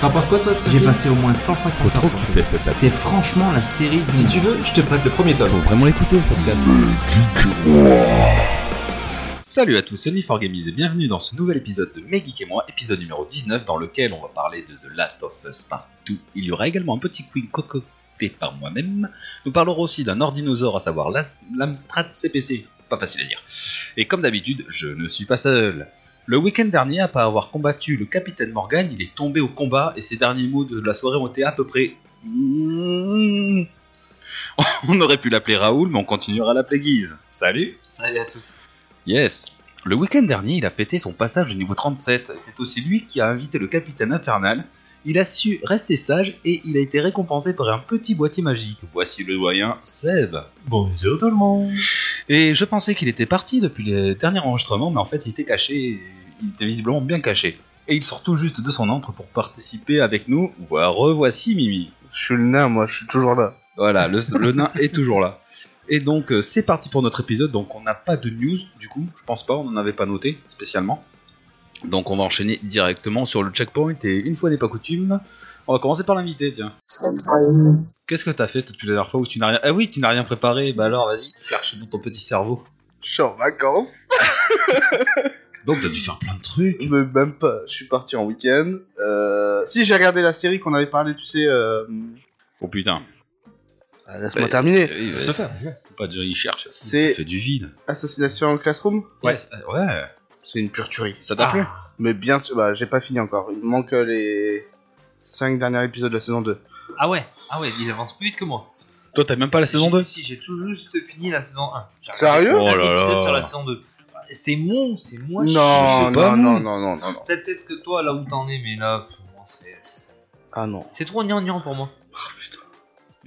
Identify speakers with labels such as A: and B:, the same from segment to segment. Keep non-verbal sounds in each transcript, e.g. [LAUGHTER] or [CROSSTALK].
A: T'en penses quoi toi de ce
B: J'ai
A: film
B: passé au moins 150
C: Faut
B: heures.
C: trop que tu testes cette table.
B: C'est franchement la série.
A: Si tu veux, je te prête le premier tome.
C: Faut vraiment l'écouter ce podcast.
D: Salut à tous, c'est Niforgamies et bienvenue dans ce nouvel épisode de Mes Geeks et moi, épisode numéro 19 dans lequel on va parler de The Last of Us Part 2. Il y aura également un petit quiz cocoté par moi-même. Nous parlerons aussi d'un ordinosaure, à savoir l'As- l'Amstrad CPC. Pas facile à dire. Et comme d'habitude, je ne suis pas seul. Le week-end dernier, après avoir combattu le capitaine Morgan, il est tombé au combat et ses derniers mots de la soirée ont été à peu près... [LAUGHS] On aurait pu l'appeler Raoul, mais on continuera à l'appeler Guise. Salut
A: Salut à tous.
D: Yes. Le week-end dernier, il a fêté son passage au niveau 37. C'est aussi lui qui a invité le capitaine infernal. Il a su rester sage et il a été récompensé par un petit boîtier magique. Voici le doyen Seb.
A: Bonjour tout le monde.
D: Et je pensais qu'il était parti depuis le dernier enregistrement, mais en fait, il était caché. Il était visiblement bien caché. Et il sort tout juste de son antre pour participer avec nous. Voilà, revoici Mimi.
E: Je suis le nain, moi, je suis toujours là.
D: Voilà, le, le nain est toujours là. Et donc, euh, c'est parti pour notre épisode. Donc, on n'a pas de news, du coup, je pense pas, on n'en avait pas noté spécialement. Donc, on va enchaîner directement sur le checkpoint. Et une fois n'est pas coutume, on va commencer par l'invité, tiens. Qu'est-ce que t'as fait depuis la dernière fois où tu n'as rien. Ah oui, tu n'as rien préparé, bah alors vas-y, flash dans ton petit cerveau.
E: Je suis en vacances,
D: Donc, t'as dû faire plein de trucs.
E: mais même pas. Je suis parti en week-end. Euh, Si j'ai regardé la série qu'on avait parlé, tu sais. euh,
D: Oh putain.
E: ah, Laisse-moi terminer.
D: Il va
A: Ça fait.
D: faut pas dire, il cherche.
E: C'est-
D: Ça fait du vide.
E: Assassination en classroom,
D: Ouais, ça- ouais.
E: c'est une pure tuerie.
D: Ça
F: Ah.
D: t'a plu
E: Mais bien sûr, bah, j'ai pas fini encore. Il me manque euh, les 5 derniers épisodes de la saison 2.
F: Ah ouais, ah ouais, ils avancent plus vite que moi.
D: Toi, t'as même pas la saison
F: J'ai-
D: 2
F: Si, j'ai tout juste fini la saison 1. J'ai
E: Sérieux
F: regardé
D: Oh là
F: un épisode
D: là.
F: sur la saison 2. C'est mon, c'est moi. je-
E: non,
D: sais pas, moi.
E: non, non, non, non, non, non.
F: Peut-être peut-être que toi, là où t'en es, mais là, pour moi, c'est- c'est-
E: Ah non.
F: c'est trop gnangnan pour moi.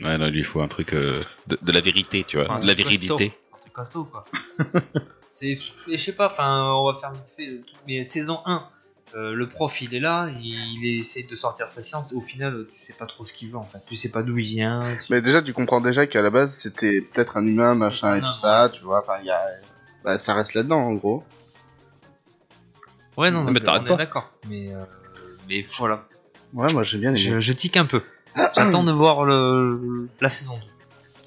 D: Ouais, là, il lui faut un truc euh, de, de la vérité, tu vois.
F: Enfin,
D: de la
F: costaud.
D: virilité.
F: Un truc costaud, quoi. [LAUGHS] c'est, mais je sais pas, enfin, on va faire vite fait le truc, mais saison 1. euh, le prof il est là, il, il essaie de sortir sa science, et au final tu sais pas trop ce qu'il veut en fait, tu sais pas d'où il vient. tu-
E: Mais déjà, tu comprends déjà qu'à la base, c'était peut-être un humain, machin et
F: Non.
E: tout ça, tu vois. Enfin, il y a. Bah, ça reste là-dedans, en gros.
F: Ouais, non,
D: Mais
F: on
D: t'arrêtes
F: est
D: pas.
F: d'accord, mais, euh, mais voilà.
E: Ouais, moi, j'ai bien aimé.
F: Je, je tique un peu.
D: Ah,
F: J'attends de voir le, la saison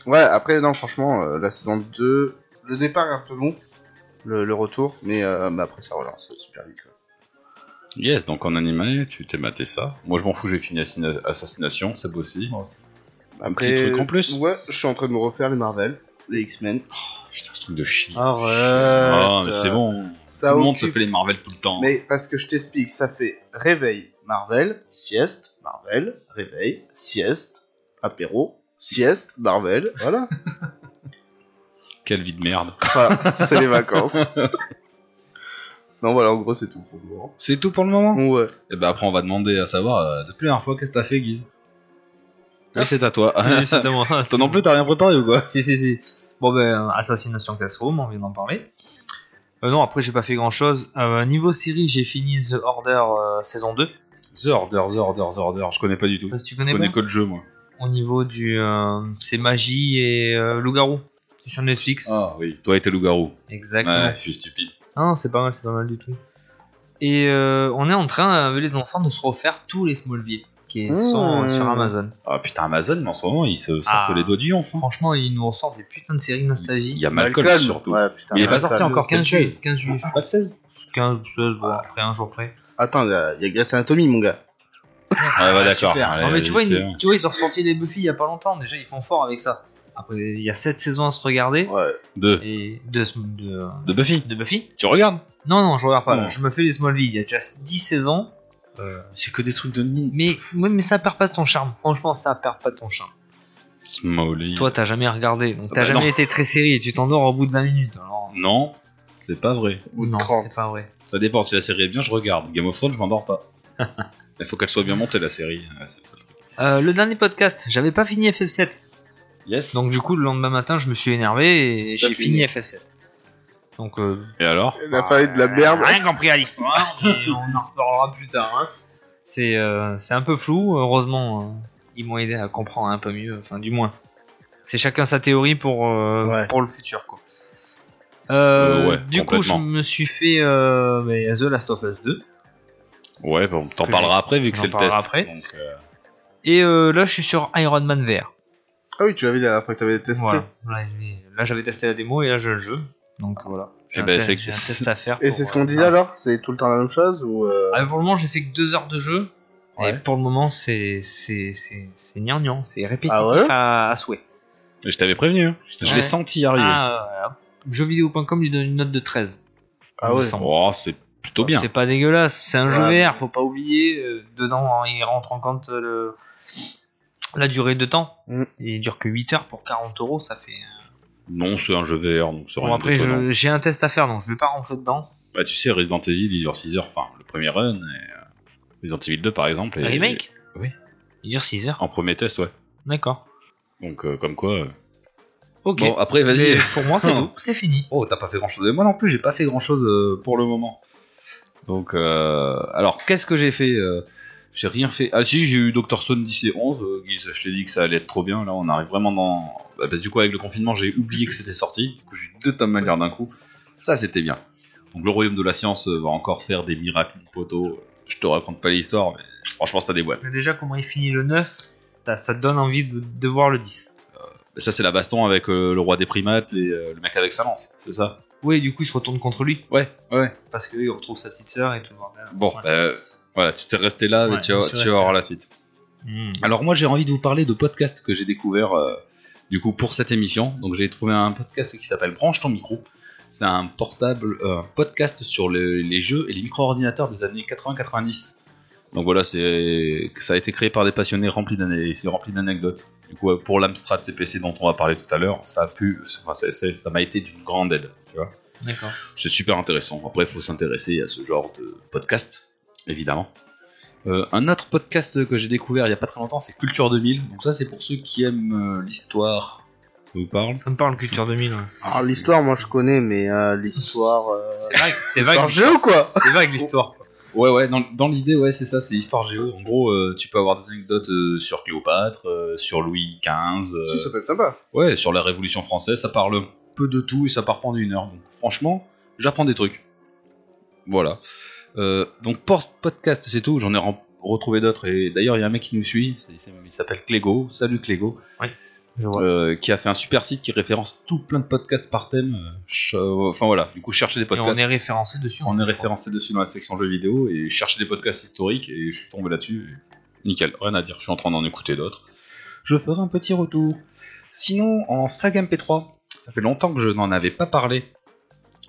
F: 2.
E: Ouais, après, non, franchement, euh, la saison 2, le départ est un peu long, le, le retour, mais, euh, mais après ça relance super vite. Quoi.
D: Yes, donc en animé, tu t'es maté ça. Moi, je m'en fous, j'ai fini Assina- Assassination, Seb aussi.
E: Après,
D: petit truc en plus
E: Ouais, je suis en train de me refaire les Marvel, les X-Men.
D: Putain, ce truc de chien.
E: Arrête
D: Ah, mais c'est bon.
E: Ça
D: tout le monde se
E: occupe-
D: fait les Marvel tout le temps.
E: Mais parce que je t'explique, ça fait réveil, Marvel, sieste, Marvel, réveil, sieste, apéro, sieste, Marvel, voilà.
D: Quelle vie de merde.
E: Voilà, [LAUGHS] c'est les vacances. non, voilà, en gros, c'est tout pour le moment.
D: C'est tout pour le moment
E: Ouais.
D: Et bah après, on va demander à savoir, euh, depuis la dernière fois, qu'est-ce que t'as fait, Guise Ah, Oui, c'est à toi.
F: C'est à moi.
D: [LAUGHS] Toi non plus, t'as rien préparé ou quoi
F: Si, si, si. Bon, ben, Assassination Classroom, on vient d'en parler. Euh, non, après, j'ai pas fait grand chose. niveau série, j'ai fini The Order euh, saison 2.
D: The Order, The Order, The Order, je connais pas du tout.
F: Parce que tu
D: Je
F: connais
D: connais
F: pas
D: que le jeu, moi.
F: Au niveau du. euh, c'est Magie et euh, Loup-Garou. C'est sur Netflix.
D: Ah oui, toi et tes loups-garous.
F: Exactement.
D: Ouais, je suis stupide.
F: Ah Non, c'est pas mal, c'est pas mal du tout. Et euh, on est en train, avec les enfants, de se refaire tous les Smallville qui sont
E: Mmh.
F: sur Amazon.
D: Ah putain, Amazon, mais en ce moment, ils se sortent
F: Ah.
D: les doigts du hein. enfin.
F: Franchement, ils nous ressortent des putains de séries nostalgie.
D: Il y a Malcolm, surtout.
E: Ouais, putain,
D: Mais il est pas
E: Malcolm.
D: sorti encore, c'est Ah, le
F: 15 juillet.
D: 16.
F: 15 juillet. je
D: Pas le 16
F: crois. 15, 16, voilà, après un jour près.
E: Attends, il y a, il y a Grey's Anatomy, mon gars.
D: Ah ouais, d'accord.
F: Non, mais
D: Allez,
F: tu vois,
D: c'est
F: ils, tu vois, ils ont ressorti les Buffy il y a pas longtemps. Déjà, ils font fort avec ça. Après, il y a 7 saisons à se regarder.
E: Ouais.
D: De,
F: Et de, de,
D: de Buffy.
F: de Buffy
D: Tu regardes
F: Non, non, je regarde pas. là.
D: Non.
F: Je me fais les Smallville. Il y a déjà 10 saisons. Euh,
D: C'est que des trucs de nid.
F: Mais, ouais, mais ça perd pas de ton charme. Franchement, ça perd pas de ton charme.
D: Smalley.
F: Toi, t'as jamais regardé. Donc, t'as
D: Bah,
F: jamais
D: non.
F: été très série. Et tu t'endors au bout de 20 minutes. Alors,
D: Non, c'est pas vrai.
F: non,
E: 30.
F: c'est pas vrai.
D: Ça dépend, si la série est bien, je regarde. Game of Thrones, je
F: [LAUGHS]
D: m'endors pas. Il faut qu'elle soit bien montée, la série. Ouais, c'est le seul truc.
F: Euh, le dernier podcast, j'avais pas fini FF7.
D: Yes.
F: Donc du coup le lendemain matin je me suis énervé et
D: T'as
F: j'ai fini
D: fini.
F: FF7. Donc euh,
D: Et alors
E: Il a fallu de la merde.
F: rien compris à l'histoire [LAUGHS] mais on en reparlera plus tard. hein. C'est euh, c'est un peu flou, heureusement euh, ils m'ont aidé à comprendre un peu mieux, enfin du moins. C'est chacun sa théorie pour, euh,
E: Ouais.
F: pour le futur quoi. Euh,
D: Euh, ouais,
F: du coup je
D: complètement.
F: ben, me suis fait euh, mais The Last of Us 2.
D: Ouais, bon, t'en
F: Que
D: parleras après vu que
F: j'en
D: c'est le
F: parlerai
D: test.
F: après.
D: Donc, euh,
F: Et euh, là, je suis sur Iron Man vert.
E: Ah oui, tu l'avais la dernière fois que t'avais testé.
F: Voilà. Là, j'ai- là, j'avais testé la démo et là, je le jeu. Donc voilà. J'ai
D: Eh
F: un,
D: ben,
F: test-
D: c'est-
F: j'ai un test à faire.
E: Et
F: pour,
E: c'est ce
F: euh,
E: qu'on disait alors C'est tout le temps la même chose ou euh,
F: Ah, pour le moment, j'ai fait que deux heures de jeu. Et
E: Ouais.
F: pour le moment, c'est c'est c'est c'est gnangnan, c'est répétitif
E: Ah ouais
F: à, à souhait.
D: Je t'avais prévenu. hein. Je
F: Ouais.
D: l'ai senti arriver.
F: Ah, euh, jeuxvideo.com lui donne une note de 13.
E: Ah
F: il me
E: ouais.
F: semble.
D: Oh, c'est
E: Ah,
D: plutôt bien.
F: C'est pas dégueulasse, c'est un jeu
E: Ouais.
F: VR, faut pas oublier. euh, dedans, hein, il rentre en compte euh, le- la durée de temps.
E: Mm.
F: Il dure que 8 heures pour 40 euros, ça fait. euh,
D: Non, c'est un jeu VR, donc c'est
F: Bon,
D: rien
F: après,
D: de déconnant.
F: je- j'ai un test à faire, donc je vais pas rentrer dedans.
D: Bah, tu sais, Resident Evil, il dure 6 heures. Enfin, le premier run. Et, euh, Resident Evil 2, par exemple.
F: Le
D: et-
F: remake
D: oui.
F: Il dure 6 heures.
D: En premier test, ouais.
F: D'accord.
D: Donc, euh, comme quoi. euh,
F: Ok.
D: Bon, après,
F: Mais
D: vas-y.
F: pour moi,
D: [LAUGHS]
F: c'est tout, c'est fini.
D: Oh, t'as pas fait grand chose. Moi non plus, j'ai pas fait grand chose pour le moment. Donc, euh, alors, qu'est-ce que j'ai fait euh, J'ai rien fait. Ah, si, j'ai eu Dr. Stone 10 et 11. euh, Guy, ça, je t'ai dit que ça allait être trop bien. Là, on arrive vraiment dans. Bah, bah, du coup, avec le confinement, j'ai oublié que c'était sorti. Du coup, j'ai eu deux tomes à lire d'un coup. Ça, c'était bien. Donc, le royaume de la science euh, va encore faire des miracles, poteau. Je te raconte pas l'histoire, mais franchement, ça déboîte.
F: Déjà, comment il finit le 9, ça, ça te donne envie de, de voir le 10.
D: Ça, c'est la baston avec euh, le roi des primates et euh, le mec avec sa lance, c'est ça
F: Oui, du coup, il se retourne contre lui
D: Ouais, ouais.
F: parce qu'il retrouve sa petite sœur et tout. le bordel.
D: Bon,
F: Voilà.
D: euh, voilà, tu t'es resté là, mais
F: Ouais,
D: tu
F: je
D: vas,
F: suis
D: tu
F: resté
D: vas voir
F: là.
D: la suite.
F: Mm.
D: Alors moi, j'ai envie de vous parler de podcasts que j'ai découvert euh, du coup pour cette émission. Donc j'ai trouvé un podcast qui s'appelle Branche ton micro. C'est un portable, euh, un podcast sur le- les jeux et les micro-ordinateurs des années 80-90. Donc voilà, c'est ça a été créé par des passionnés remplis d'années, c'est rempli d'anecdotes. Du coup, euh, pour l'Amstrad CPC dont on va parler tout à l'heure, ça a pu, enfin, c'est- c'est- ça m'a été d'une grande aide. Tu vois
F: D'accord.
D: c'est super intéressant. Après, il faut s'intéresser à ce genre de podcast, évidemment. Euh, un autre podcast que j'ai découvert il n'y a pas très longtemps, c'est Culture 2000. Donc ça, c'est pour ceux qui aiment euh, l'histoire. Ça vous parle
F: Ça me parle Culture 2000. ouais.
D: Ah,
E: Alors l'histoire, moi je connais, mais euh, l'histoire. euh,
F: C'est vague, c'est
E: L'histoire
F: vague.
E: géo quoi
F: C'est vague l'histoire.
D: Ouais, ouais, dans, dans l'idée, ouais, c'est ça, c'est histoire géo. En gros, euh, tu peux avoir des anecdotes euh, sur Cléopâtre, euh, sur Louis XV, euh,
E: Si, [LAUGHS] Ça peut être sympa.
D: ouais, sur la Révolution française. Ça parle un peu de tout et ça part pendant une heure. Donc franchement, j'apprends des trucs. Voilà. Euh, donc pour ce podcast, c'est tout. J'en ai rem- retrouvé d'autres. Et d'ailleurs, il y a un mec qui nous suit. c'est- c'est- il s'appelle Clégo. Salut Clégo.
F: Je vois.
D: Euh, qui a fait un super site qui référence tout plein de podcasts par thème. Euh, ch- euh, enfin voilà. Du coup, cherchez des
F: Et on
D: podcasts.
F: est référencé dessus. hein.
D: On est
F: je crois.
D: référencé hein, dessus dans la section jeux vidéo et chercher des podcasts historiques et je suis tombé là-dessus. et Nickel, rien à dire, je suis en train d'en écouter d'autres. Je ferai un petit retour. Sinon, en saga MP3, ça fait longtemps que je n'en avais pas parlé.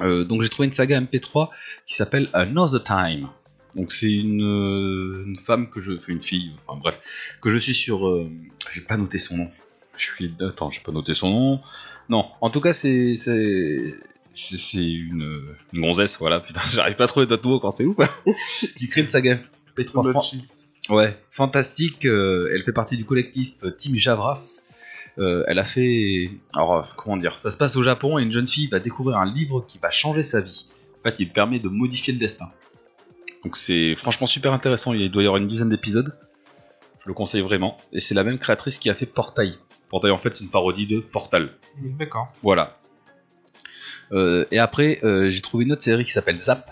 D: Euh, donc j'ai trouvé une saga MP3 qui s'appelle Another Time. Donc c'est une, euh, une femme que je fais une fille, enfin bref, que je suis sur. euh, j'ai pas noté son nom. Je suis. Attends, j'ai pas noté son nom. Non, en tout cas c'est c'est c'est c'est une, une gonzesse, voilà. Putain, [LAUGHS] j'arrive pas à trouver d'autres mots quand c'est ouf. [LAUGHS] qui crée une saga.
E: Notre
D: Fran-
E: cheese.
D: Ouais, fantastique. euh, elle fait partie du collectif euh, Team Javras. Euh, elle a fait. Alors, euh, comment dire Ça se passe au Japon et une jeune fille va découvrir un livre qui va changer sa vie. En fait, il permet de modifier le destin. Donc, c'est franchement super intéressant. Il doit y avoir une dizaine d'épisodes. Je le conseille vraiment. Et c'est la même créatrice qui a fait Portail. Portail, en fait, c'est une parodie de Portal.
F: D'accord.
D: Voilà. Euh, et après, euh, j'ai trouvé une autre série qui s'appelle Zap.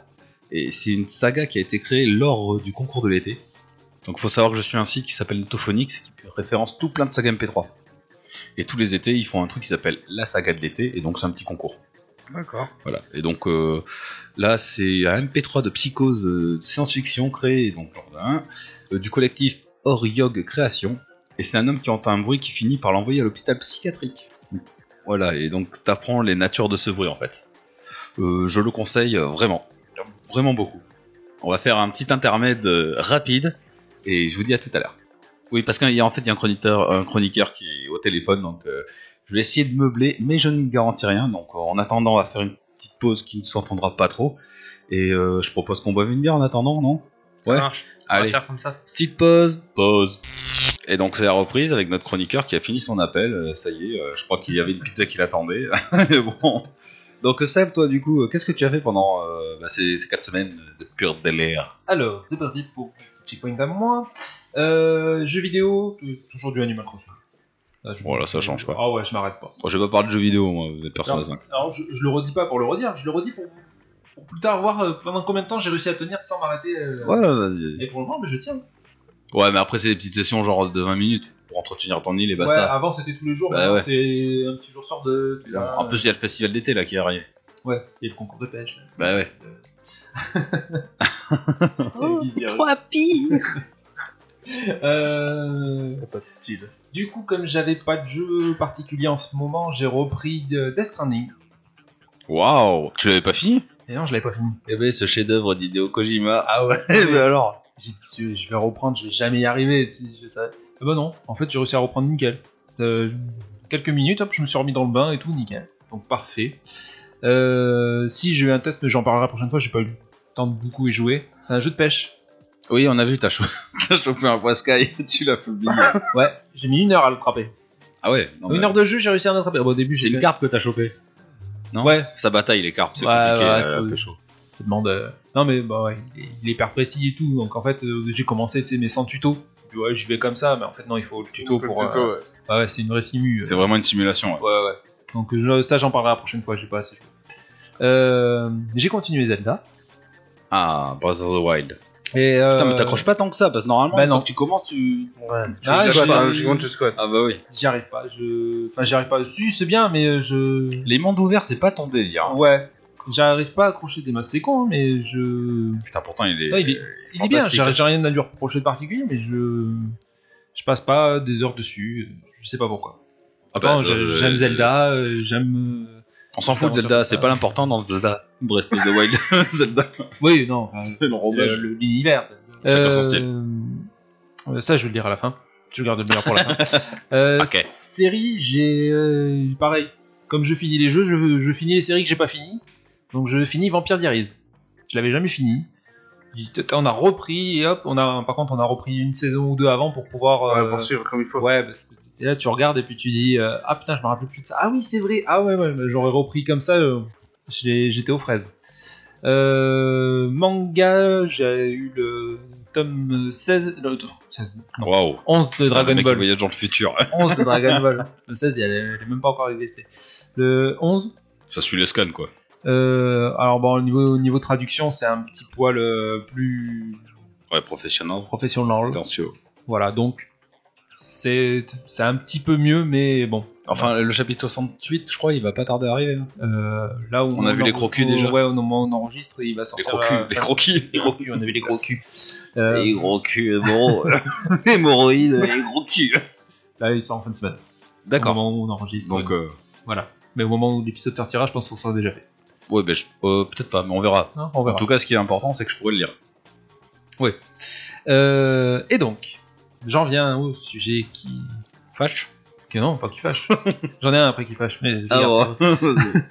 D: Et c'est une saga qui a été créée lors euh, du concours de l'été. Donc faut savoir que je suis un site qui s'appelle Notophonix, qui référence tout plein de sagas MP3. Et tous les étés, ils font un truc qui s'appelle la saga de l'été, et donc c'est un petit concours.
E: D'accord.
D: Voilà. Et donc euh, là, c'est un MP3 de psychose euh, de science-fiction créé donc lors d'un euh, du collectif Oriog Création. Et c'est un homme qui entend un bruit qui finit par l'envoyer à l'hôpital psychiatrique. Voilà. Et donc t'apprends les natures de ce bruit en fait. Euh, je le conseille euh, vraiment, vraiment beaucoup. On va faire un petit intermède euh, rapide et je vous dis à tout à l'heure. Oui, parce qu'en fait, il y a un chroniqueur, un chroniqueur qui est au téléphone, donc euh, je vais essayer de meubler, mais je ne garantis rien. Donc, euh, en attendant, on va faire une petite pause qui ne s'entendra pas trop. Et euh, je propose qu'on boive une bière en attendant, non
F: Ça
D: Ouais.
F: marche. On va
D: Allez,
F: faire comme ça.
D: petite pause, pause. Et donc c'est la reprise avec notre chroniqueur qui a fini son appel. Euh, ça y est, euh, je crois qu'il y avait une pizza qui l'attendait. Mais [LAUGHS] bon. Donc Seb, toi, du coup, euh, qu'est-ce que tu as fait pendant euh, bah, ces, ces quatre semaines de pur délire
C: Alors, c'est parti pour petit point à moi. Euh, jeux vidéo, t- toujours du Animal Crossing. Là, je-
D: Voilà, ça change pas. Oh,
C: Ah ouais, je m'arrête pas.
D: Bon, Je vais pas parler de jeux vidéo, moi, de Persona
C: Non.
D: 5.
C: Alors, je, je le redis pas pour le redire, je le redis pour pour plus tard voir euh, pendant combien de temps j'ai réussi à tenir sans m'arrêter. euh,
D: Ouais, vas-y, vas-y.
C: Et pour le moment, mais je tiens.
D: Ouais, mais après, c'est des petites sessions genre de 20 minutes pour entretenir ton île et
C: Ouais,
D: basta.
C: avant c'était tous les jours,
D: Bah
C: maintenant
D: ouais.
C: c'est un petit jour sur deux. tout ça.
D: en plus, il y a le festival d'été là qui arrive.
C: ouais, il y a le concours de pêche.
D: Bah ouais.
G: Trois pis
C: [LAUGHS] Euh,
E: Pas de style.
C: Du coup, comme j'avais pas de jeu particulier en ce moment, j'ai repris euh, Death Stranding.
D: Waouh, tu l'avais pas fini
C: Et non, je l'avais pas fini.
D: Eh ben, ce chef-d'œuvre d'Hideo Kojima.
C: Ah
D: [LAUGHS]
C: ouais
D: mais alors
C: J'ai dit, je vais reprendre, je vais jamais y arriver. si je savais. Ah bah non, en fait, j'ai réussi à reprendre nickel. Euh, quelques minutes, hop, je me suis remis dans le bain et tout, nickel. Donc parfait. Euh, si j'ai eu un test, mais j'en parlerai la prochaine fois, j'ai pas eu le temps de beaucoup y jouer. C'est un jeu de pêche.
D: Oui, on a vu, t'as cho- t'as chopé [LAUGHS] un poids sky, [LAUGHS] tu l'as publié.
C: Ouais, j'ai mis une heure à l'attraper.
D: Ah ouais, non,
C: une
D: mais
C: heure de jeu, j'ai réussi à l'attraper. Ah bah, au début,
D: c'est
C: j'ai
D: une carpe que t'as chopée. Non
C: Ouais.
D: Ça bataille les carpes, c'est
C: Ouais,
D: compliqué
C: ouais,
D: euh,
C: c'est-
D: pécho.
C: te demande. euh, Non, mais bah ouais, il est- il est hyper précis et tout. Donc en fait, euh, j'ai commencé, tu sais, mais sans tuto. Puis, Ouais, j'y vais comme ça, mais en fait, non, il faut le tuto pour. euh,
E: Plutôt, ouais.
C: Ah ouais, c'est une vraie simu. euh.
D: C'est vraiment une simulation. ouais.
C: Ouais, ouais. Donc euh, je- ça, j'en parlerai la prochaine fois, j'ai pas assez joué. Euh, j'ai continué Zelda.
D: Ah, Breath of the Wild.
C: Et, euh,
D: Putain, mais t'accroches pas tant que ça, parce que normalement,
C: Bah
D: une fois
C: non.
D: que tu commences, tu.
C: Ah,
E: Tu
C: j'ai-
E: squattes, hein, tu comptes, tu squattes.
D: Ah bah oui.
C: J'y arrive pas. Je... Enfin, j'y arrive pas. Si, c'est bien, mais euh, je.
D: Les mondes ouverts, c'est pas ton délire.
C: Ouais. J'arrive pas à accrocher des masses, c'est con, hein, mais je.
D: Putain, pourtant, il est.
C: Putain, il est- Il est bien, j'ai j'ai rien à lui reprocher de particulier, mais je. Je passe pas des heures dessus, euh, je sais pas pourquoi.
D: Ah bah,
C: Attends, j'ai-
D: je- je-
C: j'aime Zelda, euh, j'aime. euh,
D: On s'en fout de Zelda, c'est pas l'important dans Zelda. Bref, The Wild, [LAUGHS] Zelda.
C: Oui, non, enfin,
D: C'est le
C: le-
D: roman.
C: le- l'univers. ça.
D: Chacun son style.
C: euh, ça, je vais le dire à la fin. Je garde le meilleur pour la
D: [LAUGHS]
C: fin. Euh,
D: Ok.
C: Série, j'ai. euh, pareil, comme je finis les jeux, je, je finis les séries que j'ai pas fini. Donc je finis Vampire Diaries. Je l'avais jamais fini. On a repris, et hop, on a, par contre, on a repris une saison ou deux avant pour pouvoir.
E: Ouais,
C: euh,
E: poursuivre comme il faut.
C: Ouais, parce que t'es là, tu regardes et puis tu dis euh, Ah putain, je me rappelle plus de ça. Ah oui, c'est vrai. Ah ouais, ouais, j'aurais repris comme ça. euh, j'ai- J'étais aux fraises. Euh, manga, j'ai eu le tome 16. Le, tome 16, non,
D: Waouh.
C: 11 de
D: Le
C: Dragon
D: mec
C: [LAUGHS]
D: qui
C: Ball.
D: voyage dans le futur. [LAUGHS]
C: 11 de Dragon Ball. Le 16, il n'a même pas encore existé. Le 11.
D: Ça suit le scan, quoi.
C: euh, alors, bon, au niveau, au niveau traduction, c'est un petit poil euh, plus
D: Ouais, professionnel.
C: professionnel.
D: Potentiel.
C: Voilà, donc c'est c'est un petit peu mieux, mais bon.
D: Enfin, le chapitre 68, je crois, il va pas tarder à arriver. hein.
C: Euh, là où
D: On a vu les
C: en-
D: crocus
C: où-
D: déjà.
C: Ouais, au moment où on enregistre, il va
D: Les
C: sortir.
D: gros culs,
C: euh,
D: les gros culs.
C: les gros culs, on avait les gros
D: [LAUGHS]
C: culs. Euh,
D: Les gros culs, gros. Hémorroïdes, [LAUGHS] les gros culs.
C: là, il sort en fin de semaine. Au
D: D'accord.
C: moment où on enregistre.
D: Donc,
C: ouais.
D: euh,
C: voilà. Mais au moment où l'épisode sortira, je pense qu'on sera déjà fait.
D: ouais, ben, je- euh, peut-être pas, mais on verra.
C: Hein, on
D: En
C: verra.
D: tout cas, ce qui est important, c'est que je pourrais le lire.
C: Euh, et donc, j'en viens au sujet qui.
D: Fâche Ah
C: Que non, pas qui
D: [LAUGHS]
C: fâche. j'en ai un après qui fâche. Mais je vais dire
E: [LAUGHS]
C: après.
D: ouais.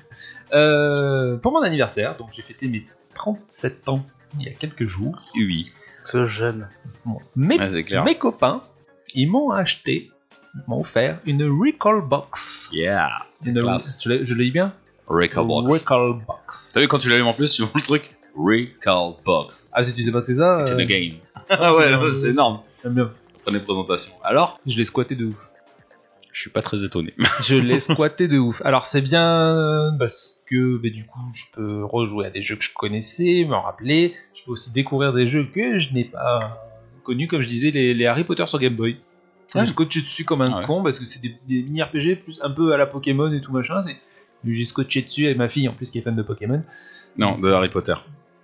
C: Euh, pour mon anniversaire, donc j'ai fêté mes 37 ans il y a quelques jours.
D: Oui,
E: Ce jeune.
C: Bon, mes
D: ouais, c'est clair.
C: Mes copains, ils m'ont acheté, ils m'ont offert une Recall Box.
D: Yeah.
C: Une-
D: classe.
C: je, l'ai- je lis bien
D: Recall Box.
C: Recall Box.
D: T'as vu quand tu l'allumes en plus, tu vois le truc Recall Box.
C: Ah, si tu sais pas que c'est ça,
D: It's in
C: euh,
D: the game. [LAUGHS] Ah ouais,
C: euh,
D: c'est énorme.
C: j'aime bien.
D: Prenez présentation. Alors
C: je l'ai squatté de ouf.
D: Je suis pas très étonné. [LAUGHS]
C: Je l'ai squatté de ouf. Alors, c'est bien euh, parce que bah, du coup, je peux rejouer à des jeux que je connaissais, m'en rappeler. Je peux aussi découvrir des jeux que je n'ai pas connus, comme je disais, les, les Harry Potter sur Game Boy.
D: Ah.
C: Je scotché dessus comme un
D: Ah ouais.
C: con parce que c'est des, des mini-RPG plus un peu à la Pokémon et tout machin. c'est- J'ai scotché dessus avec ma fille en plus qui est fan de Pokémon.
D: Non, de Harry Potter.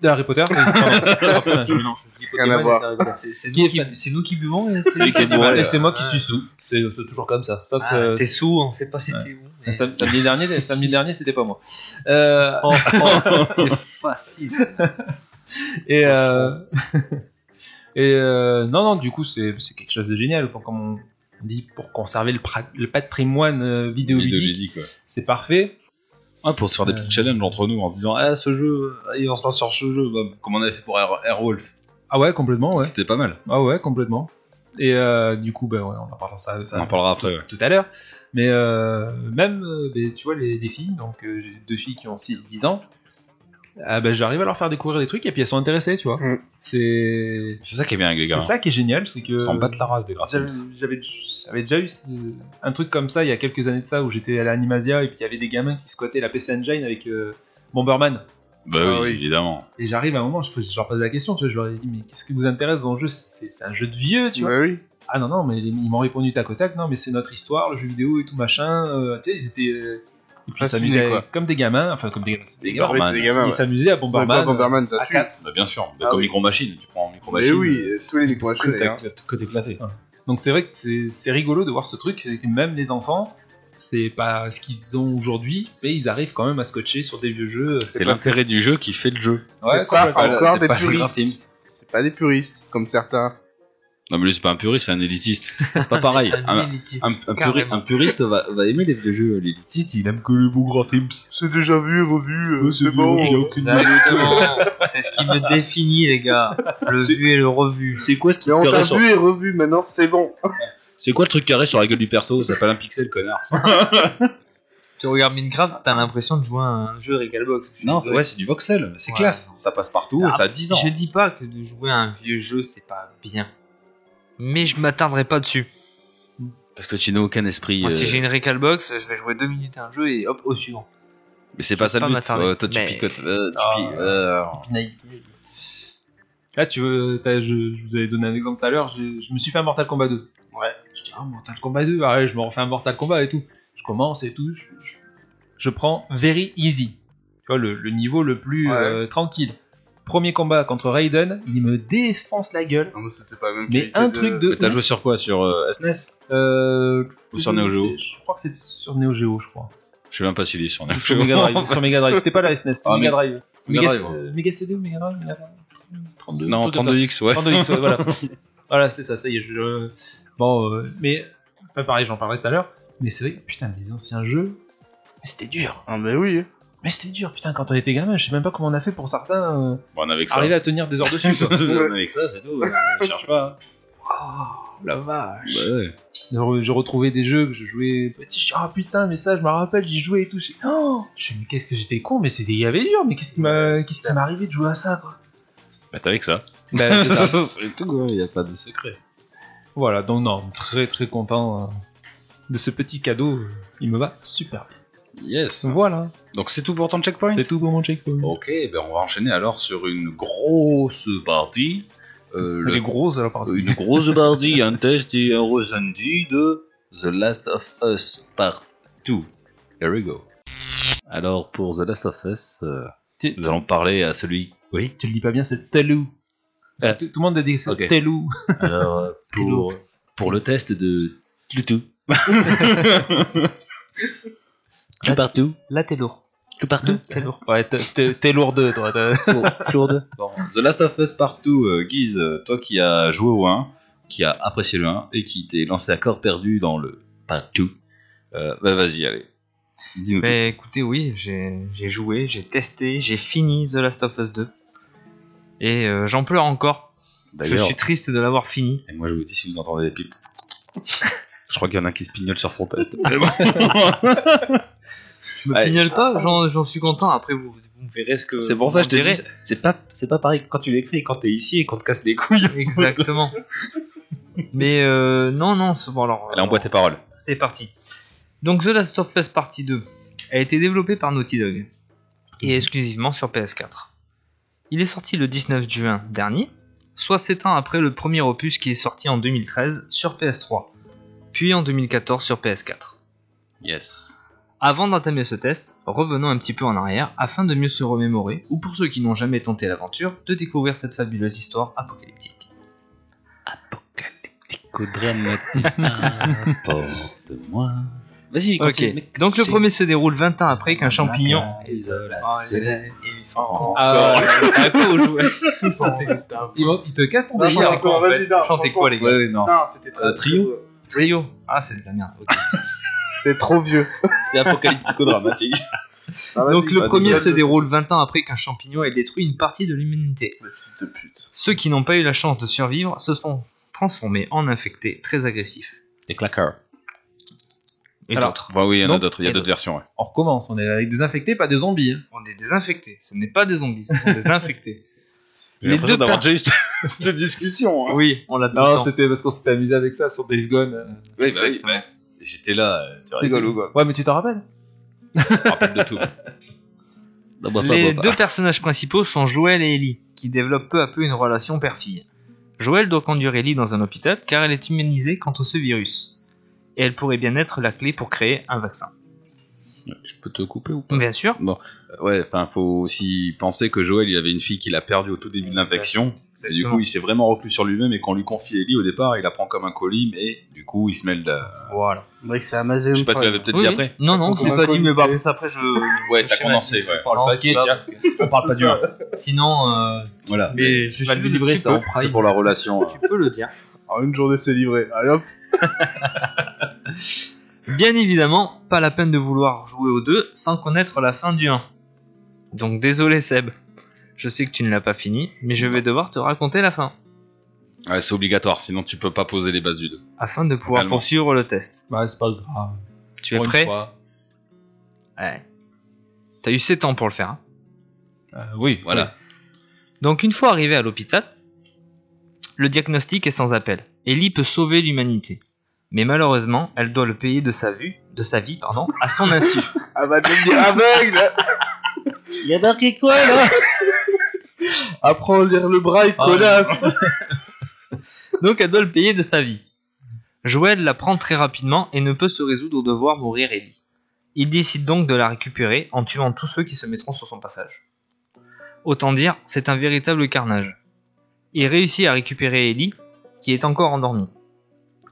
C: de Harry Potter. oui,
D: [LAUGHS]
C: pardon. Putain, je-
E: Rien à voir.
F: C'est c'est
C: Qui
F: nous,
C: est fan-
F: qui- c'est nous qui buvons et c'est
D: lui qui est bourré.
C: Et c'est moi qui
F: Ouais.
C: suis sous. C'est c'est toujours comme ça. Sauf
F: Ah,
C: que
F: T'es sous, on sait pas si
C: euh, ouais. Ah,
F: t'es où. mais-
C: sam- samedi dernier, samedi dernier, c'était pas
F: [LAUGHS]
C: moi. Euh,
F: Oh, c'est facile.
C: et euh, [LAUGHS] et euh, non, non, du coup, c'est c'est quelque chose de génial. Pour, comme on dit, pour conserver le, pra- le patrimoine euh, vidéoludique,
D: Vidéoludique, quoi.
C: c'est parfait.
D: Ouais, pour se faire des petits challenges entre nous en se disant Ah, ce jeu, ah, il va se lance sur ce jeu, bah, comme on avait fait pour Air- Airwolf.
C: Ah ouais, complètement, ouais.
D: C'était pas mal.
C: Ah ouais, complètement. Et euh, du coup, ben ouais, on en parlera ça, ça
D: On en parlera après, ouais.
C: tout à l'heure. Mais euh, même, euh, ben, tu vois, les, les filles, donc euh, j'ai deux filles qui ont 6-10 ans, ah, ben, j'arrive à leur faire découvrir des trucs et puis elles sont intéressées, tu vois.
E: Mm.
C: C'est
D: C'est ça qui est bien avec les
C: c'est
D: gars.
C: ça qui est génial, c'est que.
D: Ils s'en battent la race des
C: J'avais
D: graphismes.
C: j'avais- j'avais déjà eu ce- un truc comme ça il y a quelques années de ça où j'étais à l'Animasia et puis il y avait des gamins qui squattaient la PC Engine avec euh, Bomberman.
D: Bah
C: Ah
D: oui,
C: oui.
D: évidemment.
C: Et j'arrive à un moment, je, faut que je leur pose la question, tu vois, je leur ai dit, mais qu'est-ce qui vous intéresse dans le jeu C'est- C'est c'est un jeu de vieux, tu vois.
E: Ouais, oui.
C: Ah non, non, mais ils m'ont répondu tac au tac, non, mais c'est notre histoire, le jeu vidéo et tout machin. euh, tu sais, ils étaient. euh, et
D: Ah,
C: puis ils
E: Fascinés,
C: s'amusaient
E: quoi.
C: comme des gamins, enfin comme des gamins, c'était des gamins.
E: Ouais,
D: Bomberman.
E: Ah, c'est des gamins.
C: Ils
E: ouais.
C: s'amusaient à
E: Bah,
C: Bomberman, euh, hein.
E: Bomberman, ça
C: à
E: tue.
C: 4.
D: Bah bien sûr, bah,
E: Ah
D: comme
E: oui.
D: Micro Machine, tu prends Micro
E: Mais
D: Machine.
E: oui, tous les hein. micro
A: Côte à
C: hein.
A: côte éclaté.
C: Donc c'est vrai que c'est- c'est rigolo de voir ce truc, c'est que même les enfants, c'est pas ce qu'ils ont aujourd'hui, mais ils arrivent quand même à scotcher sur des vieux jeux. euh,
D: C'est l'intérêt du jeu qui fait le jeu.
C: Ouais,
E: C'est ça,
C: complètement.
E: encore des
D: pas
E: puristes.
D: un films.
E: C'est pas des puristes, comme certains.
D: Non mais lui c'est pas un puriste, c'est un élitiste. C'est pas pareil. un,
F: élitiste,
D: un- un puri-
F: carrément.
D: un puriste va, va aimer les vieux jeux. L'élitiste, il aime que les beaux graphismes.
E: C'est déjà vu, revu, euh, c'est bon.
F: Exactement. C'est ce qui me définit, les gars. Le vu et le revu.
D: C'est quoi ce
E: Mais
D: truc
E: on
D: carré
E: t'a
D: sur...
E: vu et revu, maintenant c'est bon.
D: C'est quoi le truc carré sur la gueule du perso Ça s'appelle un pixel, connard.
F: Tu regardes Minecraft, t'as l'impression de jouer à un jeu Regalbox.
D: Non, c'est ouais, c'est du voxel. C'est
F: Ouais.
D: classe. Ça passe partout.
F: Ah,
D: ça a 10 ans.
F: Je dis pas que de jouer à un vieux jeu, c'est pas bien. Mais je m'attarderai pas dessus.
D: Parce que tu n'as aucun esprit.
F: Moi, si
D: euh,
F: j'ai une Recalbox, je vais jouer deux minutes à un jeu et hop, au suivant.
D: Mais c'est pas
F: Je
D: ça
F: vais
D: le
F: pas
D: but.
F: m'attarder.
D: Euh, toi, tu
F: Mais-
D: picotes. euh, tu
F: Ah.
D: pi- euh,
C: Là, tu veux, t'as- je, je vous avais donné un exemple tout à l'heure, j'ai- je me suis fait un Mortal Kombat 2.
E: Ouais.
C: Je dis, ah, Mortal Combat 2, allez, je me refais un Mortal Kombat et tout. Je commence et tout, je, je- je prends Very Easy. Tu vois, le, le niveau le plus
E: Ouais.
C: euh, tranquille. Premier combat contre Raiden, il me défonce la gueule.
E: Non, mais c'était pas la même
C: Mais
E: qualité
C: un truc de.
D: mais T'as joué sur quoi Sur euh, SNES
C: Euh,
D: Ou sur Neo Geo
C: c'est- Je crois que c'est sur Neo Geo, je crois.
D: [LAUGHS] Je sais même pas si il est sur Neo
C: Ou sur Mega Drive. sur Mega Drive. C'était pas la SNES, c'était
D: Ah, mais-
C: Mega Drive.
D: Mega
C: Mega,
D: Drive, hein. ouais.
C: euh, Mega CD ou Mega Drive Mega Drive 32.
D: Non, 32X, ouais.
C: 32X, ouais,
D: [LAUGHS]
C: voilà. voilà, c'est ça, ça y est. je- Bon, euh, mais. Enfin, pareil, j'en parlerai tout à l'heure. Mais c'est vrai que, putain, les anciens jeux. mais C'était dur.
E: Ah, mais oui.
C: Mais c'était dur, putain, quand on était gamin, je sais même pas comment on a fait pour certains euh,
D: Bon, on avec ça.
C: arriver à tenir des heures dessus. quoi.
D: On avec ça, [LAUGHS] c'est tout. Je cherche pas.
C: Oh, La vache.
D: Bah ouais.
C: Je je retrouvais des jeux que je jouais petit. je dis, Ah putain, mais ça, je me rappelle, j'y jouais et tout. Je dis, oh, je dis, mais qu'est-ce que j'étais con, mais c'était il y avait dur, mais qu'est-ce qui m'a qu'est-ce qui m'est arrivé de jouer à ça quoi
D: Bah t'es avec ça.
C: Bah, c'est [LAUGHS] ça.
D: [LAUGHS] c'est tout, il y a pas de secret.
C: Voilà, donc non, très très content euh, de ce petit cadeau. Il me va super bien.
D: Yes.
C: Voilà,
D: Donc c'est tout pour ton checkpoint
C: c'est tout pour mon checkpoint.
D: Ok, ben on va enchaîner alors sur une grosse partie. Euh,
C: Les
D: le-
C: grosses alors pardon.
D: Une grosse partie, un test et un ressenti de The Last of Us Part 2. Here we go. Alors pour The Last of Us, euh,
C: Tu
D: nous allons parler à celui... Oui
C: [LAUGHS] tu le dis pas bien, c'est Telou. Parce que Tout tout le monde a dit que c'est
D: ok.
C: Telou.
D: Alors, euh, pour, pour le test de
C: [LAUGHS]
D: Tutu. tout partout,
F: Là, t'es lourd.
D: tout partout.
F: T'es lourd.
C: Ouais, t'es- t'es t'es lourdeux toi. t'es-
D: Bon, The Last of Us Partout, euh, Guise, euh, toi qui as joué au 1, qui a apprécié le 1 et qui t'es lancé à corps perdu dans le partout, euh, bah vas-y, allez. Dis-nous. tout.
F: Mais écoutez, oui, j'ai j'ai joué, j'ai testé, j'ai fini The Last of Us 2. Et euh, j'en pleure encore. Je
D: D'ailleurs,
F: suis triste de l'avoir fini.
D: et moi je vous dis si vous entendez des
F: [LAUGHS]
D: pips. Je crois qu'il y en a un qui se pignole sur son test.
F: Je me
D: Ouais.
F: pignole pas, j'en j'en suis content. Après, vous, vous me verrez ce que.
D: [LAUGHS] C'est pour ça que
F: vous
D: je te
F: en direz.
D: dis, c'est pas, [LAUGHS] c'est pas pareil quand tu l'écris, quand t'es ici et qu'on te casse les couilles. [LAUGHS]
F: Exactement. Mais euh, non, non, c'est bon alors. euh,
D: Allez, emboîte tes paroles.
F: C'est parti. Donc The Last of Us Partie 2 a été développé par Naughty Dog
D: Mhm.
F: et exclusivement sur PS4. Il est sorti le 19 juin dernier, soit 7 ans après le premier opus qui est sorti en 2013 sur PS3, puis en 2014 sur PS4.
D: Yes.
F: Avant d'entamer ce test, revenons un petit peu en arrière afin de mieux se remémorer, ou pour ceux qui n'ont jamais tenté l'aventure, de découvrir cette fabuleuse histoire apocalyptique.
D: [LAUGHS] Apporte-moi. Vas-y,
F: Ok,
D: continue, mec.
F: donc le
D: J'ai-
F: premier se déroule 20 ans après qu'un champignon.
D: Isolate,
F: Ah,
D: Ah, c'est-
F: et ils sont cons.
C: Ah,
F: Ah, cool, joué.
C: il va- il te casse ton
E: Non,
C: délire.
E: j'en ai encore, vas-y, non,
F: Chantez quoi, les gars
D: Ouais, non.
E: Non, c'était trop.
D: Euh, trio
F: Trio Ah, c'est de la merde. ok.
E: C'est trop vieux.
D: C'est [LAUGHS] apocalyptico-dramatique.
E: Ah, vas-y,
F: Donc le
E: vas-y,
F: premier
E: vas-y.
F: se déroule 20 ans après qu'un champignon ait détruit une partie de l'humanité.
E: Mais Fils de pute.
F: Ceux qui n'ont pas eu la chance de survivre se sont transformés en infectés très agressifs.
D: Des claqueurs.
F: Et
C: Alors,
F: d'autres.
D: Ouais, oui, il y en a
F: Donc,
D: d'autres. Il y a
F: et
D: d'autres
F: d'autres.
D: versions, ouais.
C: On recommence, on est avec des infectés, pas des zombies. hein.
F: On est désinfectés. Ce n'est pas des zombies, ce sont des [LAUGHS] infectés.
D: J'ai
F: Les
D: l'impression
F: deux
D: d'avoir déjà eu cette-
F: [LAUGHS]
D: cette discussion. hein.
F: Oui, on l'a tout le
C: Non,
F: temps.
C: c'était parce qu'on s'était amusé avec ça sur Days Gone. euh.
D: Oui, bah oui, ouais. J'étais là, euh, tu rigoles ou quoi
C: Ouais, mais tu t'en rappelles
D: Je me rappelle de tout. Ah, [LAUGHS] bah, bah,
F: Les
D: bah, bah.
F: deux personnages principaux sont Joël et Ellie, qui développent peu à peu une relation père-fille. Joël doit conduire Ellie dans un hôpital car elle est humanisée quant à ce virus. Et elle pourrait bien être la clé pour créer un vaccin.
D: Je peux te couper ou pas
F: Bien sûr,
D: Ouais, enfin, faut aussi penser que Joël, il avait une fille qu'il a perdue au tout début de l'infection. Et du
F: Exactement.
D: coup, il s'est vraiment reclus sur lui-même. Et quand on lui confie Ellie au départ, il la prend comme un colis. Mais du coup, il se mêle de.
F: voilà.
E: On dirait que c'est Amazon.
D: Je sais pas, tu
E: Prime.
D: l'avais peut-être
F: Oui,
D: dit
F: oui.
D: après.
F: Non, non, je l'ai pas dit, mais bah, après je.
D: Ouais,
F: je
D: t'as condensé,
F: schématise,
D: ouais. Oh,
F: je parle
D: Parle
F: en
D: pas du
F: tout ça,
D: tiers.
F: parce que-
D: On parle pas du un.
F: Sinon, euh,
D: Voilà.
F: mais je
C: vas
F: suis
C: le délivrer,
F: tu
C: ça,
F: peux-
C: en
D: C'est pour la
F: [LAUGHS]
D: relation. hein.
F: Tu peux le dire.
E: En Ah, une journée, c'est livré. Allez hop.
F: Bien évidemment, pas la peine de vouloir jouer aux deux sans connaître la fin du 1. Donc désolé Seb, je sais que tu ne l'as pas fini, mais je vais devoir te raconter la fin,
D: Ouais, c'est obligatoire. Sinon, tu peux pas poser les bases du 2.
F: afin de pouvoir
D: Totalement.
F: poursuivre le test.
C: Bah, c'est pas grave.
F: Tu es
C: Pour une
F: prêt
C: fois.
F: Ouais. T'as eu 7 ans pour le faire. hein.
C: Euh, oui,
D: Voilà.
F: Donc une fois arrivé à l'hôpital, le diagnostic est sans appel. Ellie peut sauver l'humanité. Mais malheureusement, elle doit le payer de sa vue, de sa vie, pardon, à son insu.
E: Amazon dit Ah, bah, aveugle.
D: Il y a marqué quoi là
E: Apprends à lire le braille,
F: Ah,
E: connasse.
F: Donc elle doit le payer de sa vie. Joël la prend très rapidement et ne peut se résoudre de voir mourir Ellie. Il décide donc de la récupérer en tuant tous ceux qui se mettront sur son passage. Autant dire, c'est un véritable carnage. Il réussit à récupérer Ellie, qui est encore endormie,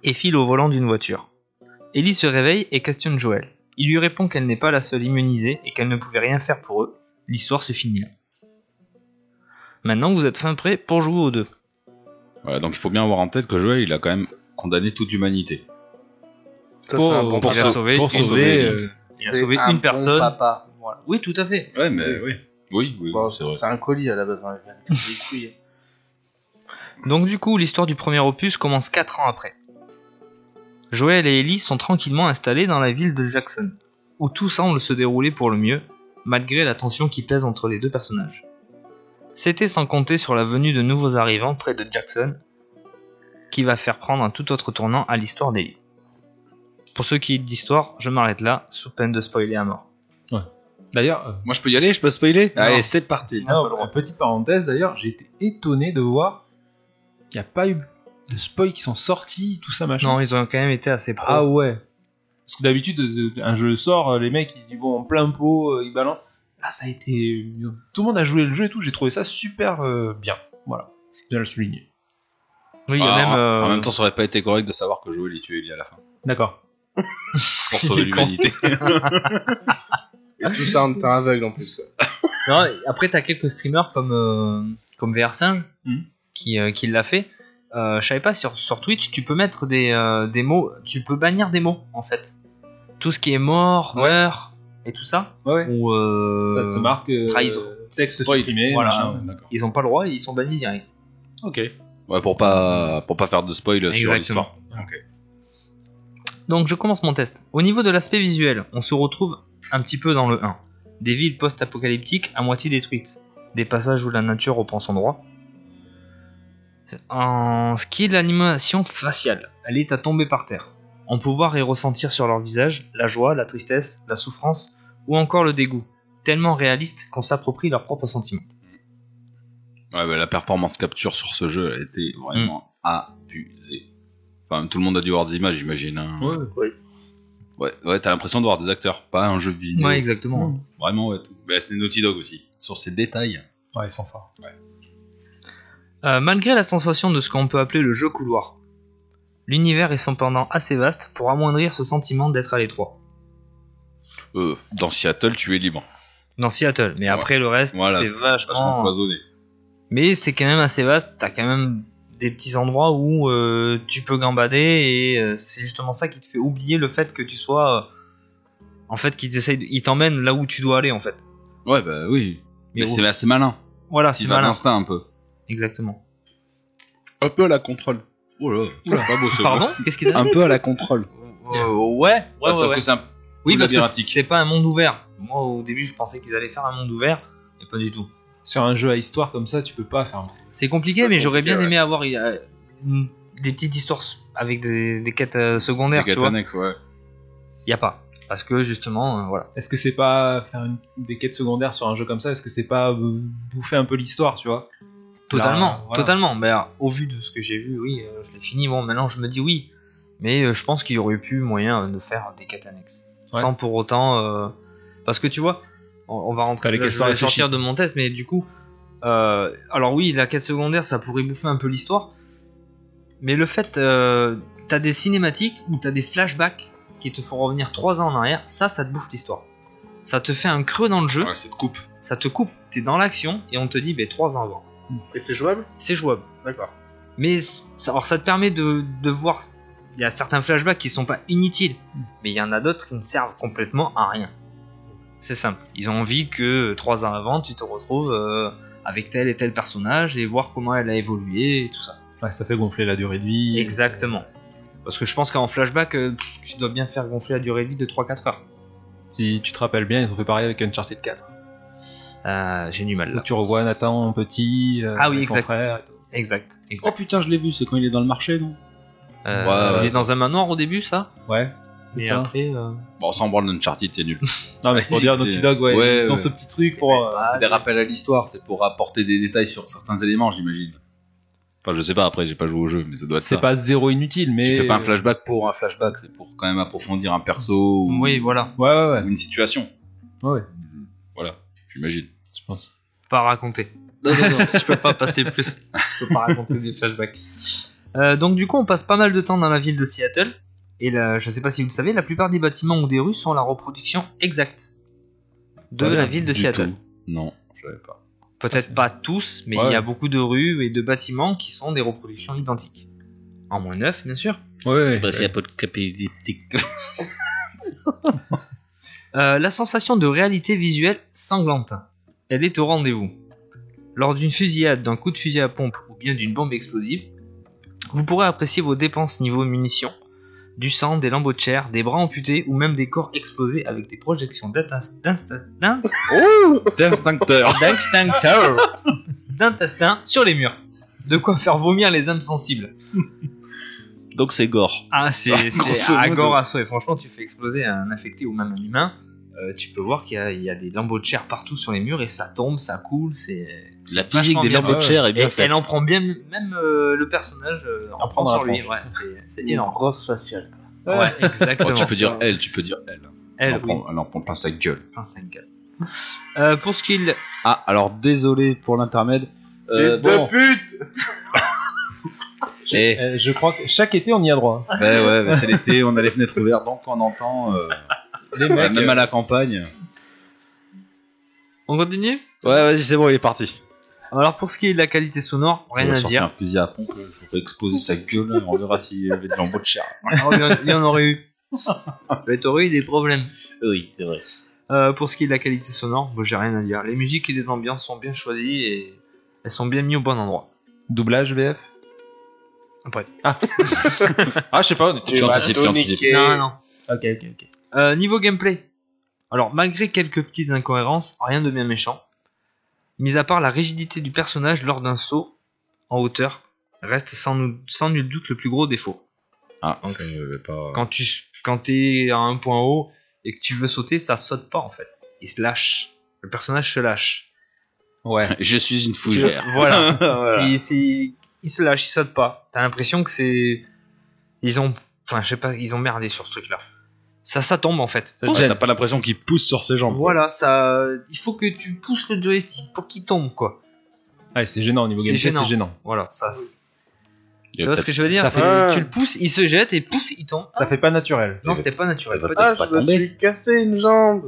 F: et file au volant d'une voiture. Ellie se réveille et questionne Joël. Il lui répond qu'elle n'est pas la seule immunisée et qu'elle ne pouvait rien faire pour eux. L'histoire se finit là. Maintenant, vous êtes fin prêt pour jouer aux deux.
D: Voilà, donc il faut bien avoir en tête que Joël, il a quand même condamné toute l'humanité.
E: Ça,
F: Pour-
E: c'est un bon
F: pour
E: papa.
F: se- sauver
C: pour sauver,
F: une-
D: sauver
C: euh,
F: Il a
E: C'est
F: sauvé
E: un
F: une
E: bon
F: personne.
E: papa.
F: Voilà. Oui, tout à fait.
D: Ouais, mais oui. Oui, oui,
E: Bon,
D: c'est vrai.
E: c'est un colis à la base. hein, les couilles.
F: Donc du coup, l'histoire du premier opus commence 4 ans après. Joël et Ellie sont tranquillement installés dans la ville de Jackson, où tout semble se dérouler pour le mieux, malgré la tension qui pèse entre les deux personnages. C'était sans compter sur la venue de nouveaux arrivants près de Jackson, qui va faire prendre un tout autre tournant à l'histoire d'Ellie. Pour ceux qui d'histoire, je m'arrête là, sous peine de spoiler à mort.
C: D'ailleurs, euh,
D: Moi, je peux y aller Je peux spoiler Allez, c'est parti.
F: Ah
C: non,
F: bah,
C: euh, petite parenthèse d'ailleurs, j'ai été étonné de voir qu'il n'y a pas eu de spoil qui sont sortis, tout ça machin.
F: Non, ils ont quand même été assez pro.
C: Ah ouais. Parce que d'habitude, euh, un jeu sort, euh, les mecs ils y vont en plein pot, euh, ils balancent. Là, ça a été. euh, Tout le monde a joué le jeu et tout, j'ai trouvé ça super euh, bien. Voilà. Je viens le souligner.
F: oui, il y a
D: Ah,
F: même, euh,
D: En même temps, ça aurait pas été correct de savoir que Joël, il tue Ellie
F: [LAUGHS]
D: à la fin.
C: D'accord.
D: Pour sauver
F: Il est con. [LAUGHS]
D: l'humanité.
E: Et tout ça en étant aveugle en plus. quoi.
F: Non, et après, t'as quelques streamers comme, euh, comme VR5
C: Mhm.
F: qui, euh, qui l'a fait. Euh, je savais pas, sur, sur Twitch, tu peux mettre des, euh, des mots, tu peux bannir des mots en fait. Tout ce qui est mort, meurt et tout ça.
C: Ouais, ouais.
F: Ou, euh,
C: ça se marque. euh,
F: trahison.
C: Sexe
F: Spoil.
C: supprimé.
F: Voilà.
C: machin, ouais.
D: D'accord.
F: Ils ont pas le droit et ils sont bannis direct.
C: Ok.
D: Ouais, pour pas, pour pas faire de spoil sur l'histoire.
F: Exactement. Donc je commence mon test. Au niveau de l'aspect visuel, on se retrouve un petit peu dans le 1. Des villes post-apocalyptiques à moitié détruites. Des passages où la nature reprend son droit. En ce qui est de l'animation faciale, elle est à tomber par terre. On peut voir et ressentir sur leur visage la joie, la tristesse, la souffrance ou encore le dégoût. Tellement réaliste qu'on s'approprie leurs propres sentiments.
D: Ouais, bah, la performance capture sur ce jeu a été vraiment
F: Mm.
D: abusée. Enfin, tout le monde a dû voir des images, j'imagine. hein.
C: Ouais.
D: Ouais, ouais, t'as l'impression de voir des acteurs, pas un jeu vidéo.
F: Ouais, exactement.
D: Vraiment, ouais. tout. Mais c'est Naughty Dog aussi, sur ces détails.
C: Ouais, ils sont forts.
F: Euh, malgré la sensation de ce qu'on peut appeler le jeu couloir, l'univers est cependant assez vaste pour amoindrir ce sentiment d'être à l'étroit.
D: Euh, dans Seattle, tu es libre.
F: Dans Seattle, mais
D: Ouais.
F: après le reste,
D: Voilà,
F: c'est
D: c'est
F: vachement.
D: Vachement cloisonné.
F: Mais c'est quand même assez vaste, t'as quand même des petits endroits où euh, tu peux gambader et euh, c'est justement ça qui te fait oublier le fait que tu sois. euh, en fait, qu'ils essayent, de- ils t'emmènent là où tu dois aller en fait.
D: Ouais, bah oui.
F: Mais
D: Mais
F: bon.
D: c'est assez malin.
F: Voilà,
D: Tu
F: c'est
D: vas à
F: malin.
D: l'instinct un peu.
F: Exactement.
D: Un peu à la contrôle. Oh là, c'est pas beau ce
F: Pardon Qu'est-ce qu'il
D: mot.
F: a
D: Un peu à la contrôle.
F: Euh, Ouais, ouais,
D: Ouais,
F: ouais,
D: sauf
F: ouais.
D: que c'est un
F: Oui, parce que
D: labyrinthique.
F: c'est pas un monde ouvert. Moi, au début, je pensais qu'ils allaient faire un monde ouvert, et pas du tout.
C: Sur un jeu à histoire comme ça, tu peux pas faire un
F: C'est compliqué, mais j'aurais bien aimé avoir euh, une- des petites histoires s- avec des, des quêtes euh, secondaires,
D: des
F: tu vois.
D: annexes, ouais.
F: Y a pas. Parce que justement, euh, voilà.
C: Est-ce que c'est pas faire une- des quêtes secondaires sur un jeu comme ça Est-ce que c'est pas euh, bouffer un peu l'histoire, tu vois
F: Totalement,
C: Là, voilà.
F: totalement. Mais alors, au vu de ce que j'ai vu, oui, euh, je l'ai fini. Bon, maintenant je me dis oui. Mais euh, je pense qu'il y aurait pu moyen euh, de faire des quêtes annexes.
C: Ouais.
F: Sans pour autant. euh, Parce que tu vois, on, on va
C: T'as
F: rentrer.
C: les
F: là,
C: quêtes
F: je
C: sans
F: vais
C: réfléchir.
F: sortir de mon test, mais du coup. euh, Alors, oui, la quête secondaire, ça pourrait bouffer un peu l'histoire. Mais le fait. euh, T'as des cinématiques ou t'as des flashbacks qui te font revenir 3 ans en arrière. Ça, ça te bouffe l'histoire. Ça te fait un creux dans le jeu.
D: Ouais, Ah, cette coupe.
F: Ça te coupe. T'es dans l'action et on te dit, ben 3 ans avant.
E: Et c'est jouable
F: C'est jouable.
E: D'accord.
F: Mais c- alors ça te permet de, de voir. Il y a certains flashbacks qui sont pas inutiles, mais il y en a d'autres qui ne servent complètement à rien. C'est simple. Ils ont envie que euh, trois ans avant, tu te retrouves euh, avec tel et tel personnage et voir comment elle a évolué et tout ça.
C: Ouais, ça fait gonfler la durée de vie.
F: Exactement. Parce que je pense qu'en flashback, euh, pff, tu dois bien faire gonfler la durée de vie de 3-4 heures.
C: Si tu te rappelles bien, ils ont fait pareil avec Uncharted 4.
F: Euh, J'ai du mal
C: Où
F: là.
C: tu revois Nathan petit, euh,
F: Ah oui,
C: avec son
F: exact.
C: frère. et tout.
F: Exact.
D: Oh
F: exact.
D: putain, je l'ai vu, c'est quand il est dans le marché, non
F: Euh,
D: Ouais, ouais,
F: il est
D: c'est-
F: dans un manoir au début, ça
C: Ouais.
F: Mais
C: c'est ça.
F: après. euh,
D: Bon, sans branle d'Uncharted, c'est [LAUGHS] nul.
C: Non, mais pour dire
D: C'était-
C: Naughty Dog, ouais,
D: Ouais,
C: ils ont
D: ouais.
C: ce petit truc pour. euh,
D: c'est des rappels à l'histoire, c'est pour apporter des détails sur certains éléments, j'imagine. Enfin, je sais pas, après, j'ai pas euh, joué au jeu, mais ça doit être
C: C'est
D: ça.
C: pas zéro inutile, mais.
D: Tu fais pas un flashback pour un flashback, c'est pour quand même approfondir un perso ou,
F: Oui, voilà.
C: Ouais, ouais, ouais.
D: ou une situation.
C: Ouais.
D: Voilà, j'imagine.
C: Je pense.
F: pas raconter. Non, non, non, je peux [LAUGHS] pas passer plus. Je peux pas raconter des flashbacks. Euh, donc du coup, on passe pas mal de temps dans la ville de Seattle. Et là, je sais pas si vous le savez, la plupart des bâtiments ou des rues sont la reproduction exacte de
D: Pas
F: la
D: bien
F: ville de
D: du
F: Seattle.
D: tout. Non, je savais pas.
F: Peut-être pas tous, mais il
C: Ouais.
F: y a beaucoup de rues et de bâtiments qui sont des reproductions identiques. En moins neuf, bien sûr.
C: Ouais, ouais.
D: un peu de capélyptique.
F: [LAUGHS] Euh, la sensation de réalité visuelle sanglante. Elle est au rendez-vous. Lors d'une fusillade, d'un coup de fusil à pompe ou bien d'une bombe explosive, vous pourrez apprécier vos dépenses niveau munitions, du sang, des lambeaux de chair, des bras amputés ou même des corps explosés avec des projections d'intas- d'insta- d'ins-
D: [LAUGHS] D'instincteur
F: d'extincteur d'intestin sur les murs. De quoi faire vomir les âmes sensibles.
D: Donc c'est gore.
F: Ah, c'est
D: Grosso
F: c'est à
D: modo.
F: gore à souhait. Franchement, tu fais exploser un infecté ou même un humain, euh, tu peux voir qu'il y a- il y, a des lambeaux de chair partout sur les murs et ça tombe, ça coule, c'est.
D: La
F: c'est
D: physique
F: vachement
D: des
F: bien
D: lambeaux de chair est
F: et
D: bien faite.
F: elle en prend bien, même euh, le personnage euh, en prend sur lui. Ouais, c'est c'est
C: [LAUGHS]
E: Une
F: énorme.
E: grosse faciale.
F: Ouais,
D: Oh,
F: exactement.
D: tu peux dire elle, tu peux dire elle.
F: Elle,
D: en
F: oui.
D: prend, elle en prend plein sa gueule.
F: Enfin, cinq gueules. Euh, pour ce qu'il.
D: Ah, alors désolé pour l'intermède. Euh,
E: Fils
D: bon,
E: de pute
D: eh,
C: Euh, je crois que chaque été, on y a droit.
D: ouais, ouais, mais c'est l'été, on a les fenêtres ouvertes, donc on entend, euh,
C: Les
D: ouais,
C: mecs.
D: même à la campagne.
F: On continue
D: Ouais, vas-y, c'est bon, il est parti.
F: Alors, pour ce qui est de la qualité sonore, rien
D: J'aurais
F: à
D: sorti
F: dire.
D: un fusil à pompe, je vais exploser sa gueule, on verra s'il avait de lambeaux de chair.
F: Ah, Il y en- il y en aurait eu. [LAUGHS] Mais t'aurais eu des problèmes.
D: Oui, c'est vrai.
F: Euh, pour ce qui est de la qualité sonore, moi, j'ai rien à dire. Les musiques et les ambiances sont bien choisies et elles sont bien mises au bon endroit.
C: Doublage VF
F: Après.
C: Ah, [LAUGHS] ah je sais pas, on était
D: Tu anticipes, tu anticipes.
F: Non, non.
C: Ok, ok, ok.
F: Euh, niveau gameplay, alors malgré quelques petites incohérences, rien de bien méchant. Mis à part la rigidité du personnage lors d'un saut en hauteur, reste sans, nou- sans nul doute le plus gros défaut.
D: Ah,
F: Donc,
D: ça, je vais pas.
F: Quand tu quand t'es à un point haut et que tu veux sauter, ça saute pas en fait. Il se lâche. Le personnage se
D: [LAUGHS]
F: lâche.
C: Ouais.
D: Je suis une
F: Tu-
D: fougère.
F: Voilà.
D: Voilà.
F: Et c'est- il se lâche, il saute pas. T'as l'impression que c'est. Ils ont. Enfin, je sais pas, ils ont merdé sur ce truc-là. Ça, ça tombe en fait.
D: Ouais, T'as pas l'impression qu'il pousse sur ses jambes.
F: Voilà, ça. Il faut que tu pousses le joystick pour qu'il tombe, quoi.
C: Ouais, c'est gênant au niveau
F: C'est
C: gameplay,
F: gênant.
C: c'est gênant.
F: Voilà, ça. c'est-
D: Il
F: Tu
D: y a
F: vois ce que je veux dire
C: ça
F: c'est-
E: fait-
F: Tu le pousses, il se jette et pouf, il tombe.
C: Ça fait pas naturel.
F: Non, c'est pas naturel.
D: Ah, Ça va
F: pas
E: Ah,
F: du
D: Peut-être
E: je
D: pas
E: me
D: tomber.
E: suis cassé une jambe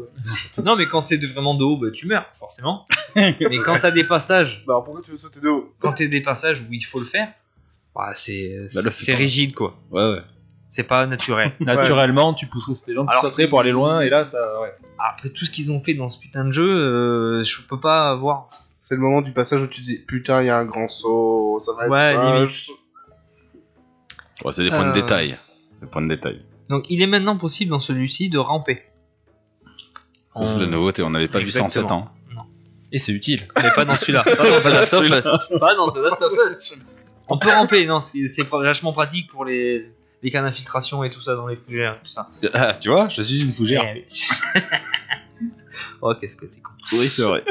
F: tout. Non, mais quand t'es de- vraiment de haut, bah, tu meurs, forcément. [LAUGHS] mais quand t'as des passages,
E: Bah alors pourquoi tu veux sauter de haut
F: quand t'as des passages où il faut le faire, bah, c'est
D: Bah, le
F: c'est
D: fais pas.
F: rigide, quoi.
D: Ouais, ouais.
F: C'est pas
D: [LAUGHS]
F: naturel.
C: Naturellement, tu pousserais tes jambes, tu
F: Alors-
C: sauterais pour aller loin, et là, ça. Ouais.
F: Après tout ce qu'ils ont fait dans ce putain de jeu, euh, je peux pas voir.
E: C'est le moment du passage où tu dis putain, il y a un grand saut, ça va
F: Ouais,
E: être. moche.
D: Ouais, c'est des points de
F: Euh.
D: détail. Des points de détail.
F: Donc il est maintenant possible dans celui-ci de ramper.
D: Ça, C'est de la nouveauté, on n'avait pas vu ça en 7
F: Exactement.
D: ans. [LAUGHS]
C: Et c'est utile.
F: Mais pas dans celui-là. Pas dans The Last of Us. Pas dans The Last of Us. On peut ramper, non, c'est c'est vachement pratique pour les, les cas d'infiltration et tout ça dans les fougères, tout ça.
D: Ah, tu vois, je suis une fougère.
F: Eh oui. [LAUGHS] oh, qu'est-ce que t'es con.
D: Oui, c'est [LAUGHS] vrai.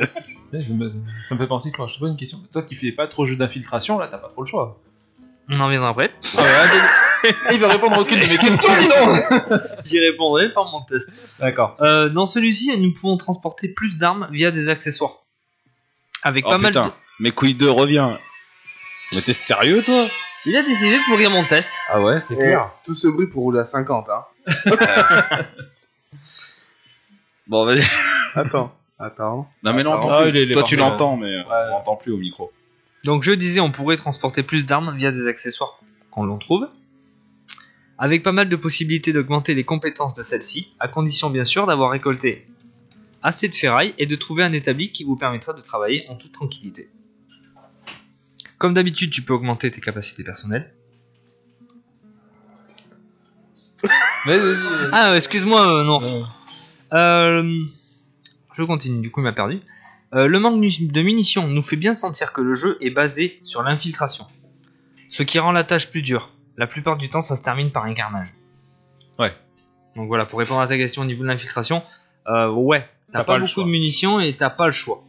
C: Ouais, je me- Ça me fait penser quand je te pose une question. Toi qui fais pas trop jeu d'infiltration, là, t'as pas trop le choix.
F: On en viendra après.
D: Ah
C: Il va répondre aucune de mes questions, [LAUGHS] dis donc
F: J'y répondrai par mon test.
C: D'accord.
F: Euh, dans celui-ci, nous pouvons transporter plus d'armes via des accessoires. Avec pas
D: Oh
F: mal de...
D: putain, mes couilles 2 revient. Mais t'es sérieux, toi
F: Il a décidé de pourrir mon test.
D: Ah ouais, c'est
E: Tout ce bruit pour rouler à 50, hein.
D: Bon, vas-y.
E: Attends, attends.
D: Non, mais non,
E: Ah,
D: t'entends
C: il est-
D: plus.
C: il est
D: toi, tu
C: parti,
D: l'entends, mais euh, on l'entend plus au micro.
F: Donc je disais, on pourrait transporter plus d'armes via des accessoires quand l'on trouve. Avec pas mal de possibilités d'augmenter les compétences de celles-ci, à condition bien sûr d'avoir récolté assez de ferraille et de trouver un établi qui vous permettra de travailler en toute tranquillité. Comme d'habitude, tu peux augmenter tes capacités [LAUGHS] personnelles.
C: Vas-y, vas-y.
F: Ah, euh, excuse-moi, euh, non.
C: Ouais.
F: Euh, je continue, du coup, il m'a perdu. Euh, le manque nu- de munitions nous fait bien sentir que le jeu est basé sur l'infiltration, ce qui rend la tâche plus dure. La plupart du temps, ça se termine par un carnage.
C: Ouais.
F: Donc voilà, pour répondre à ta question au niveau de l'infiltration, euh, ouais, t'as pas,
C: pas le
F: beaucoup
C: choix.
F: de munitions et t'as pas le choix.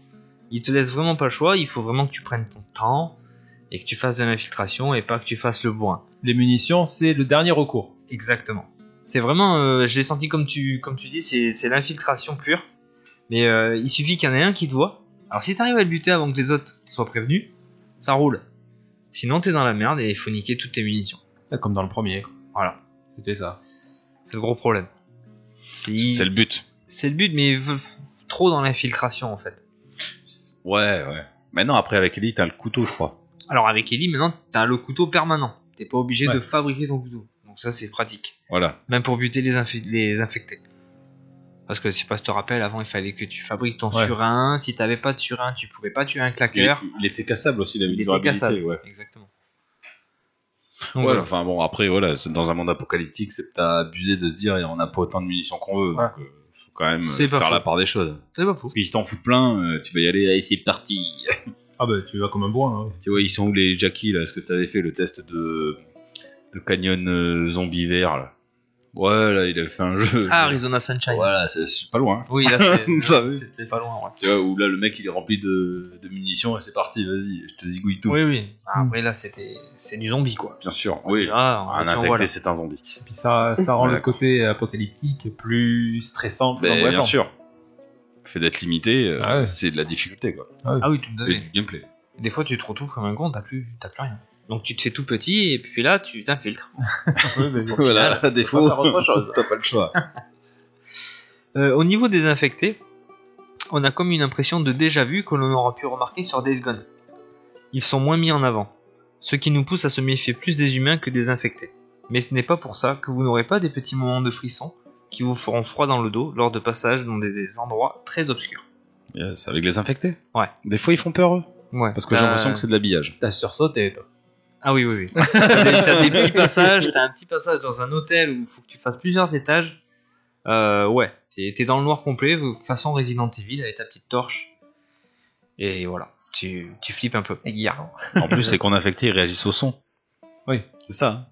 F: Il te laisse vraiment pas le choix, il faut vraiment que tu prennes ton temps et que tu fasses de l'infiltration et pas que tu fasses le bourrin.
C: Les munitions, c'est le dernier recours.
F: Exactement. C'est vraiment, euh, je l'ai senti comme tu, comme tu dis, c'est c'est l'infiltration pure. Mais euh, il suffit qu'il y en ait un qui te voit. Alors si t'arrives à le buter avant que les autres soient prévenus, ça roule. Sinon t'es dans la merde et il faut niquer toutes tes munitions.
C: Ah, Comme dans le premier. quoi.
F: Voilà.
C: C'était ça.
F: C'est le gros problème.
D: C'est
F: C'est
D: le but.
F: c'est le but, mais euh, trop dans l'infiltration en fait.
D: C'est- Ouais, ouais. Mais non, après, avec Ellie, t'as le couteau, je crois.
F: Alors avec Ellie, maintenant t'as le couteau permanent. T'es pas obligé
C: Ouais.
F: de fabriquer ton couteau. Donc ça c'est pratique.
D: Voilà.
F: Même pour buter les, infi- les infectés. Parce que, je sais pas si tu te rappelles, avant, il fallait que tu fabriques ton
C: Ouais.
F: surin. Si t'avais pas de surin, tu pouvais pas tuer un
D: Il,
F: claqueur.
D: il était cassable aussi, il avait
F: Il
D: une
F: était
D: durabilité,
F: cassable.
D: ouais.
F: Exactement.
D: Ouais,
F: Donc, voilà.
D: enfin bon, après, voilà, c'est- dans un monde apocalyptique, c'est peut-être abusé de se dire, on n'a pas autant de munitions qu'on veut.
E: Ouais.
D: Donc, euh, faut quand même euh,
F: C'est pas
D: faire
F: faux.
D: la part des choses.
F: C'est pas faux.
D: Parce qu'ils t'en foutent plein, euh, tu vas y aller, allez, c'est parti. [LAUGHS]
C: Ah bah, tu vas comme un bourrin. ouais.
D: Tu vois, ils sont où les Jackie là Est-ce que t'avais fait le test de, de Canyon euh, Zombie Vert là Ouais, là, il avait fait un jeu.
F: Ah, Arizona Sunshine.
D: Voilà, c'est c'est pas loin.
F: Oui, là, [LAUGHS] c'est-
D: Ah oui.
F: c'était pas loin. ouais.
D: Tu vois, où là, le mec il est rempli de, de munitions et c'est parti, vas-y, je te zigouille tout.
F: Oui, oui. Ah, Après, là, c'était c'est du zombie, quoi.
D: Bien sûr, oui.
F: Ah, on
D: Un
F: retient,
D: infecté,
F: voilà.
D: c'est un zombie.
C: Et puis ça, ça rend le
D: D'accord.
C: côté apocalyptique plus stressant, plus
D: Ben,
C: angoissant.
D: bien sûr. Le fait d'être limité, euh,
C: Ah ouais.
D: c'est de la difficulté quoi.
F: Ah oui, tout à
D: Et
F: fait.
D: du gameplay.
F: Des fois, tu te retrouves comme un con, t'as plus, t'as plus rien. Donc, tu te fais tout petit, et puis là, tu t'infiltres.
D: voilà, à défaut,
E: faire autre chose.
D: [LAUGHS] t'as pas le choix.
F: Euh, au niveau des infectés, on a comme une impression de déjà-vu que l'on aura pu remarquer sur Days Gone. Ils sont moins mis en avant, ce qui nous pousse à se méfier plus des humains que des infectés. Mais ce n'est pas pour ça que vous n'aurez pas des petits moments de frisson qui vous feront froid dans le dos lors de passages dans des, des endroits très obscurs.
D: Yes, avec les infectés
F: Ouais.
D: Des fois, ils font peur eux.
F: Ouais,
D: Parce que j'ai
F: t'as-
D: l'impression que c'est de l'habillage.
C: T'as sursauté, toi.
F: Ah oui, oui, oui. [LAUGHS] t'as des- t'as des [LAUGHS] petits passages, t'as un petit passage dans un hôtel où il faut que tu fasses plusieurs étages. Euh, ouais, t'es t'es dans le noir complet, façon Resident Evil avec ta petite torche. Et voilà, tu, tu flippes un peu.
D: En plus, c'est qu'on infecté, ils réagissent au son.
C: Oui.
D: C'est ça. hein.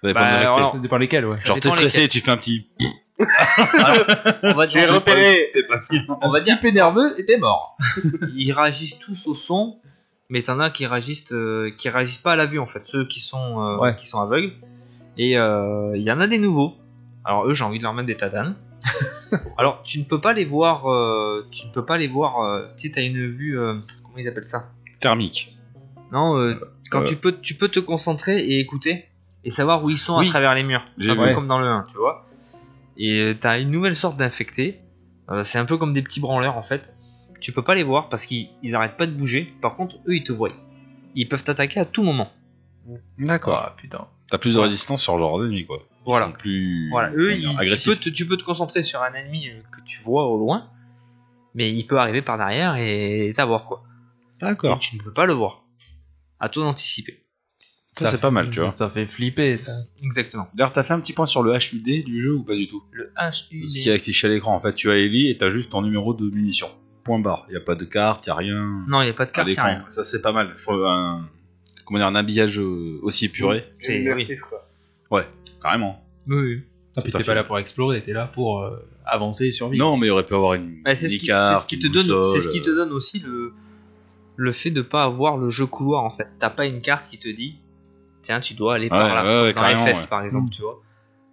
D: Ça dépend
F: Bah,
D: des infectés.
F: alors,
C: Ça dépend lesquels, ouais.
F: Ça
D: Genre t'es
F: dépend
D: stressé,
F: lesquels.
D: tu fais un petit.
F: On va
E: J'ai
F: dire,
E: repéré
F: on va dire
E: Type nerveux et t'es mort.
F: ils réagissent tous au son, mais t'en as qui réagissent, euh, qui réagissent pas à la vue en fait, ceux qui sont, euh,
C: Ouais.
F: qui sont aveugles. Et euh, il y en a des nouveaux. Alors eux, j'ai envie de leur mettre des tatanes. Alors tu ne peux pas les voir, euh, tu ne peux pas les voir. euh, tu sais, t'as une vue, euh, comment ils appellent ça
D: Thermique.
F: Non, euh, quand
D: euh,
F: tu peux, tu peux te concentrer et écouter et savoir où ils sont
D: Oui.
F: à travers les murs.
D: J'ai
F: Un peu
C: vu.
F: comme dans le 1, tu vois. Et euh, t'as une nouvelle sorte d'infectés. Euh, c'est un peu comme des petits branleurs en fait. Tu peux pas les voir parce qu'ils ils arrêtent pas de bouger. Par contre, eux, ils te voient. Ils peuvent t'attaquer à tout moment.
D: D'accord.
C: Ah, putain.
D: T'as plus de résistance sur le genre d'ennemi quoi. Ils
F: Voilà.
D: sont Plus.
F: Voilà, eux,
D: comment dire,
F: ils- tu,
D: agressifs.
F: peux te, tu peux te concentrer sur un ennemi euh, que tu vois au loin, mais il peut arriver par derrière et t'avoir quoi. Et
D: D'accord.
F: tu ne peux pas le voir. À toi d'anticiper.
D: Ça, c'est pas mal, tu vois.
C: Ça fait flipper, ça.
F: Exactement.
D: D'ailleurs, t'as fait un petit point sur le HUD du jeu ou pas du tout
F: Le HUD.
D: Ce qui est affiché à l'écran. En fait, tu as Ellie et t'as juste ton numéro de munitions. Point barre. Y a pas de carte, y a rien.
F: Non, il n'y a pas de
D: à
F: carte, y a
D: l'écran.
F: rien.
D: Ça c'est pas mal. Faut un. Comment dire, un habillage euh, aussi épuré.
F: C'est-
E: Immersif, quoi.
D: Carrément.
C: Oui. Ah, puis
D: Tout à
C: t'es
D: fait.
C: pas là pour explorer, t'es là pour euh, avancer et survivre.
D: Non, mais il aurait pu avoir une.
F: Bah, c'est ce
D: une
F: qui,
D: écart,
F: c'est ce qui te
D: une
F: donne,
D: boussole, euh,
F: c'est ce qui te donne aussi le le fait de pas avoir le jeu couloir en fait. T'as pas une carte qui te dit tiens tu dois aller par
D: Ouais,
F: là
D: ouais, ouais,
F: dans
D: carrément,
F: FF
D: ouais.
F: par exemple tu vois.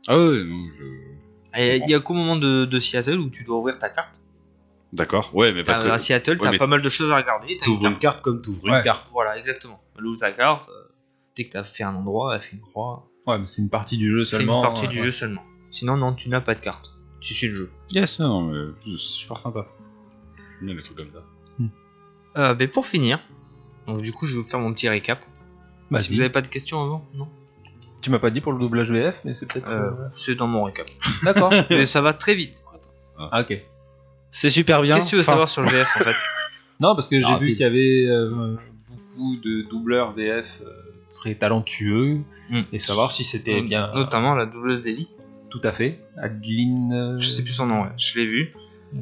D: Ah ouais, non, je-
F: Et Il y a qu'au moment de, de Seattle où tu dois ouvrir ta carte.
D: D'accord, ouais, mais parce
F: T'as- à
D: que
F: Seattle
D: ouais,
F: t'as
D: mais
F: pas mal de choses à regarder. T'as une
D: t'ouvres
F: carte.
D: une carte comme t'ouvres
C: Ouais.
D: une carte.
F: Voilà exactement. Elle ouvre ta carte. euh, Dès que t'as fait un endroit, elle fait une croix.
C: Ouais, mais c'est une partie du jeu
F: C'est une
C: seulement.
F: partie
C: euh,
F: du
C: ouais.
F: jeu seulement. Sinon non tu n'as pas de carte. Tu suis le jeu.
D: Yes, non, mais c'est super sympa. J'aime bien les trucs comme ça.
F: Euh, ben, pour finir, donc du coup je vais vous faire mon petit récap.
C: Bah,
F: Si vous avez pas de questions avant, non
C: Tu m'as pas dit pour le doublage VF, mais c'est peut-être.
F: Euh,
C: euh,
F: C'est dans mon récap.
C: D'accord.
F: [LAUGHS] Mais ça va très vite.
C: Ah, ok.
D: C'est super bien.
F: Qu'est-ce que tu veux
D: Enfin,
F: savoir sur le VF en fait
C: Non, parce que
D: C'est
C: j'ai
D: rapide.
C: vu qu'il y avait euh, beaucoup de doubleurs VF euh, très talentueux
F: Mm.
C: et savoir si c'était
F: Not-
C: Eh bien.
F: Notamment la doubleuse d'Eli.
C: Tout à fait. Adeline. euh,
F: Je sais plus son nom, ouais. je l'ai vu.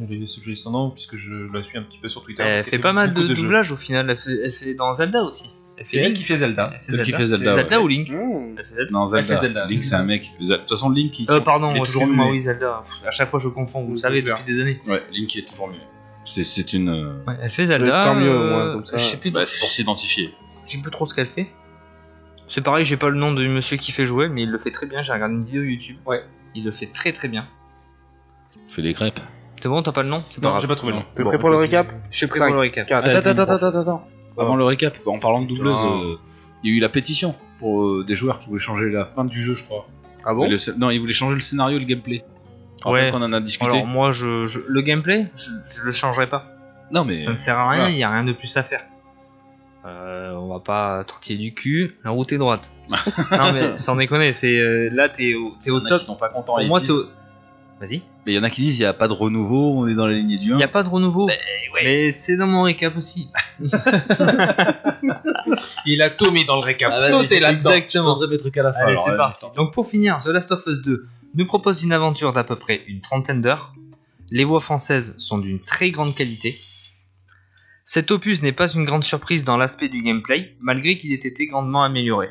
C: J'ai j'ai son nom puisque je la suis un petit peu sur Twitter.
F: Elle
C: parce
F: fait
C: qu'elle
F: pas mal
C: beaucoup
F: de,
C: jeux.
F: doublages au final. Elle fait, elle fait dans Zelda aussi. Elle
C: C'est
F: fait
C: elle
F: Link.
C: qui fait Zelda.
F: Elle fait
D: Celle qui fait
F: Zelda,
D: Zelda, ouais.
F: ou Link
E: Mmh.
F: Elle fait Zelda.
D: Non,
C: Elle
D: Zelda.
C: fait Zelda.
D: Link, c'est un mec. De toute façon, Link, il,
F: Euh,
D: sont-
F: pardon,
D: il est toujours
F: excuse-moi,
D: muet.
F: oui, Zelda. Pff, À chaque fois, je confonds, vous le
C: Oui,
F: savez,
C: c'est clair.
F: depuis des années.
D: Ouais, Link, il est toujours muet. C'est- C'est une. euh,
F: Ouais, elle fait Zelda.
E: Mais tant mieux, au moins,
F: euh,
E: comme ça.
F: Je sais plus,
D: Bah, c'est pour s'identifier.
F: je sais plus trop ce qu'elle fait. C'est pareil, j'ai pas le nom du monsieur qui fait jouer, mais il le fait très bien. J'ai regardé une vidéo YouTube. Ouais. Il le fait très très bien.
D: Fais des crêpes.
F: C'est bon, t'as pas le nom C'est
C: Non,
F: pas grave.
C: Ah, j'ai pas trouvé le nom.
E: T'es prêt pour le récap
F: Je suis prêt
E: Cinq.
F: pour le récap.
E: Quatre.
D: Attends, attends, attends, attends, attends. Avant le récap, Bah, en parlant de doubleuse,
F: Putain.
D: euh, il y a eu la pétition pour euh, des joueurs qui voulaient changer la fin du jeu, je crois.
E: Ah bon
D: Mais le sc- non, ils voulaient changer le scénario et le gameplay. En
F: Ouais.
D: fait, on en a discuté.
F: Alors moi, je, je- le gameplay, je, je le changerai pas.
D: non, mais.
F: Ça ne sert à rien, il
D: voilà.
F: n'y a rien de plus à faire. Euh, on va pas tortiller du cul, la route est
D: [LAUGHS]
F: droite. non mais sans déconner, c'est euh, là t'es au, t'es au
D: Il y en a
F: top.
D: qui sont pas contents.
F: Pour
D: ils
F: moi,
D: disent-
F: t'es au- Vas-y.
D: Mais il y en a qui disent il n'y a pas de renouveau, on est dans la lignée du
F: Il
D: 1.
F: n'y a pas de renouveau.
D: Ben,
F: Mais c'est dans mon récap aussi.
C: Il a tout mis dans le
D: Ah,
C: récap.
F: Tout est là-dedans. Exactement.
D: mes trucs à la
F: Allez, c'est parti. Donc pour finir, The Last of Us 2 nous propose une aventure d'à peu près une trentaine d'heures. Les voix françaises sont d'une très grande qualité. Cet opus n'est pas une grande surprise dans l'aspect du gameplay, malgré qu'il ait été grandement amélioré.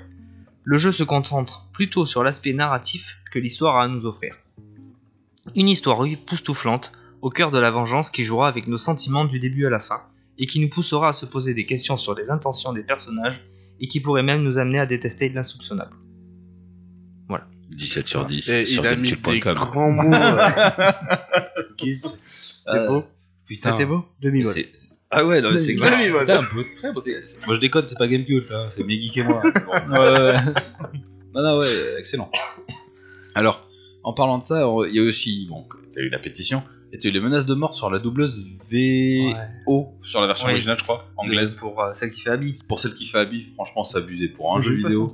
F: Le jeu se concentre plutôt sur l'aspect narratif que l'histoire a à nous offrir. Une histoire époustouflante, au cœur de la vengeance qui jouera avec nos sentiments du début à la fin, et qui nous poussera à se poser des questions sur les intentions des personnages, et qui pourrait même nous amener à détester l'insoupçonnable.
D: 17 sur 10
E: Et
D: sur
E: il a mis des
D: GameCube.com.
E: grands mots. euh. Guise. C'était
D: Euh,
E: beau
D: Putain.
F: C'était beau
E: Demi
D: C'est- Ah ouais, non, mais c'est clair.
E: Demi-vol.
D: Putain, un peu- très beau. Moi, je déconne, c'est pas GameCube, là, c'est mes geeks et moi. Bon. Non, non, ouais, euh, excellent. Alors, en parlant de ça, on- il y a aussi, donc, t'as eu la pétition, et t'as eu les menaces de mort sur la doubleuse VO, sur la version
F: Oui.
D: originale, je crois, anglaise.
F: Pour euh, celle qui fait Abby.
D: Pour celle qui fait Abby, franchement, c'est abusé pour un jeu vidéo.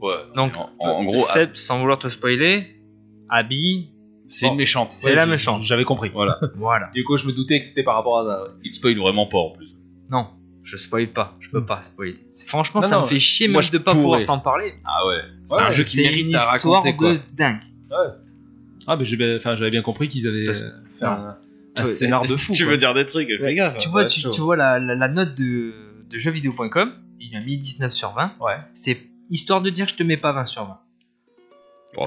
D: Ouais,
F: Donc,
D: en, Euh, en- en gros, ah,
F: Seb, sans vouloir te spoiler,
C: [LAUGHS]
F: Abby,
D: c'est une méchante.
F: c'est la méchante.
C: J'avais compris.
D: Voilà.
F: Voilà.
C: Du coup, je me doutais que c'était par rapport à ça. ouais.
D: Il te spoil vraiment pas en plus.
F: Non, je spoil pas. Je peux pas spoiler. Franchement,
C: Hmm. Non,
F: ça
C: non,
F: me fait chier
D: moi,
F: même
D: je
F: de pas
D: pourrais.
F: pouvoir t'en parler.
D: Ah ouais. C'est
C: Ouais,
D: un jeu qui
F: C'est une
D: mérite à
F: histoire
D: raconter, quoi.
F: de dingue.
C: Ah, mais j'ai bien- enfin, j'avais bien compris qu'ils avaient
F: Parce-
C: euh, fait un, un
F: Ouais.
C: scénar de fou.
D: [LAUGHS] tu
C: quoi.
D: veux dire des trucs, fais gaffe.
F: Tu vois, tu, tu vois la, la- la note de, de jeuxvideo.com, il a mis 19 sur 20.
C: Ouais.
F: C'est histoire de dire je te mets pas 20 sur 20.
D: Oh,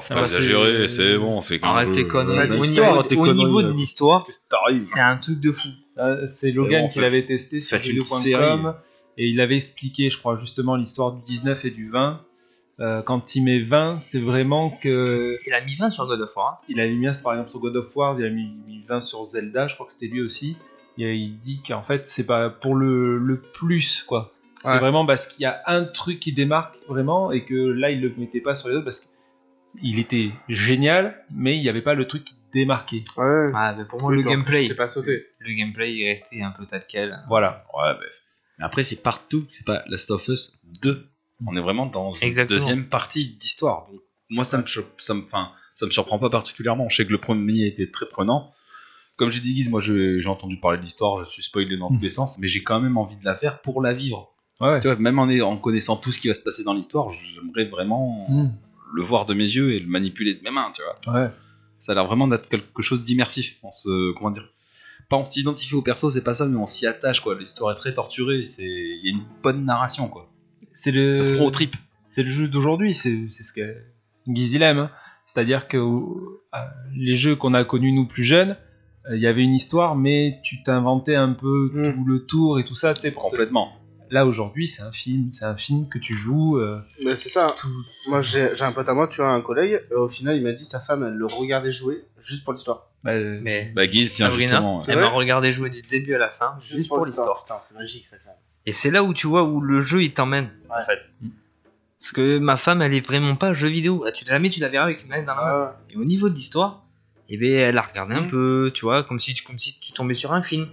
C: Ah,
D: faut pas
C: c'est-
D: exagérer, c'est bon, c'est quand
F: Arrête
D: même.
F: tes conneries.
E: ouais,
F: Au
E: l'histoire,
F: niveau,
D: tes
F: au
D: conneries,
F: niveau
D: là.
F: de l'histoire, c'est
D: hein.
F: un truc de fou.
C: Euh, c'est
D: C'est
C: Logan
D: bon,
C: qui
D: faites-
C: l'avait testé sur
D: faites une
C: jeuxvideo.com et il avait expliqué, je crois, justement l'histoire du 19 et du 20. Euh, quand il met 20, c'est vraiment que
F: Il a mis 20 sur God of War. hein.
C: il a mis 20 par exemple sur God of War, il a mis, mis 20 sur Zelda, je crois que c'était lui aussi. Et il dit qu'en fait, c'est pas pour le, le plus quoi. C'est
E: Ouais.
C: vraiment parce qu'il y a un truc qui démarque vraiment et que là, il le mettait pas sur les autres parce qu'il était génial, mais il n'y avait pas le truc qui démarquait.
E: Ouais.
F: Ah, mais pour moi, le
E: Oui, donc,
F: gameplay,
E: C'est pas sauté.
F: le gameplay il est resté un peu tel quel.
C: Voilà.
D: Ouais, bref. Mais après, c'est partout, c'est pas Last of Us 2. On est vraiment dans une
F: Exactement.
D: deuxième partie d'histoire. Donc, moi, ça me, cho- ça, me, enfin, ça me surprend pas particulièrement. Je sais que le premier était très prenant. Comme j'ai dit, Guise, moi, je- j'ai entendu parler de l'histoire, je suis spoilé dans tous les sens, mais j'ai quand même envie de la faire pour la vivre.
C: Mm. Ouais.
D: Tu vois, même en, est- en connaissant tout ce qui va se passer dans l'histoire, j'aimerais vraiment
C: Mm.
D: le voir de mes yeux et le manipuler de mes mains, tu vois
C: Ouais.
D: ça a l'air vraiment d'être quelque chose d'immersif. On se, comment dire, pas on s'identifie au perso, c'est pas ça, mais on s'y attache quoi. L'histoire est très torturée, c'est, il y a une bonne narration quoi.
C: C'est
D: Ça
C: le.
D: prend au trip.
C: c'est le jeu d'aujourd'hui, c'est c'est ce que Guizilem. hein. C'est-à-dire que euh, les jeux qu'on a connus nous plus jeunes, euh, il y avait une histoire, mais tu t'inventais un peu
E: Mm.
C: tout le tour et tout ça. tu sais, Pour te-
D: Complètement.
C: Là aujourd'hui, c'est un film, c'est un film que tu joues. euh,
E: Mais c'est ça. Moi, j'ai j'ai un pote à moi, tu as un collègue, et au final, il m'a dit sa femme, elle le regardait jouer juste pour l'histoire.
C: bah, euh,
F: Mais
D: Bah, Guise, tiens,
F: Sabrina,
D: justement.
E: C'est
F: elle
E: vrai
F: m'a regardé jouer du début à la fin, juste, pour l'histoire.
E: Putain, c'est magique ça, quand même.
F: Et c'est là où tu vois où le jeu il t'emmène, en fait.
D: Mm.
F: Parce que ma femme, elle est vraiment pas jeu vidéo. Ah, tu, jamais tu la verras avec une manette dans la main.
E: Ah,
F: Et au niveau de l'histoire, eh ben, elle a regardé un
E: Mhm.
F: peu, tu vois, comme si, tu- comme si tu tombais sur un film.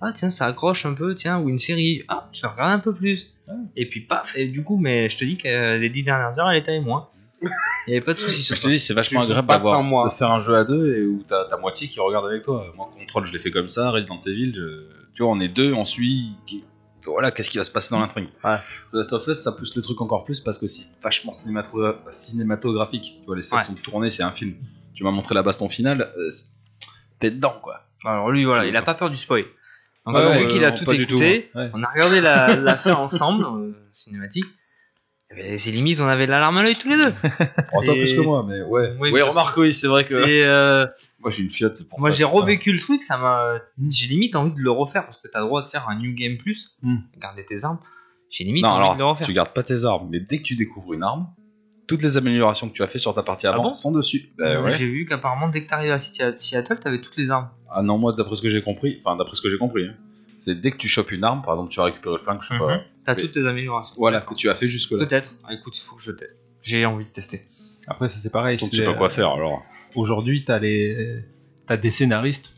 F: Ah tiens, ça accroche un peu, tiens, ou une série. Ah, tu la regardes un peu plus. Et puis paf, et du coup, mais je te dis que euh, les dix dernières heures, elle était avec [LAUGHS] moi. Il n'y avait pas de soucis sur
D: Je te
F: ça.
D: dis, c'est vachement
E: Tu
D: agréable
E: joues pas
D: d'avoir
E: sans moi.
D: de faire un jeu à deux et où t'as ta moitié qui regarde avec toi. Moi, Control, je l'ai fait comme ça. Resident Evil, je- euh, tu vois, on est deux, on suit. qui- Voilà, qu'est-ce qui va se passer dans l'intrigue.
E: Ouais.
D: The Last of Us, ça pousse le truc encore plus parce que c'est vachement cinémato- cinématographique. Tu vois, les scènes
F: Ouais.
D: sont tournées, c'est un film. Tu m'as montré la baston finale, euh, c'est- t'es dedans,
F: [LAUGHS]
D: quoi.
F: Alors lui, voilà, il a pas peur du spoil. Donc,
C: Ouais,
F: vu
C: ouais,
F: qu'il a
D: non,
F: tout
D: euh, pas du tout, hein.
F: écouté,
C: hein. ouais.
F: on a regardé
D: [LAUGHS]
F: la, la fin ensemble, euh, cinématique. Eh ben, C'est limite, on avait l'alarme à l'œil tous les
D: [LAUGHS]
F: deux.
D: Oh, toi
F: C'est-
D: plus que moi, mais ouais.
F: Oui,
D: Oui,
F: parce
D: remarque, oui, c'est vrai que.
F: C'est, euh,
D: [LAUGHS] Moi, j'ai une fiotte, c'est Mm. pour
F: Moi
D: ça.
F: j'ai
D: putain.
F: revécu le truc, ça m'a. J'ai limite envie de le refaire parce que t'as le droit de faire un New Game Plus,
C: Mm.
F: garder tes armes. J'ai limite
D: Non,
F: envie
D: alors,
F: de le refaire.
D: tu gardes pas tes armes, mais dès que tu découvres une arme, toutes les améliorations que tu as fait sur ta partie avant
F: Ah bon
D: sont dessus. Bah, ouais.
F: J'ai vu qu'apparemment dès que t'arrives à Seattle- Seattle, t'avais toutes les armes.
D: Ah non, moi, d'après ce que j'ai compris, enfin, d'après ce que j'ai compris, hein, c'est dès que tu chopes une arme, par exemple, tu as récupéré le flingue, je sais pas,
F: Mhm. T'as
D: Mais-
F: toutes tes améliorations.
D: voilà, que tu as fait jusque-là.
F: Peut-être. Ah, écoute, il faut que je teste. J'ai envie de tester.
C: Après, ça c'est pareil.
D: Donc,
C: c'est-
D: tu sais pas quoi faire, alors.
C: Aujourd'hui, t'as les, t'as des scénaristes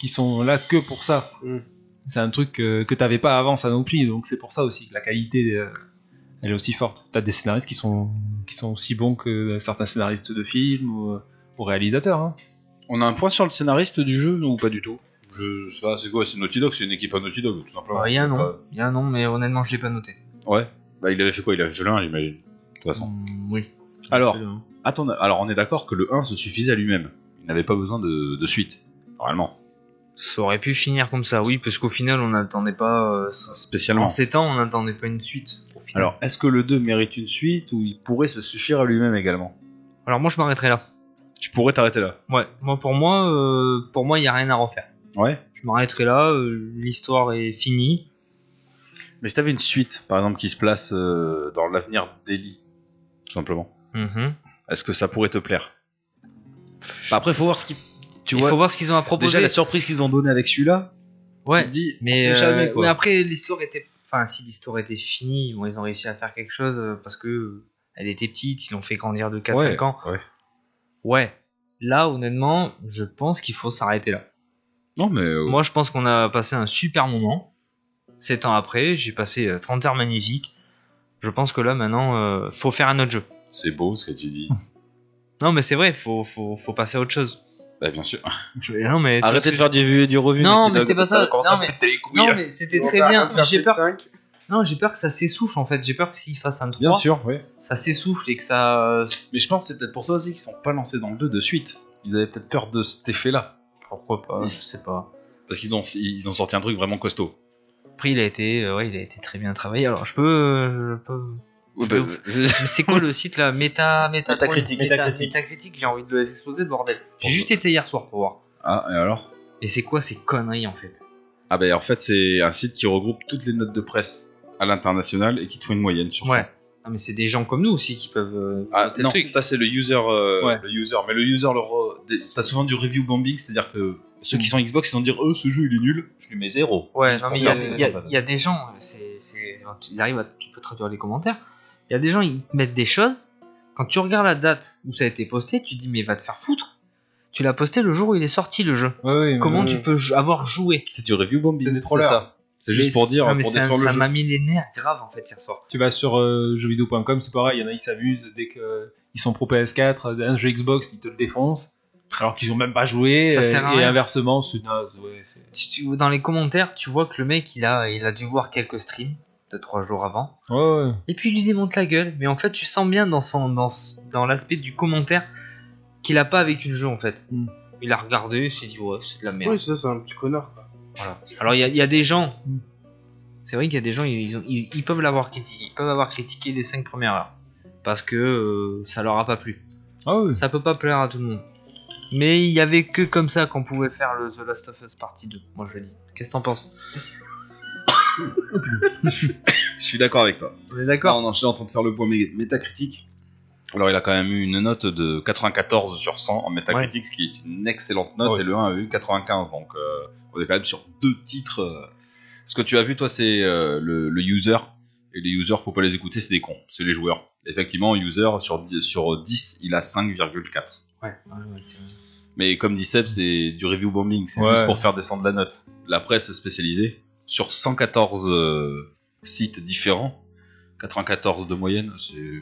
C: qui sont là que pour ça.
E: Mm.
C: C'est un truc que, que t'avais pas avant, ça n'oublie. Donc c'est pour ça aussi que la qualité, euh, elle est aussi forte. T'as des scénaristes qui sont, qui sont aussi bons que certains scénaristes de films ou, euh, ou réalisateurs. hein.
D: On a un point sur le scénariste du jeu, ou pas du tout Je sais pas, c'est quoi C'est Naughty Dog C'est une équipe à Naughty Dog, tout simplement.
F: Il y a un
D: C'est
F: nom.
D: pas-
F: Il y a un nom, mais honnêtement, je l'ai pas noté.
D: Ouais. Bah, il avait fait quoi Il avait fait le 1, j'imagine. De toute façon.
F: Mm, oui. euh,
D: Alors, Attends, alors on est d'accord que le 1 se suffisait à lui-même. Il n'avait pas besoin de, de suite, normalement.
F: Ça aurait pu finir comme ça, oui, parce qu'au final, on n'attendait pas. euh,
D: Spécialement.
F: en ces temps, on n'attendait pas une suite. au final.
D: Alors, est-ce que le 2 mérite une suite ou il pourrait se suffire à lui-même également
F: Alors moi, je m'arrêterai là.
D: Tu pourrais t'arrêter là.
F: Ouais. Moi, pour moi, euh, pour moi, il y a rien à refaire.
D: Ouais.
F: je m'arrêterai là, euh, l'histoire est finie.
D: Mais si t'avais une suite, par exemple, qui se place euh, dans l'avenir d'Eli, tout simplement, Mm-hmm. est-ce que ça pourrait te plaire Bah, Après, faut voir ce qui. Tu
F: Il
D: vois,
F: faut voir ce qu'ils ont à proposer.
D: déjà la surprise qu'ils ont donnée avec celui-là, tu
F: ouais,
D: te dis,
F: mais,
D: mais
F: euh,
D: jamais quoi.
F: mais après l'histoire était, enfin si l'histoire était finie, bon, ils ont réussi à faire quelque chose euh, parce que euh, elle était petite, ils l'ont fait grandir de 4-5
D: Ouais,
F: ans.
D: ouais.
F: Ouais. Là, honnêtement, je pense qu'il faut s'arrêter là.
D: Non, mais. euh,
F: Moi, je pense qu'on a passé un super moment. 7 ans après, j'ai passé euh, 30 heures magnifiques. Je pense que là, maintenant, euh, faut faire un autre jeu.
D: C'est beau ce que tu
F: [LAUGHS]
D: dis.
F: Non, mais c'est vrai, faut, faut, faut passer à autre chose.
D: bah, bien sûr.
F: Non, mais tu vois ce
D: Arrêtez
F: que
D: de faire du vu et du revu.
F: Non,
D: Naughty
F: mais
D: Dog,
F: c'est pas ça.
D: va commencer
F: Non,
D: à
F: mais-
D: péter les couilles,
F: Non,
D: là.
F: mais c'était
E: on
F: très
E: va
F: bien.
E: faire
F: J'ai peur.
E: cinq.
F: Non, j'ai peur que ça s'essouffle en fait. J'ai peur que s'ils fassent un 3,
D: Bien sûr, oui.
F: ça s'essouffle et que ça. euh,
D: Mais je pense que c'est peut-être pour ça aussi qu'ils sont pas lancés dans le 2 de suite. Ils avaient peut-être peur de cet effet-là.
F: Pourquoi pas Je sais pas.
D: Parce qu'ils ont, ils ont sorti un truc vraiment costaud.
F: Après, il a été, euh, ouais, il a été très bien travaillé. Alors, je peux, euh, je peux.
D: Oui,
F: bah, Mais c'est quoi le site là Méta, méta,
D: Metacritic.
F: métacritique. J'ai envie de les exploser, bordel. J'ai
D: Bon,
F: juste été hier soir pour voir.
D: Ah, et alors
F: Et c'est quoi ces conneries en fait
D: Ah, bah en fait, c'est un site qui regroupe toutes les notes de presse à l'international et qui te fait une moyenne sur
F: Ouais.
D: ça.
F: Non, mais c'est des gens comme nous aussi qui peuvent. euh,
D: Ah,
F: noter le
D: non,
F: truc.
D: ça c'est le user, euh,
C: Ouais.
D: le user. Mais le user, le re- des- t'as souvent du review bombing, c'est-à-dire que ceux
F: Mm.
D: qui sont Xbox, ils vont dire, euh, ce jeu il est nul, je lui mets 0.
F: Ouais, non, mais il y, a-
D: Ils
F: il y a-
D: sont pas
F: il y a des gens, c'est, c'est- ils arrivent à- tu peux traduire les commentaires. Il y a des gens, ils te mettent des choses. Quand tu regardes la date où ça a été posté, tu te dis, mais va te faire foutre. Tu l'as posté le jour où il est sorti le jeu.
C: Ouais, ouais, mais
F: Comment
D: Euh.
C: bon.
F: tu peux jou- avoir joué
D: C'est du review bombing,
C: C'est des
D: c'est
C: trollers.
D: ça. C'est juste
F: Mais
D: pour dire,
F: non, mais
D: pour
F: c'est un-
D: détruire le
F: ça
D: jeu.
F: m'a mis les nerfs grave en fait hier soir.
C: Tu vas sur euh, jeuxvideo.com, c'est pareil, il y en a, ils s'amusent dès que ils sont pro PS4, un jeu Xbox, ils te le défoncent, alors qu'ils ont même pas joué,
F: Ça
C: euh,
F: sert à
C: et
F: rien.
C: inversement, c'est naze, ouais, c'est-
F: Tu- tu- dans les commentaires, tu vois que le mec, il a, il a dû voir quelques streams de trois jours avant.
C: Ouais, ouais.
F: et puis il lui démonte la gueule. Mais en fait, tu sens bien dans, son, dans, ce- dans l'aspect du commentaire qu'il a pas avec une jeu en fait.
C: Mm.
F: Il a regardé, il s'est dit ouais, c'est de la merde.
E: Oui, ça, c'est un petit connard. quoi.
F: Voilà. Alors il y, a- il y a des gens, c'est vrai qu'il y a des gens, ils, ils ont- ils- ils peuvent l'avoir critiqué, ils peuvent avoir critiqué les 5 premières heures. parce que euh, ça leur a pas plu.
C: Ah oui.
F: Ça peut pas plaire à tout le monde. Mais il y avait que comme ça qu'on pouvait faire le The Last of Us Partie 2, moi je dis. Qu'est-ce que t'en penses
D: Je suis d'accord avec toi.
F: On est d'accord
D: Non, non, j'étais en train de faire le point mé- métacritique. Alors, il a quand même eu une note de 94 sur 100 en métacritique, ce qui est une excellente note,
C: Ouais.
D: et le 1 a eu 95, donc euh, on est quand même sur deux titres. euh. Ce que tu as vu, toi, c'est euh, le, le user, et les users, faut pas les écouter, c'est des cons, c'est les joueurs. Effectivement, user, sur 10, sur 10 il a 5,4.
F: Ouais, ouais, ouais, tiens.
D: Mais comme dit Seb, c'est du review bombing, c'est
C: Ouais.
D: juste pour faire descendre la note. La presse spécialisée, sur 114 euh, sites différents, 94 de moyenne, c'est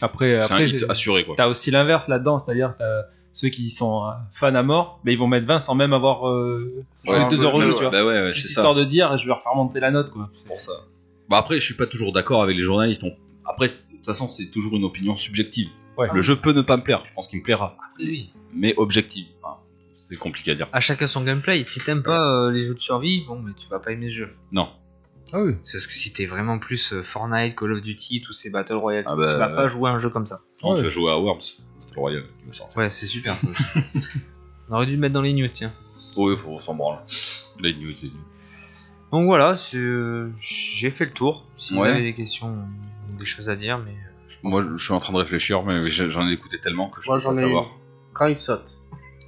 C: Après,
D: c'est un
C: après
D: hit assuré quoi.
C: t'as aussi l'inverse là-dedans, c'est-à-dire t'as ceux qui sont euh, fans à mort, mais ils vaux mettre 20 sans même avoir euh,
E: Ouais,
C: joué deux
E: ouais,
C: heures au jeu,
E: ouais,
C: tu vois.
D: Bah ouais, ouais,
C: Juste
D: c'est
C: histoire
D: ça.
C: de dire, je vais leur faire monter la note, quoi.
D: C'est pour ça. Bah après, je suis pas toujours d'accord avec les journalistes. On- Après, c'est- de toute façon, c'est toujours une opinion subjective.
C: Ouais.
D: Le jeu peut ne pas me plaire, je pense qu'il me plaira,
F: Oui.
D: mais objective. Enfin, c'est compliqué à dire.
F: À chacun son gameplay. Si t'aimes pas euh, les jeux de survie, bon, mais tu vas pas aimer ce jeu.
D: Non.
C: Ah oui.
F: C'est ce que si t'es vraiment plus euh, Fortnite, Call of Duty, tous ces Battle Royale,
D: Ah bah,
F: tu vas
D: ouais.
F: pas jouer à un jeu comme ça.
D: Non,
C: Ouais.
D: Tu vas jouer à Worms, Battle Royale, qui va sortir.
F: Ouais, c'est [LAUGHS] super. ça. On aurait dû le mettre dans les news, tiens.
D: Ouais, faut s'en branle. Les news, les news.
F: Donc voilà, c'est, euh, j'ai fait le tour. Si vous
D: Ouais.
F: avez des questions ou des choses à dire, mais.
D: Moi, je suis en train de réfléchir, mais j'ai- j'en ai écouté tellement que je
E: Moi,
D: peux pas
E: j'en ai
D: savoir.
E: Quand il saute.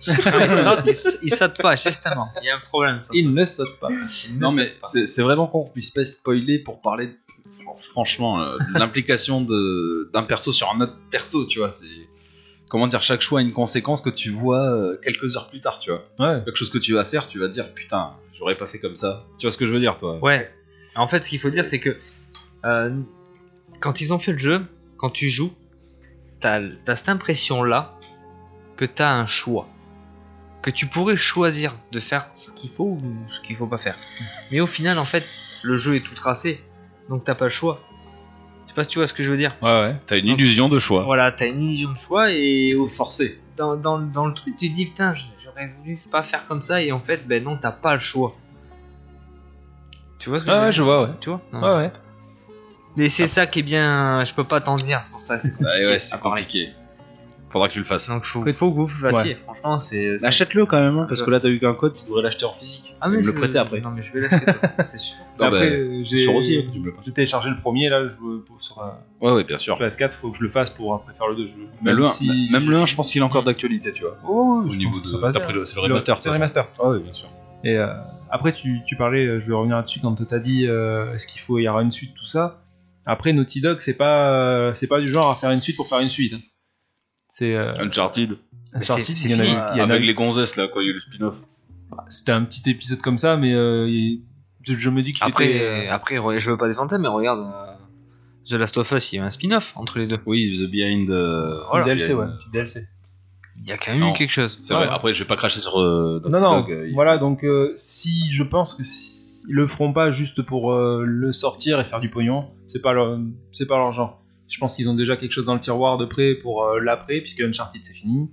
F: il, saute, il, saute pas, justement. Il y a un problème.
C: Ils ne sautent pas.
D: Non, mais c'est c'est vraiment con qu'on puisse pas spoiler pour parler, de- fran- franchement, euh, [LAUGHS] de l'implication de- d'un perso sur un autre perso, tu vois. C'est. Comment dire, chaque choix a une conséquence que tu vois euh, quelques heures plus tard, tu vois.
C: Ouais.
D: Quelque chose que tu vas faire, tu vas dire, putain, j'aurais pas fait comme ça. Tu vois ce que je veux dire, toi
F: Ouais. En fait, ce qu'il faut dire, c'est que euh, quand ils ont fait le jeu, quand tu joues, t'as as cette impression-là que t'as un choix. Que tu pourrais choisir de faire ce qu'il faut ou ce qu'il faut pas faire. Mais au final, en fait, le jeu est tout tracé. Donc t'as pas le choix. Je sais pas si tu vois ce que je veux dire.
C: Ouais, ouais.
D: T'as une
F: Non.
D: illusion de choix.
F: Voilà, t'as une illusion de choix et au
D: T'es [LAUGHS] forcé.
F: dans, dans, dans le truc, tu te dis putain, j- j'aurais voulu pas faire comme ça, et en fait, ben non, t'as pas le choix. Tu vois ce que
C: Ah ouais,
F: je
C: je
F: veux
C: vois, ouais.
F: dire Tu vois Non.
C: Ouais, ouais.
F: Mais c'est ça qui est bien, euh, je peux pas t'en dire, c'est pour ça. que c'est-
D: Bah ouais, c'est compliqué. Faudra que tu le fasses.
F: Donc faut, faut que vous fassiez, franchement, c'est. c'est-
D: Achète-le quand même, hein, parce
F: Je-
D: que là t'as eu qu'un code, tu devrais l'acheter en physique.
F: Ah,
D: Et
F: mais
D: me
F: je-
D: le prêter après.
F: Non, mais je vais l'acheter, de toute façon, c'est sûr.
D: Non,
C: après,
D: bah,
C: euh,
D: Sur aussi,
C: j'ai
D: tu me le prêtes.
C: j'ai téléchargé le premier, là, je veux- pour- sur euh,
D: Ouais, ouais, bien sûr.
C: PS4, faut que je le fasse pour après faire le 2. Je... Même,
D: Mais le un-
C: si-
D: Même le 1, je pense qu'il est encore d'actualité, tu vois.
C: Oh, oui,
D: Au
C: je
D: niveau
C: pense que
D: de.
C: ça passe
D: Après,
C: bien.
D: le- c'est le remaster,
C: C'est
D: c'est
C: le remaster.
D: Ah oui, bien sûr.
C: Et euh, après, tu, tu parlais, euh, je vais revenir là-dessus quand t'as dit euh, est-ce qu'il faut, il y aura une suite, tout ça. Après, Naughty Dog, c'est pas, euh, c'est pas du genre à faire une suite pour faire une suite. hein. C'est euh,
D: Uncharted.
C: Uncharted,
F: Ah, c'est
C: il y en a eu-
F: fini.
C: il y en a
D: avec
C: eu-
D: les gonzesses là, quoi, il y a eu le spin-off.
C: C'était un petit épisode comme ça, mais euh, il- je, je me dis qu'il
F: Après,
C: était. euh,
F: après, re- je veux pas défendre ça, mais regarde, euh, The Last of Us, il y a eu un spin-off entre les deux.
D: Oui, The Behind. euh,
C: une
F: voilà,
C: Oh, DLC,
D: Behind-
C: ouais, une petite DLC.
F: Il y a quand même
D: Non.
F: eu quelque chose.
D: C'est vrai,
C: Ouais.
D: après je vais pas cracher sur. euh, Naughty
C: Non, non,
D: Dog, euh, il-
C: voilà, donc euh, si je pense que si- ils le feront pas juste pour euh, le sortir et faire du pognon, c'est pas leur, c'est pas leur genre. Je pense qu'ils ont déjà quelque chose dans le tiroir de près pour euh, l'après, puisque Uncharted c'est fini.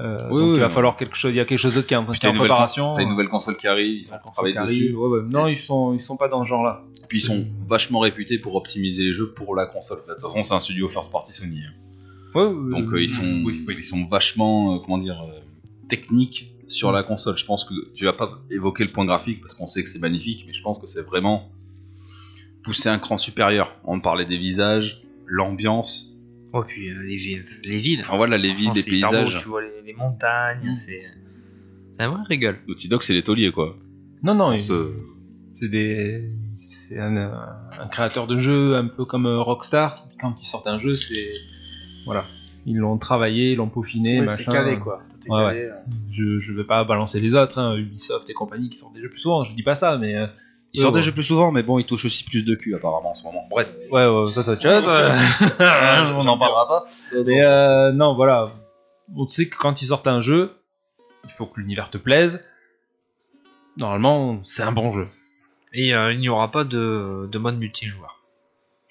C: Euh,
D: Oui,
C: donc
D: oui,
C: il va
D: non.
C: falloir quelque chose, il y a quelque chose d'autre qui est en,
D: Puis
C: qui est en
D: une nouvelle-
C: préparation.
D: T'as une nouvelle console qui arrive, ils sont en train de
C: qui
D: travailler
C: arrive,
D: dessus.
C: ouais, ouais. Non, ils sont, ils sont pas dans ce genre-là.
D: Puis ils sont vachement réputés pour optimiser les jeux pour la console. De toute façon, c'est un studio first party Sony. hein.
C: Ouais,
D: Donc euh, ils, sont, ils sont vachement, euh, comment dire, euh, techniques sur la console. Je pense que tu vas pas évoquer le point graphique parce qu'on sait que c'est magnifique, mais je pense que c'est vraiment pousser un cran supérieur. On parlait des visages, l'ambiance.
F: Oh, puis euh, les villes. Les villes.
D: Enfin voilà, les villes,
F: Franchement,
D: les
F: c'est hyper beau,
D: paysages.
F: tu vois les, les montagnes, c'est c'est un vrai rigole.
D: Naughty Dog, c'est les tauliers, quoi.
C: Non, non,
D: On
C: ils-
D: se-
C: c'est des, c'est un, euh, un créateur de jeu un peu comme euh, Rockstar. Quand ils sortent un jeu, c'est, voilà, ils l'ont travaillé, ils l'ont peaufiné,
E: Ouais, c'est
C: machin.
E: calé quoi. Tout est
C: Ouais,
E: calé. euh.
C: Je, je vais pas balancer les autres, hein, Ubisoft et compagnie qui sortent des jeux plus souvent, je dis pas ça, mais. euh,
D: Ils sortent
C: ouais,
D: des jeux plus souvent, mais bon, ils touchent aussi plus de cul, apparemment, en ce moment. Bref.
C: Ouais, ouais, ça, ça, tu vois, ça- [LAUGHS] on en parlera pas. Mais euh, non, voilà. On sait que quand ils sortent un jeu, il faut que l'univers te plaise. Normalement, c'est un bon jeu.
F: Et euh, il n'y aura pas de, de mode multijoueur.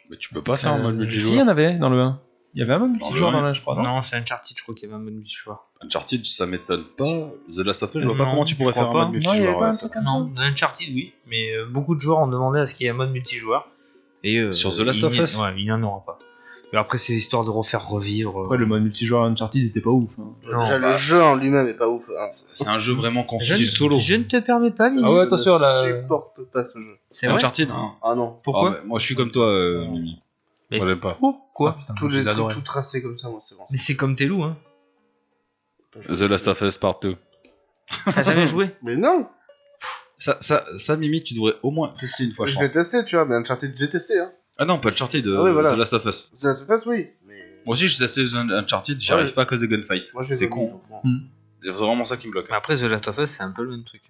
D: Mais tu peux pas faire
F: Euh,
D: un mode
C: Si, il y
F: hein.
D: multijoueur.
C: en avait dans le 1. Il y avait un mode multijoueur
D: le un,
C: dans le 1, je crois.
F: Non,
C: Non,
F: c'est Uncharted, je crois qu'il y avait un mode multijoueur.
D: Uncharted, ça m'étonne pas. The Last of Us, je vois
F: Euh, Non,
D: pas comment tu
F: je
D: pourrais
F: crois
D: faire
F: pas.
D: un
C: Non, il
D: mode
C: y avait
D: multijoueur.
C: pas un
D: ouais, ça.
C: truc comme ça.
F: Non, dans Uncharted, oui, mais euh, beaucoup de joueurs ont demandé à ce qu'il y ait un mode multijoueur. Et, euh,
D: Sur The Last
F: il
D: of
F: n'y-
D: Us
F: Ouais, il n'y en aura pas. Mais après, c'est l'histoire de refaire revivre. euh,
C: Après, le mode multijoueur Uncharted était pas ouf. hein.
F: Non.
E: Déjà, le jeu en lui-même est pas ouf. hein.
D: C'est un jeu vraiment
F: je,
D: confus
F: ne-
D: du solo.
F: je ne te permets pas, Mimi.
C: Ah ouais, attention, là.
E: Je supporte pas ce jeu.
F: C'est vrai.
D: Uncharted, hein.
E: Ah non.
F: Pourquoi
D: Ah, bah, Moi, je suis comme toi, euh, Mimi.
F: Mais-
D: Moi, j'aime pas.
F: Pourquoi
C: Ah, putain,
E: Tout,
C: je les
E: les, tout,
C: adorais.
E: tout tracé comme ça, moi, c'est bon.
F: Mais c'est comme tes loups, hein. [LAUGHS]
D: The Last of Us Part 2.
F: T'as jamais joué
E: Mais non
D: Ça, ça, ça, Mimi, tu devrais au moins tester une fois, je
E: Je l'ai
D: pense.
E: testé, tu vois, mais Uncharted, j'ai testé. Hein.
D: Ah non, pas Uncharted, euh,
E: Ah oui, voilà.
D: The Last of Us.
E: The Last of Us, oui. Mais...
D: Moi aussi, j'ai testé The Uncharted, j'y
E: Ouais.
D: arrive pas à cause des gunfights.
E: Moi, je l'ai
D: C'est
E: pas
D: con.
E: mis, donc, bon.
D: C'est vraiment ça qui me bloque.
F: Mais après, The Last of Us, c'est un peu le même truc.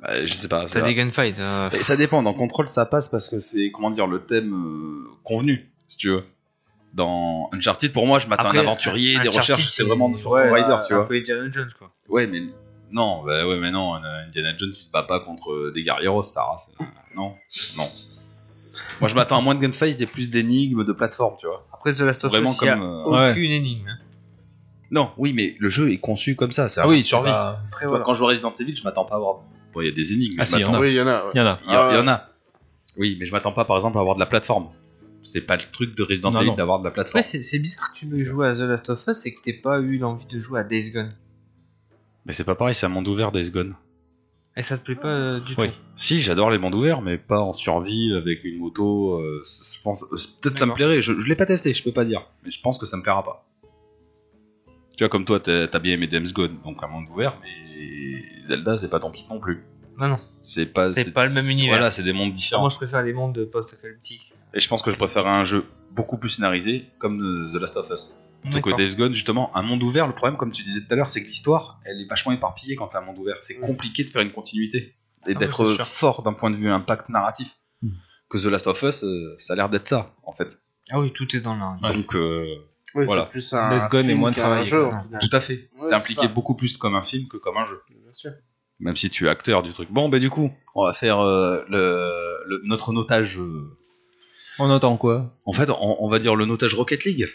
D: Bah, je sais pas.
F: Ça
D: va.
F: des gunfights. euh,
D: Et ça dépend, dans Control ça passe parce que c'est, comment dire, le thème euh, convenu, si tu veux. Dans Uncharted, pour moi, je m'attends à un
F: Après,
D: aventurier, des
F: Uncharted,
D: recherches, c'est vraiment sur Tomb
F: ouais,
D: Raider, tu
F: un
D: vois.
F: peu Indiana Jones, quoi.
D: Ouais, mais non, bah ouais, mais non, euh, Indiana Jones, il se bat pas contre euh, des guerrieros, ça race. euh, Non, non. Moi, je m'attends à moins de gunfight et plus d'énigmes, de plateforme, tu vois.
F: Après, The Last of
D: Vraiment
F: Us, il y a
D: comme. euh,
C: Ouais.
F: aucune énigme. hein.
D: Non, oui, mais le jeu est conçu comme ça, c'est un
C: Ah
D: jeu
C: oui,
D: de survie.
C: bah,
F: Après,
D: Tu vois,
F: voilà.
D: Quand je joue à Resident Evil, je m'attends pas à avoir. Bon, il y a des énigmes, mais
C: Ah
D: je
C: si, il y en
D: m'attends-
C: a.
E: Oui, il y en a. ouais.
C: Il y en a.
D: Il y, a-
E: Ah ouais.
D: il y en a. Oui, mais je m'attends pas par exemple à avoir de la plateforme. C'est pas le truc de Resident
C: Non,
D: Evil
C: non.
D: d'avoir de la plateforme.
F: Après, c'est c'est bizarre que tu me joues à The Last of Us et que t'aies pas eu l'envie de jouer à Days Gone.
D: mais c'est pas pareil, c'est un monde ouvert Days Gone.
F: Et ça te plaît pas euh, du
C: Oui.
F: tout.
D: Si, j'adore les mondes ouverts, mais pas en survie avec une moto. euh, c- je pense euh, c- peut-être ça me
F: D'accord.
D: plairait. Je, je l'ai pas testé, je peux pas dire, mais je pense que ça me plaira pas. Tu vois, comme toi, t'as t'as bien aimé Days Gone, donc un monde ouvert, mais Zelda, c'est pas ton kiff non plus.
F: Non, non.
D: C'est pas.
F: C'est pas le même
D: c'est-
F: univers.
D: Voilà, c'est des mondes différents.
F: Moi, je préfère les mondes post-apocalyptiques.
D: Et je pense que je préférerais un jeu beaucoup plus scénarisé, comme euh, The Last of Us. Plutôt que
F: D'accord.
D: euh, Days Gone, justement, un monde ouvert, le problème, comme tu disais tout à l'heure, c'est que l'histoire, elle est vachement éparpillée quand t'as un monde ouvert. C'est compliqué de faire une continuité et
F: Mm. Ah,
D: d'être
F: mais c'est
D: euh,
F: sûr.
D: fort d'un point de vue impact narratif.
C: Hmm.
D: Que The Last of Us, euh, ça a l'air d'être ça, en fait.
F: Ah oui, tout est dans la.
D: Donc, euh,
E: Oui,
D: Voilà.
E: c'est plus un.
C: Days Gone est
E: film
C: moins
E: qu'un
C: travaillé,
E: jeu,
F: quoi.
E: au final.
D: tout à fait.
E: Ouais,
D: T'es
E: c'est
D: impliqué
E: ça.
D: beaucoup plus comme un film que comme un jeu.
E: Bien sûr.
D: Même si tu es acteur du truc. Bon, bah, du coup, on va faire euh, le, le- notre notage. euh,
C: On entend quoi
D: En fait, on, on va dire le notage Rocket [LAUGHS] League.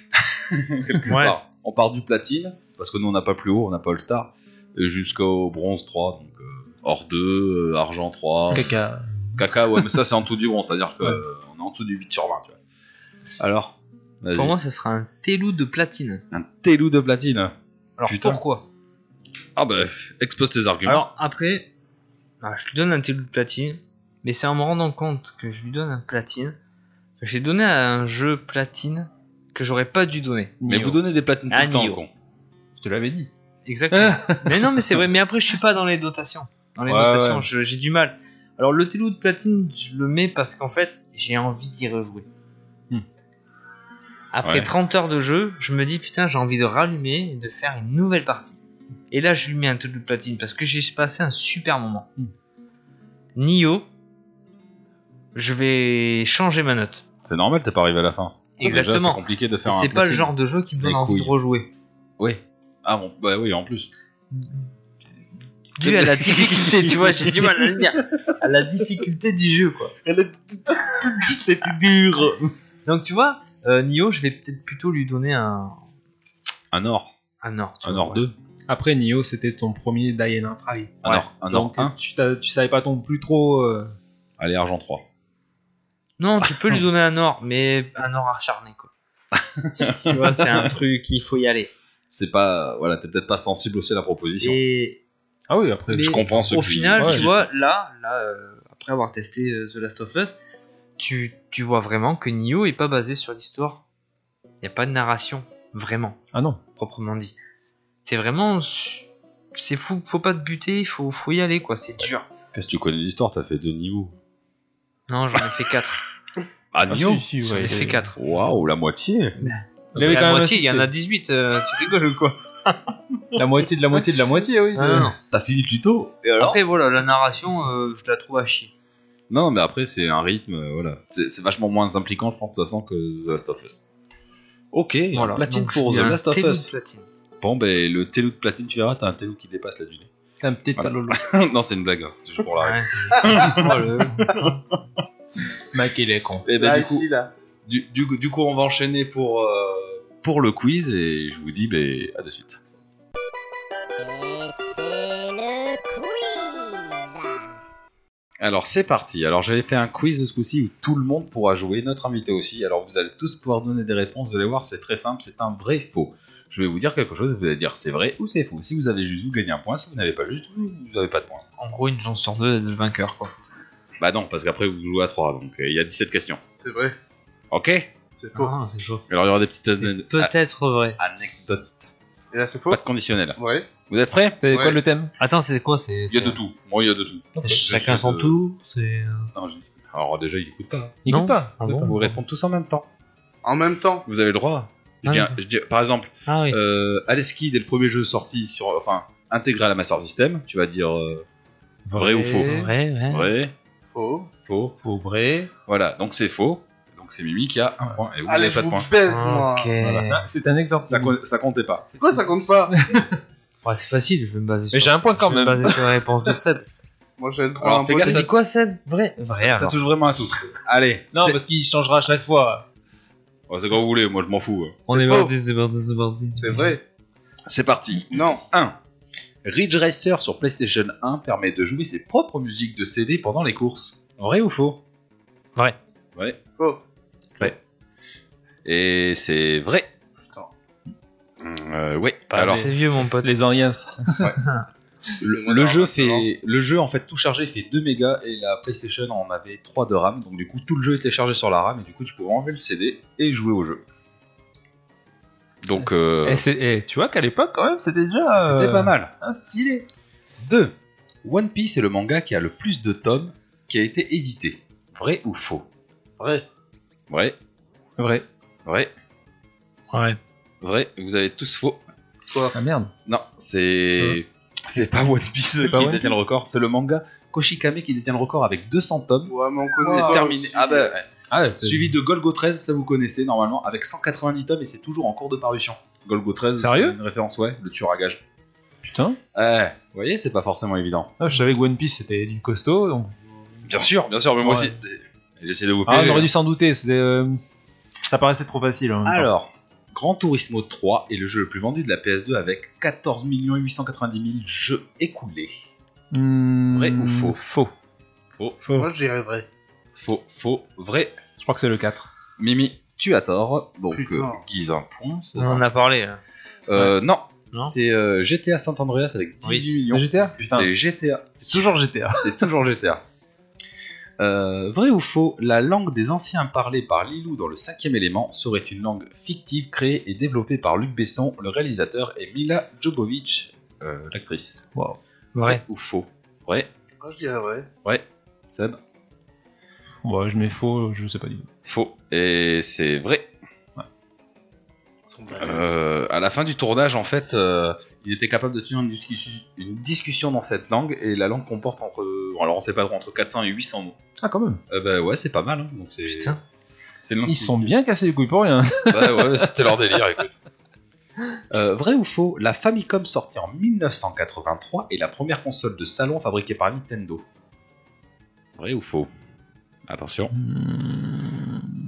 D: Quelque
F: Ouais.
D: part. On part du platine, parce que nous on n'a pas plus haut, on n'a pas All Star, et jusqu'au bronze 3, donc euh, or 2, euh, argent 3,
C: Caca.
D: caca, ouais, mais ça c'est en dessous du bronze, c'est-à-dire qu'on est en dessous du 8 sur 20. Tu vois. Alors, vas-y.
F: Pour moi, ça sera un télou de platine.
D: Un télou de platine.
F: Alors
D: Putain.
F: pourquoi
D: Ah bah, expose tes arguments.
F: Alors après, bah, je lui donne un télou de platine, mais c'est en me rendant compte que je lui donne un platine que j'ai donné à un jeu platine que j'aurais pas dû donner.
D: mais vous donnez des platines tout
F: Ah,
D: le temps,
F: Nioh.
D: con.
C: Je te l'avais dit.
F: Exactement.
D: Ah.
F: [LAUGHS] mais non, mais c'est vrai. Mais après, je suis pas dans les dotations. Dans les
C: Ouais,
F: dotations,
C: ouais.
F: je- j'ai du mal. Alors le télou de platine, je le mets parce qu'en fait, j'ai envie d'y rejouer.
C: Hmm.
F: Après
D: Ouais.
F: 30 heures de jeu, je me dis putain, j'ai envie de rallumer et de faire une nouvelle partie. Et là, je lui mets un télou de platine parce que j'ai passé un super moment.
C: Hmm.
F: Nio, je vais changer ma note.
D: C'est normal, t'es pas arrivé à la fin. Ah, Déjà, c'est
F: Exactement.
D: compliqué de faire un
F: C'est pas le
D: platine.
F: genre de jeu qui me donne
D: Les
F: envie de
D: couilles.
F: rejouer.
D: Oui. Ah bon, bah oui, en plus.
F: dû à la difficulté, tu vois, j'ai du mal à le dire. À la difficulté du jeu, quoi.
D: C'était dur
F: Donc, tu vois, euh, Nioh, je vais peut-être plutôt lui donner un.
D: Un or.
F: Un or. tu
D: Un
F: vois,
D: or
F: ouais.
D: 2.
C: Après, Nioh, c'était ton premier Die and Try.
D: Un
F: Ouais.
D: or, un or
C: Donc,
D: 1.
C: tu, t'as- tu savais pas ton plus trop. euh,
D: Allez, argent 3.
F: Non, tu peux lui donner un or, mais un or acharné,
D: [LAUGHS]
F: quoi. tu vois, c'est un truc, il faut y aller.
D: C'est pas. Voilà, t'es peut-être pas sensible aussi à la proposition.
F: Et
C: Ah oui, après.
F: Mais-
D: je comprends ce
F: au
D: qui-
F: final,
D: ouais,
F: tu vois, là, là euh, après avoir testé euh, The Last of Us, tu, tu vois vraiment que Nioh est pas basé sur l'histoire. Il n'y a pas de narration, vraiment.
C: Ah non.
F: proprement dit. C'est vraiment. C'est fou, faut pas te buter, faut, faut y aller quoi, c'est dur.
D: Qu'est-ce que tu connais l'histoire T'as fait deux niveaux.
F: Non, j'en ai fait 4.
D: Ah,
C: Ah,
D: Nioh
C: si, si,
F: J'en
C: ouais,
F: ai fait 4.
D: Waouh, la moitié
C: Il avait quand
F: La
C: même
F: moitié, il y en a
C: assisté.
F: 18, euh, tu rigoles ou quoi
C: La moitié de la moitié de la moitié, oui.
F: Ah, non, non.
D: T'as fini le tuto Et alors
F: Après, voilà, la narration, euh, je la trouve à chier.
D: Non, mais après, c'est un rythme, euh, voilà. C'est c'est vachement moins impliquant, je pense, de toute façon, que The Last of Us. Ok,
F: Voilà,
D: platine
F: donc,
D: pour
F: il
D: The
F: y a un
D: Last of
F: télo de
D: Us.
F: platine.
D: Bon, ben, le télou de platine, tu verras, t'as un télou qui dépasse la durée.
C: C'est un petit
D: Voilà.
C: talolo.
D: non, c'est une blague, hein, c'est toujours pour la rire.
F: Ouais. Oh, le-
C: Mac, il est con.
D: Et ben,
E: Là,
D: du coup,
E: ici, là.
D: du, du- du coup, on va enchaîner pour, euh, pour le quiz et je vous dis ben, à de suite.
H: Et c'est le quiz
D: Alors c'est parti. Alors j'avais fait un quiz de ce coup-ci où tout le monde pourra jouer, notre invité aussi. Alors vous allez tous pouvoir donner des réponses. Vous allez voir, c'est très simple, c'est un vrai faux. Je vais vous dire quelque chose, vous allez dire c'est vrai ou c'est faux. Si vous avez juste, vous gagnez un point. Si vous n'avez pas juste, vous n'avez pas de point.
F: [LAUGHS] En gros, une chance sur deux d'être le vainqueur, quoi.
D: Bah non, parce qu'après vous jouez à 3, donc euh, il y a 17 questions.
E: C'est vrai,
D: Ok
E: Oh, c'est faux.
F: Ah, c'est chaud.
D: Alors il y aura des petites
F: C'est
D: ane- a-
F: peut-être vrai.
D: anecdotes.
E: Et là, c'est faux
D: Pas de conditionnel.
E: Ouais.
D: Vous êtes prêts
C: C'est
E: Ouais.
C: quoi le thème
F: Attends, c'est quoi C'est
D: Il y a
F: c'est-
D: de tout. Moi, il y a de tout.
F: c'est
D: Je euh,
F: Chacun
D: suis
F: son
D: de-
F: tout. C'est. euh,
D: Non, je- Alors déjà, il écoute pas.
C: Il
F: Non.
C: écoute pas.
F: Ah
C: il écoute
F: bon
D: Vous répondez tous en même temps.
E: En même temps,
D: Vous avez le droit. Je
F: Ah,
D: dis un-
F: d'accord.
D: je dis- par exemple,
F: Ah oui.
D: euh, Aleski, dès le premier jeu sorti sur, enfin, intégré à la Master System, tu vas dire euh, vrai, ou faux.
F: Vrai, vrai.
D: Vrai,
E: faux.
D: faux.
E: Faux vrai.
D: Voilà, donc c'est faux. Donc c'est Mimi qui a un point. Et vous
E: Allez,
D: n'avez
E: je
D: pas de
E: vous
D: point.
E: baise, moi.
F: Ok.
C: Ah, C'est un exemple.
D: Ça, co- ça comptait pas.
E: Quoi, ça compte pas [LAUGHS]
F: Ouais, c'est facile, je vais me baser sur
C: Mais j'ai un point quand
F: je vais me
C: même.
F: baser sur la réponse de Seb.
E: Moi, j'ai le droit
D: Alors,
E: à un
D: fais
E: bonus.
D: gaffe,
F: T'as
D: ça-
F: dit quoi, Seb Vrai. Vrai,
D: Ça, ça
F: alors.
D: touche vraiment à tout. Allez,
C: Non,
D: c'est
C: parce qu'il changera à chaque fois.
D: Oh, c'est quand vous voulez, moi je m'en fous. euh.
F: On
E: c'est
F: est
E: faux.
F: bandits, c'est bandits, c'est bandits.
E: C'est vrai.
D: C'est parti.
E: Non.
D: 1. Ridge Racer sur PlayStation 1 permet de jouer ses propres musiques de CD pendant les courses. Vrai ou faux
F: Vrai.
D: Vrai.
E: Faux.
D: Et c'est vrai.
E: Putain.
D: Mm, Euh, ouais.
F: Alors,
D: Alors,
F: c'est vieux, mon pote.
C: Les Oriens.
D: le, le jeu fait, le jeu en fait tout chargé fait 2 mégas et la PlayStation en avait 3 de RAM. Donc du coup, tout le jeu était chargé sur la RAM et du coup, tu pouvais enlever le CD et jouer au jeu. Donc, euh,
C: Eh, c'est- eh, tu vois qu'à l'époque, quand même, c'était déjà. euh,
D: c'était pas mal.
C: Un stylé.
D: 2. One Piece est le manga qui a le plus de tomes qui a été édité. Vrai ou faux
E: Vrai.
D: Vrai,
C: euh, Vrai.
D: vrai,
F: Ouais.
D: vrai, vous avez tous faux.
C: Ah merde.
D: Non, c'est. C'est pas One Piece qui
C: pas One
D: détient le record, c'est le manga Koshikame qui détient le record avec 200 tomes.
E: Ouais, mais on connaît
D: C'est
E: pas.
D: terminé. Ah bah, ouais.
C: Ah,
D: suivi de Golgo 13, ça vous connaissez normalement, avec 190 tomes et c'est toujours en cours de parution. Golgo 13,
C: Sérieux
D: c'est une référence, ouais, le tueur à gage.
C: Putain.
D: Ouais, vous voyez, c'est pas forcément évident.
C: Ah, je savais que One Piece c'était du costaud. Donc...
D: Bien sûr, bien sûr, mais moi
C: Ouais.
D: aussi. J'essaie de vous
C: Ah, on
D: plaire.
C: aurait dû s'en douter. C'était. euh, Ça paraissait trop facile. hein, En même temps.
D: Alors, Gran Turismo 3 est le jeu le plus vendu de la PS2 avec 14 890 000 jeux écoulés.
C: Hmm,
D: Vrai ou faux
C: Faux.
D: Faux,
E: Moi, je dirais vrai.
D: faux, faux, vrai.
C: Je crois que c'est le 4.
D: Mimi, tu as tort. Donc,
E: Putain.
D: euh, Guise un point. c'est
F: On en
D: vrai.
F: a parlé. hein.
D: Euh, Non,
F: Non.
D: c'est euh, GTA San Andreas avec 18
F: Oui.
D: millions.
C: GTA
D: C'est GTA.
C: C'est toujours GTA.
D: C'est toujours GTA. Euh, vrai ou faux, la langue des anciens parlée par Lilou dans le cinquième élément serait une langue fictive créée et développée par Luc Besson, le réalisateur, et Mila Jovovich, euh, l'actrice.
F: Vrai.
D: ou faux Vrai,
E: Moi, je dirais vrai.
D: vrai, Seb
C: Ouais, je mets faux, je sais pas du tout.
D: Faux. Et c'est vrai. Euh, à la fin du tournage, en fait, euh, ils étaient capables de tenir une, discussion- une discussion dans cette langue et la langue comporte entre, bon, alors on sait pas trop, entre 400 et 800 mots.
C: Ah, quand même.
D: Euh, bah ouais, c'est pas mal. hein. Donc c'est.
F: Putain.
D: C'est une langue
C: Ils
D: qui-
C: se sont bien cassés les couilles pour rien.
D: Ouais, ouais, c'était leur délire, écoute. Euh, vrai ou faux, la Famicom sortie en 1983 est la première console de salon fabriquée par Nintendo. Vrai ou faux Attention, Hmm.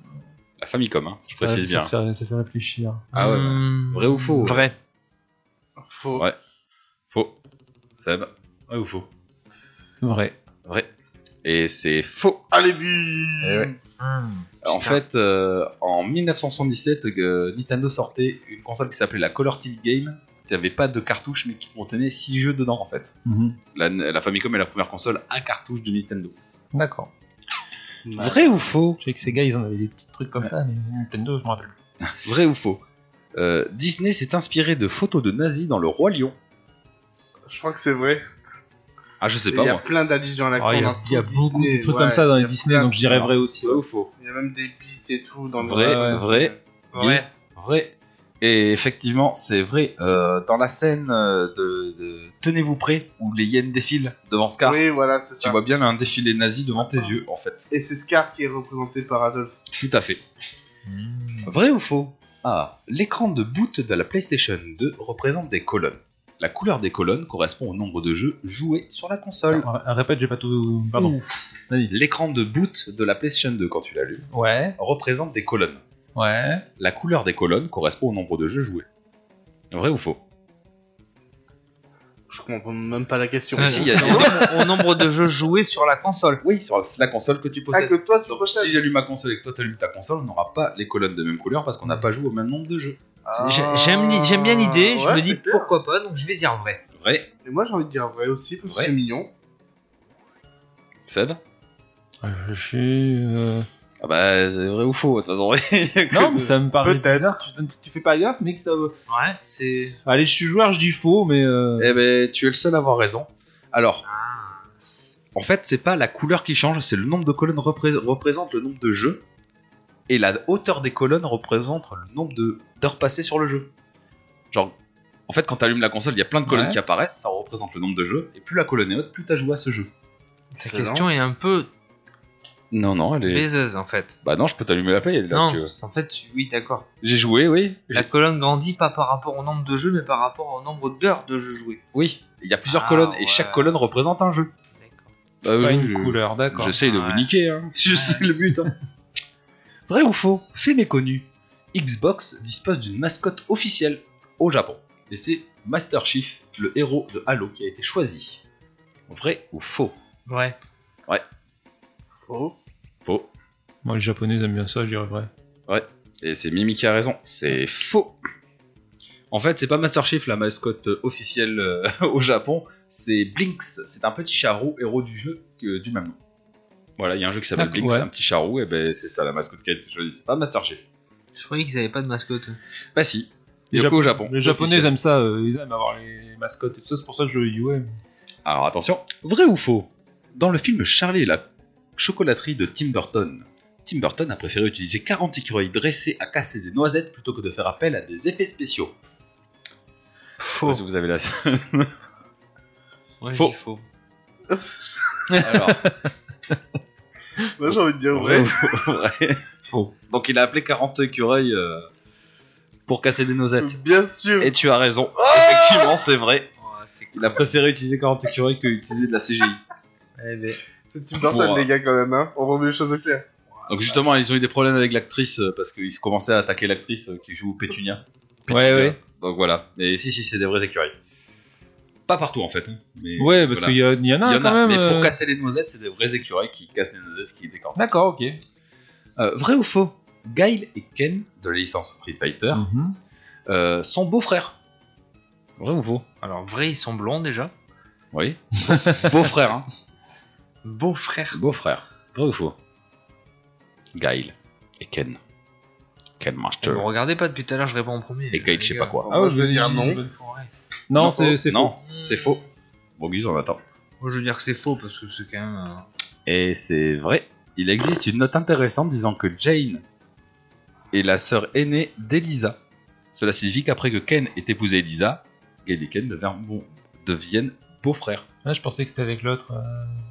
D: la Famicom, hein, je précise bien.
C: Ça, ça fait réfléchir.
D: Ah ouais, ouais.
F: Hmm,
D: Vrai ou faux
F: Vrai.
E: Faux.
D: Ouais. Faux. Seb Vrai ou faux
C: Vrai.
D: Vrai. Et c'est faux.
E: Allez, bu
D: Eh ouais.
F: Hmm.
D: En
F: Putain.
D: fait, euh, en 1977, euh, Nintendo sortait une console qui s'appelait la Color TV Game, qui n'avait pas de cartouche, mais qui contenait 6 jeux dedans, en fait.
C: Hmm.
D: La, la Famicom est la première console à cartouche de Nintendo.
C: D'accord.
D: Vrai ou faux
C: Je sais que ces gars, ils en avaient des petits trucs comme ça, mais Nintendo, je me rappelle. plus.
D: Vrai ou faux Euh, Disney s'est inspiré de photos de nazis dans Le Roi Lion.
E: Je crois que c'est vrai.
D: Ah, je sais
E: Et
D: pas
E: Il y a
D: moi.
E: plein d'allusions à la con.
C: Ah, il y a,
E: dans
C: il y a
E: tout
C: beaucoup de
E: Disney,
C: trucs
E: ouais,
C: comme ça dans
E: il y
C: les
E: a
C: Disney,
E: plein
C: donc je dirais
E: de-
C: vrai aussi.
D: Vrai ou faux
E: Il y a même des beats et tout dans le
D: Vrai,
E: Ouais, ouais.
D: vrai.
F: Vrai.
D: Guise Vrai. Et effectivement, c'est vrai. Euh, dans la scène euh, de, de Tenez-vous prêt, où les hyènes défilent devant Scar,
E: Oui, voilà, c'est
D: tu
E: ça.
D: vois bien un défilé nazi devant tes yeux, en fait.
E: Et c'est Scar qui est représenté par Adolf.
D: Tout à fait.
C: Hmm.
D: Vrai ou faux Ah, l'écran de boot de la PlayStation 2 représente des colonnes. La couleur des colonnes correspond au nombre de jeux joués sur la console.
C: Ah, ah, répète, j'ai pas tout. Pardon.
D: L'écran de boot de la PlayStation 2, quand tu l'allumes,
C: Ouais,
D: représente des colonnes.
C: ouais.
D: La couleur des colonnes correspond au nombre de jeux joués. Vrai ou faux
E: Je comprends même pas la question. Ah,
D: Mais si, il y
F: Au
D: a-
F: [LAUGHS] nombre- au nombre de jeux joués sur la console.
D: Oui, sur la console que tu
E: Ah,
D: possèdes.
E: que toi, tu
D: Donc,
E: possèdes.
D: si j'allume ma console et que toi t'allumes ta console, on n'aura pas les colonnes de même couleur parce qu'on n'a pas joué au même nombre de jeux.
E: Ah.
F: J'ai- J'aime l'i- j'aime bien l'idée, je
E: Ouais,
F: me
E: c'est
F: dis
E: clair.
F: pourquoi pas, donc je vais dire vrai.
D: Vrai,
E: Et moi, j'ai envie de dire vrai aussi, parce que
D: Vrai.
E: c'est mignon.
D: Seb
C: Réfléchis. euh,
D: Ah bah, c'est vrai ou faux, de toute façon. [LAUGHS] vrai.
C: Non, mais ça me paraît
E: Peut-être.
C: bizarre. Tu, tu fais pas gaffe, mais que ça.
F: Ouais, c'est.
C: Allez, je suis joueur, je dis faux, mais. euh,
D: Eh ben, tu es le seul à avoir raison. Alors, c'est- en fait, c'est pas la couleur qui change, c'est le nombre de colonnes repré- représente le nombre de jeux, et la hauteur des colonnes représente le nombre de- d'heures passées sur le jeu. Genre, en fait, quand t'allumes la console, il y a plein de colonnes
C: Ouais.
D: qui apparaissent, ça représente le nombre de jeux, et plus la colonne est haute, plus t'as joué à ce jeu.
F: Ta question est un peu
D: Non, non, elle est.
F: baiseuse en fait.
D: Bah non, je peux t'allumer la play, elle est là, si tu
F: non,
D: veux.
F: en fait, tu- oui, d'accord.
D: J'ai joué, oui.
F: La colonne grandit pas par rapport au nombre de jeux, mais par rapport au nombre d'heures de jeux joués.
D: Oui, il y a plusieurs
F: Ah,
D: colonnes, et
F: ouais.
D: chaque colonne représente un jeu.
F: D'accord.
D: Bah,
C: pas
D: oui,
C: une
D: je-
C: couleur, d'accord.
D: J'essaye de
F: Ouais.
D: vous niquer, hein. [LAUGHS] Je sais le but. hein. Vrai ou faux Fait méconnu. Xbox dispose d'une mascotte officielle au Japon. Et c'est Master Chief, le héros de Halo, qui a été choisi. Vrai ou faux
F: Ouais.
E: Faux.
D: Faux.
C: Moi, les japonais aiment bien ça, je dirais vrai.
D: Et c'est Mimi qui a raison. C'est faux. En fait, c'est pas Master Chief la mascotte officielle euh, [LAUGHS] au Japon, c'est Blinks. C'est un petit chat roux, héros du jeu que- du même nom. Voilà, il y a un jeu qui s'appelle
C: D'accord,
D: Blinks,
C: ouais.
D: un petit chat roux, et ben c'est ça la mascotte qui a été choisie. C'est pas Master Chief.
F: Je croyais qu'ils avaient pas de mascotte.
D: Bah si.
C: Les
D: Yoko
C: Japo-
D: au Japon.
C: Les
D: c'est
C: japonais
D: officiel.
C: aiment ça, euh, ils aiment avoir les mascottes et tout ça, c'est pour ça que je le dis, ouais.
D: Alors attention, vrai ou faux Dans le film Charlie et la chocolaterie de Tim Burton, Tim Burton a préféré utiliser 40 écureuils dressés à casser des noisettes plutôt que de faire appel à des effets spéciaux.
F: Faux.
D: Parce que vous avez la...
F: Ouais,
D: Faux.
F: je dis faux.
D: Alors,
E: Moi, j'ai envie de
D: [LAUGHS]
E: dire
D: vrai
E: vrai.
D: ou faux Vrai. Faux. Donc il a appelé 40 écureuils euh, pour casser des noisettes.
E: Bien sûr.
D: Et tu as raison, effectivement c'est vrai. Il a préféré utiliser 40 écureuils que utiliser de la CGI. [LAUGHS]
F: Eh ben,
E: C'est une personne,
D: Pour, euh,
E: les gars, quand même. Hein. On remet les choses au clair.
D: Donc justement, ils ont eu des problèmes avec l'actrice euh, parce qu'ils se commençaient à attaquer l'actrice euh, qui joue Pétunia.
C: Ouais, ouais.
D: Donc voilà. Et si, si, c'est des vrais écureuils. Pas partout en fait. hein, Mais
C: Ouais, parce
D: voilà.
C: qu'il y, a- il y en a
D: Il y en
C: quand même.
D: a, mais pour
C: euh,
D: casser les noisettes, c'est des vrais écureuils qui cassent les noisettes, qui décorent.
C: D'accord, ok. Bah,
D: Euh, vrai ou faux Guile et Ken, de la licence Street Fighter,
C: Mhm.
D: euh, sont beaux-frères. Vrai ou faux
F: Alors, vrai, ils sont blonds déjà.
C: [LAUGHS]
D: Oui. beaux-frères, hein.
F: Beau frère.
D: Beaux-frères. Vrai ou faux Guile et Ken. Ken Master.
F: Vous regardez pas depuis tout à l'heure, je réponds en premier.
D: Et Guile, je sais pas quoi.
E: Moi, je vais dire non.
C: Non,
D: Non,
C: c'est c'est
D: Non,
F: faux.
D: c'est faux. Bon, Guise, on attend.
F: Moi, je veux dire que c'est faux parce que c'est quand même. euh,
D: Et c'est vrai, il existe une note intéressante disant que Jane est la sœur aînée d'Elisa. Cela signifie qu'après que Ken ait épousé Elisa, Gail et Ken devinrent bon- deviennent beaux-frères.
C: Ah, je pensais que c'était avec l'autre. euh,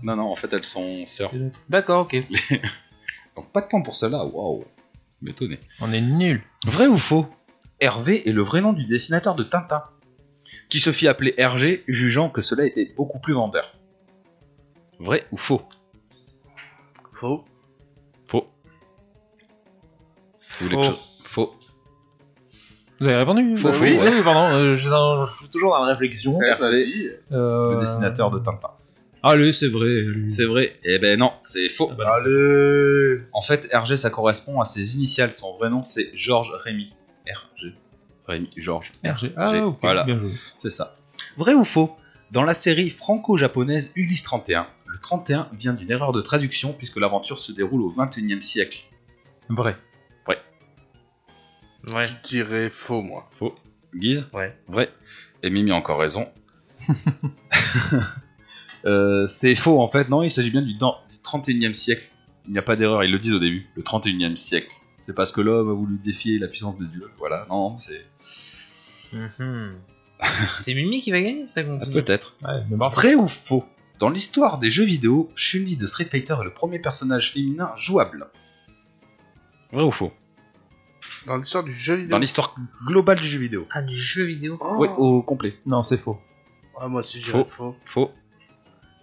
D: Non, non, en fait, elles sont sœurs.
C: c'est l'autre. D'accord, ok.
D: Donc pas de point pour cela, waouh. M'étonné.
C: On est nuls.
D: Vrai ou faux Hervé est le vrai nom du dessinateur de Tintin, qui se fit appeler Hergé, jugeant que cela était beaucoup plus vendeur. Vrai ou faux
E: Faux.
D: Faux. Vous voulez que
F: Faux.
D: je- Faux.
C: Vous avez répondu
D: Faux,
C: euh,
D: faux,
C: oui,
D: ouais.
C: oui, pardon, euh, je, je suis toujours dans la réflexion. Euh,
D: le dessinateur de Tintin.
C: Allez, c'est vrai. allez.
D: C'est vrai. Eh ben non, c'est faux.
C: Ah bah,
E: Allez.
D: En fait, Hergé, ça correspond à ses initiales. Son vrai nom, c'est Georges Rémy. Hergé. Rémy, Georges.
C: RG. Ah,
D: J'ai-
C: ok,
D: voilà.
C: bien joué.
D: C'est ça. Vrai ou faux Dans la série franco-japonaise Ulysse 31, le 31 vient d'une erreur de traduction puisque l'aventure se déroule au 21e siècle.
C: Vrai.
F: Ouais.
E: Je dirais faux, moi.
D: Faux. Guise
F: Ouais.
D: Vrai. Et Mimi a encore raison. [LAUGHS] Euh, c'est faux en fait, non, il s'agit bien du, dan- du 31e siècle. Il n'y a pas d'erreur, ils le disent au début, le 31e siècle. C'est parce que l'homme a voulu défier la puissance des dieux. Voilà, non, c'est.
F: Mhm. c'est Mimi qui va gagner, ça
D: Ah,
F: continue.
D: Peut-être.
C: Ouais, mais bon,
D: Vrai ou faux Dans l'histoire des jeux vidéo, Chun-Li de Street Fighter est le premier personnage féminin jouable. Vrai ou faux
E: Dans l'histoire du jeu vidéo. Oh.
D: Dans l'histoire globale du jeu vidéo.
F: Ah, du jeu vidéo.
D: Oui, au complet.
C: non, c'est faux.
E: Ah, moi aussi, je dirais
D: Faux.
E: faux.
D: Faux.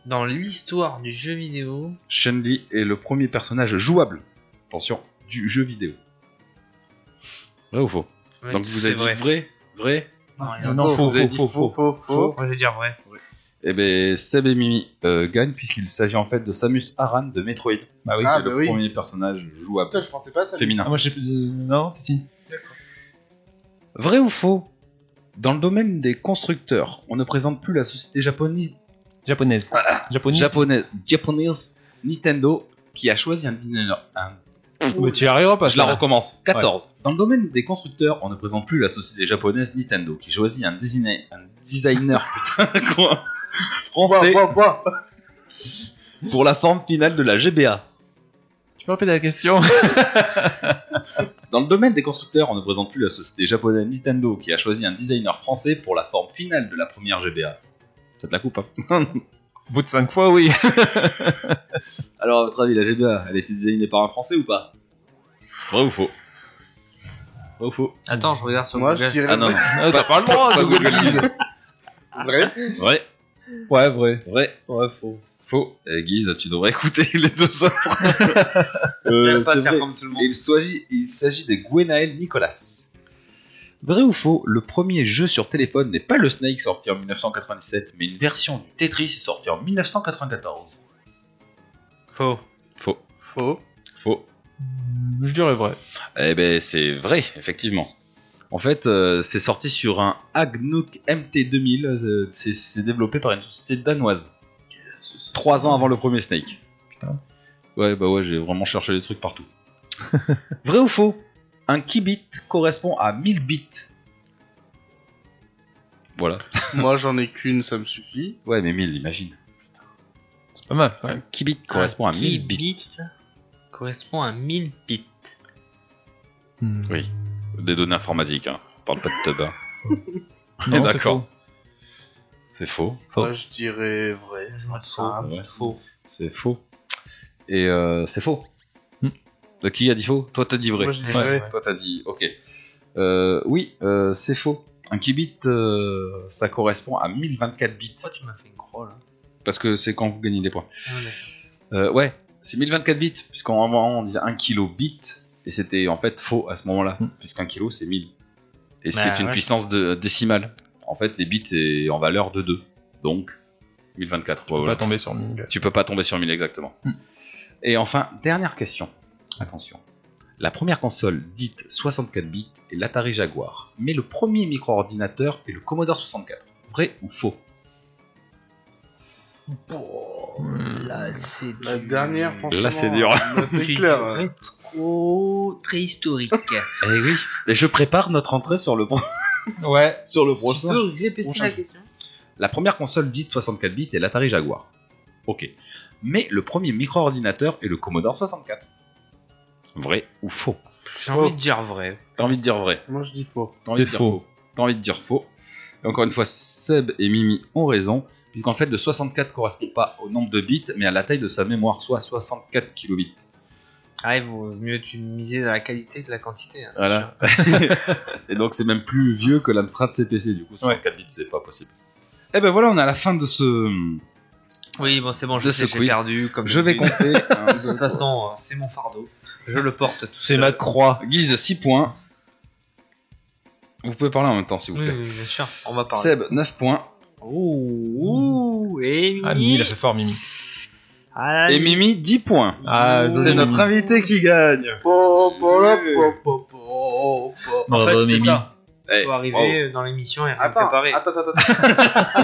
F: Dans l'histoire du jeu vidéo.
D: Chun-Li est le premier personnage jouable, attention, du jeu vidéo. Vrai ou faux
F: Ouais,
D: Donc vous
F: c'est
D: avez dit vrai, vrai,
F: Ah,
C: Non, non, faux,
D: vous avez
C: faux,
D: dit
C: faux,
D: faux.
C: faux.
E: Faux, faux.
F: Je vais dire vrai.
D: Eh ben, Seb et Mimi euh, gagnent puisqu'il s'agit en fait de Samus Aran de Metroid. Bah oui,
E: Ah,
D: c'est
E: bah
D: le
E: oui.
D: premier personnage jouable
E: Putain, je pensais pas à ça.
D: féminin.
C: Ah, moi, j'ai... euh, Non, si.
D: Vrai ou faux Dans le domaine des constructeurs, on ne présente plus la société japonaise,
C: Japonaise. Japonaise.
D: Ah, japonaise, japonaise Nintendo qui a choisi un designer. un-
C: Mais tu y arriveras pas.
D: je la
C: ça.
D: recommence. 14. Dans le domaine des constructeurs, on ne présente plus la société japonaise Nintendo qui choisit un, designer, un
C: [LAUGHS]
D: designer putain, quoi,
E: Quoi,
D: français
E: quoi, quoi
D: pour la forme finale de la GBA.
C: Tu peux répéter la question [LAUGHS]
D: Dans le domaine des constructeurs, on ne présente plus la société japonaise Nintendo qui a choisi un designer français pour la forme finale de la première GBA. Ça te la coupe, hein
C: Au bout de 5 fois, oui.
D: Alors, à votre avis, la GBA, elle a été designée par un français ou pas Vrai ou faux Vrai ou faux
F: Attends, je regarde sur
E: Moi, je
F: Google.
E: dirais
D: Ah non, non.
C: Ah, T'as pas le droit. de-
D: pas Google Guise.
E: vrai.
D: [LAUGHS] Vrai,
C: Ouais, vrai.
D: vrai,
C: Ouais, faux.
D: faux. Euh, Guise, tu devrais écouter [LAUGHS] les deux autres.
F: Je
D: Euh,
F: vais pas
D: c'est
F: faire
D: vrai.
F: comme tout le monde.
D: Il s'agit, il s'agit de Gwenaël Nicolas. Vrai ou faux, le premier jeu sur téléphone n'est pas le Snake sorti en 1997, mais une version du Tetris sortie en 1994.
F: Faux.
D: Faux.
E: Faux.
D: Faux.
C: Hmm, Je dirais vrai.
D: Eh ben c'est vrai, effectivement. En fait, euh, c'est sorti sur un Agnuk MT2000, euh, c'est- c'est développé par une société danoise. Trois ans avant le premier Snake.
C: Putain.
D: Ouais, bah ouais, j'ai vraiment cherché des trucs partout. [LAUGHS] vrai ou faux Un kibit correspond à 1000 bits. Voilà.
E: Moi, j'en ai qu'une, ça me suffit.
D: Ouais, mais 1000, imagine.
C: C'est pas mal.
D: Un kibit correspond à 1000 bits.
F: Correspond à 1000 bits.
C: Hmm.
D: Oui. Des données informatiques, hein. On parle pas de tub. hein.
C: Non, c'est faux.
D: D'accord. C'est faux.
C: Oh.
E: Moi, je dirais vrai.
F: Faux.
E: Ah,
D: Ouais. C'est faux. Et euh, c'est faux.
C: Hmm.
D: Euh, Qui a dit faux Toi, t'as dit vrai.
E: Moi, je dis vrai.
D: Toi, t'as dit ok. Euh, oui, euh, c'est faux. Un kibit, euh, ça correspond à 1024 bits.
F: Pourquoi tu m'as fait une croix là
D: Parce que c'est quand vous gagnez des points.
F: Ah, d'accord.
D: Euh, ouais, c'est 1024 bits, puisqu'en un moment, on disait 1 kilobit, et c'était en fait faux à ce moment-là,
C: Mm.
D: puisqu'un kilo c'est 1000. Et
F: Bah,
D: c'est une
F: ouais.
D: puissance de, décimale. En fait, les bits est en valeur de 2. Donc, 1024. Ouais,
C: On va
D: voilà.
C: pas tomber sur Ming.
D: Tu peux pas tomber sur 1000 exactement.
C: Hmm.
D: Et enfin, dernière question. Attention. La première console dite 64 bits est l'Atari Jaguar, mais le premier micro-ordinateur est le Commodore 64. Vrai ou faux
F: Oh, Là, c'est
E: La
F: du-
E: dernière, franchement.
D: Là, c'est dur.
E: là, [LAUGHS] C'est
F: du
E: clair. hein.
F: rétro [LAUGHS] préhistorique.
D: Eh oui, et je prépare notre entrée sur le, pro-
C: Ouais.
D: sur le
F: Tu
D: prochain.
F: peux répéter la question
D: La première console dite 64 bits est l'Atari Jaguar. Ok. Mais le premier micro-ordinateur est le Commodore 64. Vrai ou faux
F: J'ai
E: Oh.
F: envie de dire vrai.
D: T'as envie de dire vrai
E: Moi, je dis faux.
D: T'as envie de
C: C'est
D: dire
C: faux.
D: faux. T'as envie de dire faux. Et encore une fois, Seb et Mimi ont raison, puisqu'en fait le 64 correspond pas au nombre de bits, mais à la taille de sa mémoire, soit 64 kilobits.
F: Ah, il vaut mieux tu miser dans la qualité que la quantité. hein, c'est
D: Voilà.
F: sûr.
D: [LAUGHS] Et donc c'est même plus vieux que l'Amstrad CPC, du coup 64 bits c'est pas possible. Et ben voilà, on est à la fin de ce...
F: Oui, bon, c'est bon, je
D: De
F: sais,
D: ce
F: j'ai
D: quiz.
F: perdu. Comme
D: Je vais
F: d'habitude.
D: compter... [LAUGHS] un,
F: De toute façon, euh, c'est mon fardeau. Je le porte.
C: C'est ma croix.
D: Guise 6 points. Vous pouvez parler en même temps s'il vous
F: Oui,
D: plaît.
F: oui, bien sûr, on va parler.
D: Seb 9 points.
F: Ouh, ouh, et Mimi.
C: Ah, Mimi, il a fait fort, Mimi.
F: Ah,
D: Et Mimi 10 points.
C: Ah,
D: C'est
C: désolé,
D: notre
C: Mimi.
D: invité qui gagne.
E: Po, po, la, po, po, po,
F: En
E: po.
F: fait,
C: Bravo,
F: c'est
C: Mimi.
F: ça.
D: Eh,
F: Il faut arriver euh, dans l'émission et
C: Ah,
F: rien
E: Attends,
F: préparer.
E: attends, attends, attends.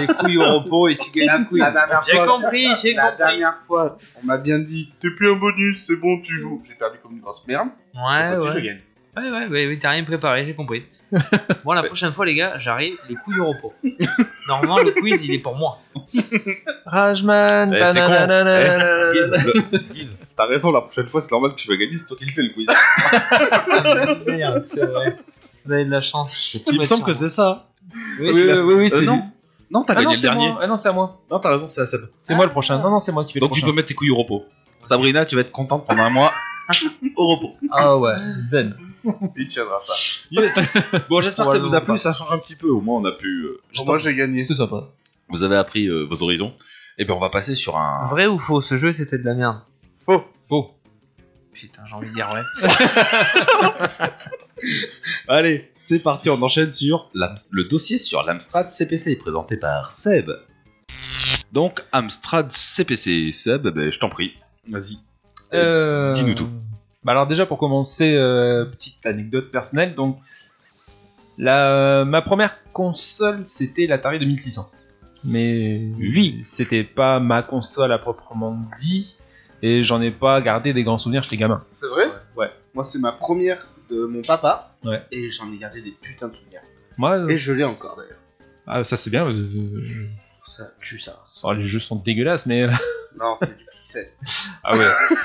C: [LAUGHS]
F: Les couilles au repos et tu gagnes la couille.
E: La dernière
F: J'ai
E: fois,
F: compris, j'ai
E: la
F: compris.
E: dernière fois, on m'a bien dit, t'es plus un bonus, c'est bon, tu joues. J'ai perdu comme une grosse merde. [LAUGHS]
F: Ouais,
E: Cette fois-ci,
F: ouais.
E: je gagne.
F: Ouais, ouais, ouais, ouais, t'as rien préparé, j'ai
C: [LAUGHS]
F: compris. Bon, la prochaine fois, les gars, j'arrive les couilles au repos. Normalement, le quiz, il est pour moi.
C: [LAUGHS] Rajman.
D: Eh, c'est con.
C: bananananananana.
D: Guise, le- [LAUGHS] Guise, t'as raison, la prochaine fois c'est normal que tu vas gagner, c'est toi qui le fais le quiz.
F: Merde, c'est vrai. Vous avez de la chance. Je vais tout
D: Il me
F: mettre
D: semble
F: sur
D: que
F: moi.
D: c'est ça.
C: Oui, oui, oui, oui,
D: Euh,
C: c'est
D: non, non, t'as
C: Ah non,
D: gagné le
C: c'est
D: dernier.
C: moi. Ah non, c'est à moi.
D: Non, t'as raison, c'est à Seb.
C: C'est moi le prochain. Non, non, c'est moi qui fais
D: Donc
C: le
D: tu peux
C: prochain.
D: mettre tes couilles au repos. Sabrina, tu vas être contente pendant un mois [LAUGHS] au repos.
C: Ah ouais, zen.
E: Il tiendra pas.
D: Yes. Bon, j'espère que ça
C: Probablement
D: vous a plu,
C: pas.
D: ça change un petit peu. Au moins, on a pu. euh,
E: Pour moi, j'ai gagné.
C: C'était sympa.
D: vous avez appris euh, vos horizons. Et bien, on va passer sur un.
F: Vrai ou faux, ce jeu, c'était de la merde.
E: Faux.
C: Faux.
F: Putain, j'ai envie de dire ouais.
D: Allez, c'est parti, on enchaîne sur l'Ams- le dossier sur l'Amstrad CPC présenté par Seb. Donc, Amstrad CPC, Seb, ben, je t'en prie, vas-y.
C: Euh,
D: dis-nous tout.
C: Bah alors déjà pour commencer, euh, petite anecdote personnelle. Donc, la, ma première console c'était l'Atari 2600. Mais oui, c'était pas ma console à proprement dit, et j'en ai pas gardé des grands souvenirs j'étais gamin.
E: C'est vrai
C: Ouais.
E: Moi, c'est ma première de mon papa.
C: Ouais.
E: Et j'en ai gardé des putains de souvenirs.
C: Moi, euh,
E: Et je l'ai encore d'ailleurs.
C: ah, ça c'est bien. euh,
E: Ça tue ça.
C: oh, les jeux sont dégueulasses, mais euh,
E: Non, c'est du pixel.
C: ah ouais. [LAUGHS]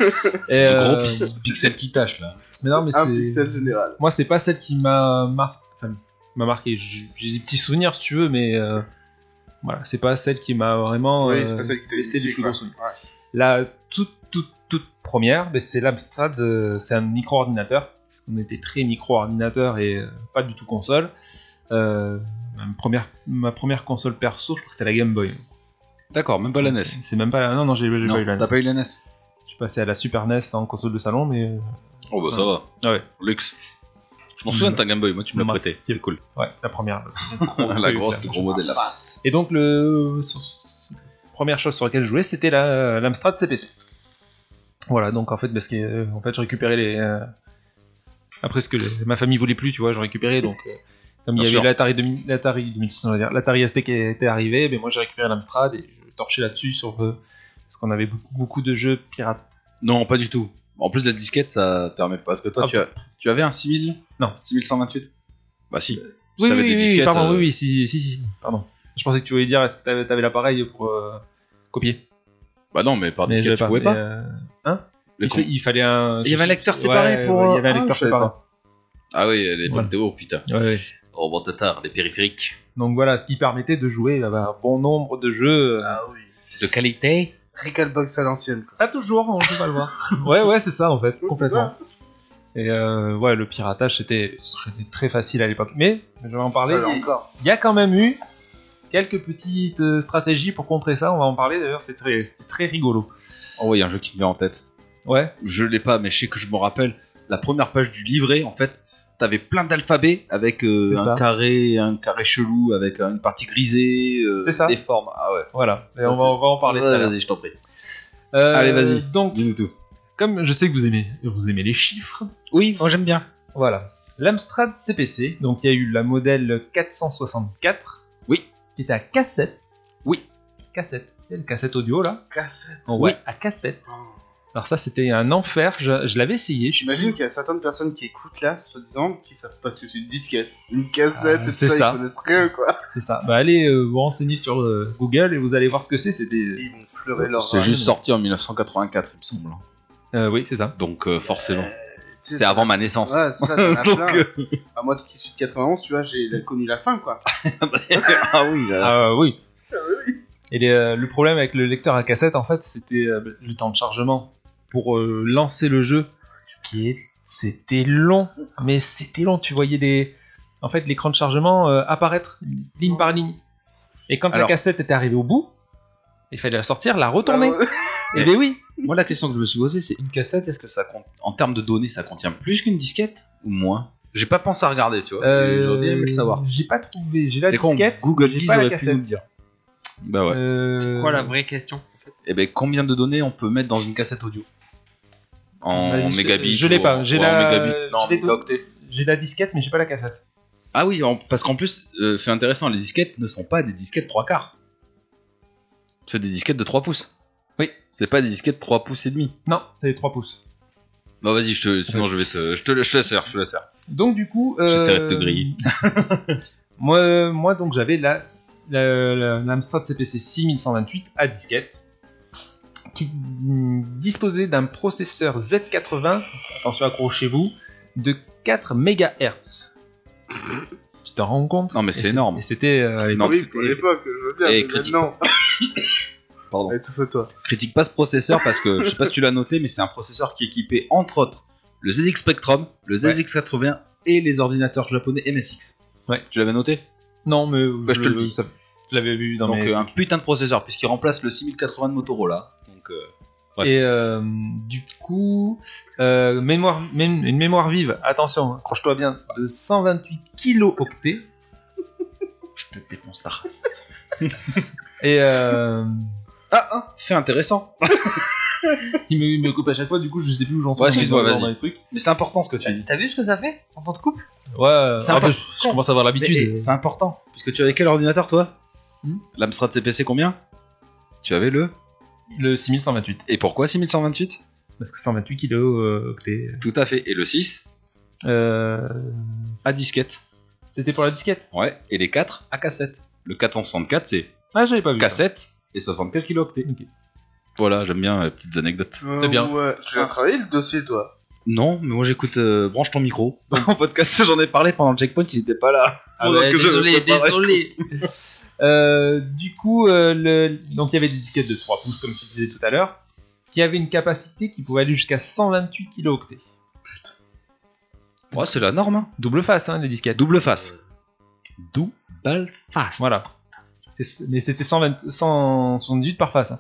D: C'est
C: Et,
D: le gros
C: euh,
D: pix- pixel qui tâche là.
C: mais non, mais
E: Un
C: c'est-
E: pixel général.
C: Moi, c'est pas celle qui m'a mar- enfin, m'a marqué. J'ai j'ai des petits souvenirs, si tu veux, mais euh, voilà, c'est pas celle qui m'a vraiment.
E: oui, c'est
C: euh,
E: pas celle qui t'a
C: laissé
E: initié,
C: des plus
E: quoi.
C: gros souvenirs.
E: Ouais.
C: La toute, toute, toute première, ben, c'est l'Amstrad, euh, c'est un micro-ordinateur, parce qu'on était très micro-ordinateur et euh, pas du tout console. Euh, ma, première, ma première console perso, je crois que c'était la Game Boy.
D: D'accord, même pas la E NES.
C: C'est même pas la. Non, non, j'ai j'ai pas eu la NES.
D: t'as pas eu la E NES.
C: Je suis passé à la Super NES en console de salon, mais. euh,
D: Oh bah ça va.
C: Ah ouais.
D: Luxe. Je m'en souviens de ta Game Boy, moi tu me l'as
C: Ma- Ah,
D: prêté. C'est cool.
C: Ouais, la première.
D: [LAUGHS] la
C: truc,
D: grosse,
C: là.
D: le gros modèle là.
C: Et donc, le, sur- première chose sur laquelle je jouais, c'était la- l'Amstrad CPC. Voilà, donc en fait, parce que euh, en fait, je récupérais les. euh, après ce que le- ma famille voulait plus, tu vois, je récupérais. Donc, euh, comme
D: Bien
C: il y
D: sûr.
C: avait l'Atari 2000 l'Atari 2600, on va dire, l'Atari ST qui était arrivé, ben moi j'ai récupéré l'Amstrad et je torchais là-dessus sur. euh, parce qu'on avait beaucoup, beaucoup de jeux pirates.
D: Non, pas du tout. En plus, la disquette, ça permet pas. Parce que toi,
C: Ah,
D: tu, as, tu avais un 6000
C: Non.
D: 6128 Bah si. Si
C: Oui,
D: t'avais
C: oui,
D: des
C: oui,
D: disquettes,
C: pardon,
D: euh,
C: oui, oui, si, si, si, si, pardon. Je pensais que tu voulais dire, est-ce que t'avais avais, l'appareil pour euh, copier
D: Bah non, mais par
C: Mais
D: disquette,
C: j'avais
D: tu pouvais
C: mais,
D: pas.
C: euh,
D: Les
C: il,
D: cons.
C: fa- il fallait un.
D: Il y avait un lecteur
C: Ouais,
D: séparé pour,
C: ouais, il y
D: euh,
C: avait un
D: ah,
C: lecteur
D: je savais
C: séparé.
D: Ah oui, les
C: Voilà.
D: pommes de haut, putain.
C: Ouais, ouais.
D: Oh bon, tâtard, les périphériques.
C: Donc voilà, ce qui permettait de jouer à un bon nombre de jeux. euh,
E: Ah oui.
D: De qualité
E: Recalbox à l'ancienne. quoi.
C: Pas toujours, on peut pas le voir. [LAUGHS] ouais, ouais, c'est ça en fait, complètement. Et euh, ouais, le piratage c'était c'était très facile à l'époque. Mais, je vais en
E: Ça,
C: parler,
E: là encore.
C: il y a quand même eu quelques petites euh, stratégies pour contrer ça, on va en parler d'ailleurs, c'est très, c'était très rigolo.
D: Oh, il y a un jeu qui me vient en tête.
C: Ouais,
D: Je l'ai pas, mais je sais que je me rappelle. La première page du livret, en fait, t'avais plein d'alphabets avec euh,
C: C'est
D: un
C: ça.
D: carré, un carré chelou, avec euh, une partie grisée, euh,
C: C'est ça.
D: des formes. Ah ouais.
C: voilà, Et
D: Ça,
C: on,
D: c'est-
C: va, on va en parler.
D: Ouais,
C: tout à l'heure.
D: vas-y, je t'en prie.
C: Euh,
D: Allez, vas-y.
C: Donc,
D: Dis-nous tout.
C: comme je sais que vous aimez, vous aimez les chiffres,
D: Oui, moi j'aime bien.
C: Voilà. L'Amstrad CPC, donc il y a eu la modèle 464.
D: Oui.
C: Qui était à cassette.
D: Oui.
C: Cassette. C'est une cassette audio là
E: Cassette. hein.
C: Ouais, à cassette. Alors ça c'était un enfer, je, je l'avais essayé. je-
E: J'imagine qu'il y a certaines personnes qui écoutent là, soi-disant, qui savent pas ce que c'est une disquette. Une cassette,
D: Euh,
C: Ah,
E: et tout
C: c'est
E: ça,
C: ça.
E: ils connaissent rien quoi.
C: C'est ça. Bah allez euh, vous renseigner sur euh, Google et vous allez voir ce que c'est. C'était.
E: Et [LAUGHS] ils vont pleurer leur.
D: C'est juste sorti en 1984, il me semble. hein.
C: Euh, oui c'est ça.
D: Donc euh, forcément.
E: Tu sais,
D: C'est avant ma naissance. [LAUGHS]
E: Ouais, c'est ça, t'en as
D: Donc,
E: plein.
D: euh,
E: À moi qui suis de 91, tu vois, j'ai connu la fin quoi.
D: ah oui, là.
C: Ah oui. Et les, euh, le problème avec le lecteur à cassette, en fait, c'était euh, le temps de chargement pour euh, lancer le jeu. Qui est- C'était long, mais c'était long. Tu voyais les, en fait, l'écran de chargement euh, apparaître ligne par ligne. Et quand la
D: Alors-
C: cassette était arrivée au bout, il fallait la sortir, la
D: Ah
E: [LAUGHS]
C: retourner.
E: Alors, euh,
C: Et ben oui.
D: Moi, la question que je me suis posée, c'est une cassette, est-ce que ça compte en termes de données, ça contient plus qu'une disquette ou moins J'ai pas pensé à regarder, tu vois.
C: Euh,
D: J'aurais bien aimé le savoir.
C: J'ai pas trouvé. J'ai la
D: C'est con,
C: disquette.
D: Google
C: j'ai
D: Disc
C: pas la
D: aurait pu
C: cassette.
D: nous le dire. Bah ouais.
C: Euh,
F: Quoi la vraie question
D: Et ben combien de données on peut mettre dans une cassette audio
C: Vas-y,
D: En
C: je-
D: mégabits
C: Je l'ai
D: ou en-
C: pas. J'ai
D: ou en
C: la.
D: mégabits. Non, en
C: je l'ai tout-
D: mégaoctets.
C: J'ai la disquette, mais j'ai pas la cassette.
D: Ah oui, en- parce qu'en plus, euh, fait intéressant, les disquettes ne sont pas des disquettes 3 quarts. C'est des disquettes de 3 pouces. Oui. C'est pas des disquettes 3 pouces et demi.
C: Non, c'est les 3 pouces.
D: Bon, vas-y, je te, sinon je vais te. Je te, le- je te la sers, je te la sers.
C: Donc du coup, euh,
D: J'essaierai de te griller.
C: [LAUGHS] moi, euh, moi donc j'avais la la- la- l'Amstrad CPC 6128 à disquette qui mm, disposait d'un processeur Z80, attention accrochez-vous, de 4 MHz. Tu t'en rends compte
D: Non, mais
C: Et
D: c'est
C: c'est-
D: énorme.
C: Et c'était euh, à l'époque,
D: Non, mais
E: oui,
D: c'était-
E: pour l'époque, je veux bien,
D: Eh,
E: mais
D: critique.
E: maintenant.
D: Pardon.
E: Allez, tout toi.
D: Critique pas ce processeur parce que je sais pas si tu l'as noté, mais c'est un processeur qui est équipé entre autres le ZX Spectrum, le ZX81 et les ordinateurs japonais MSX.
C: Ouais.
D: Tu l'avais noté
C: Non, mais
D: Bah, je te le dis.
C: ça- je l'avais vu dans
D: Donc
C: mes-
D: euh, un putain de processeur puisqu'il remplace le 6080 de Motorola. Donc euh, Bref.
C: Et euh, du coup, euh, mémoire, mém- une mémoire vive, attention, accroche-toi bien, de 128 kilo-octets.
D: Je te défonce ta race.
C: Et euh,
D: Ah, ah, fait intéressant.
C: [LAUGHS] il, me, il me coupe à chaque fois, du coup, je sais plus où j'en suis.
D: Ouais, excuse-moi,
C: dans- dans
D: vas-y.
C: les trucs.
D: Mais c'est important ce que tu dis.
F: T'as vu ce que ça fait en temps de couple
C: Ouais, euh,
D: C'est
C: ah,
D: important.
C: bah, je, je commence à avoir
D: Mais,
C: l'habitude.
D: eh, c'est important. Puisque tu avais quel ordinateur, toi
C: Hmm
D: L'Amstrad CPC combien Tu avais le
C: Le 6128.
D: Et pourquoi 6128
C: Parce que 128 kilo-octets.
D: Tout à fait. Et le 6
C: Euh,
D: À disquette.
C: C'était pour la disquette
D: Ouais. Et les 4 à cassette. Le 464, c'est
C: Ah, j'avais pas vu. ça.
D: cassette et 64 kilooctets.
C: Ok.
D: Voilà, j'aime bien les petites anecdotes.
E: Euh,
C: C'est bien.
E: ouais. Tu as travaillé le dossier, toi
D: Non, mais moi j'écoute euh, Branche ton micro. [LAUGHS] En podcast, j'en ai parlé pendant le checkpoint, il était pas là.
F: Ah
D: Pendant
F: ouais,
D: que je
F: Désolé,
D: préparais. [LAUGHS]
F: désolé.
C: Euh, du coup, euh, le- donc il y avait des disquettes de 3 pouces, comme tu disais tout à l'heure, qui avaient une capacité qui pouvait aller jusqu'à 128 kilooctets.
D: Ouais, c'est la norme. hein.
C: Double face, hein, les disquettes.
D: Double face.
C: Euh,
D: Double face.
C: Voilà. C'est- Mais c'était 120 178 par face. hein.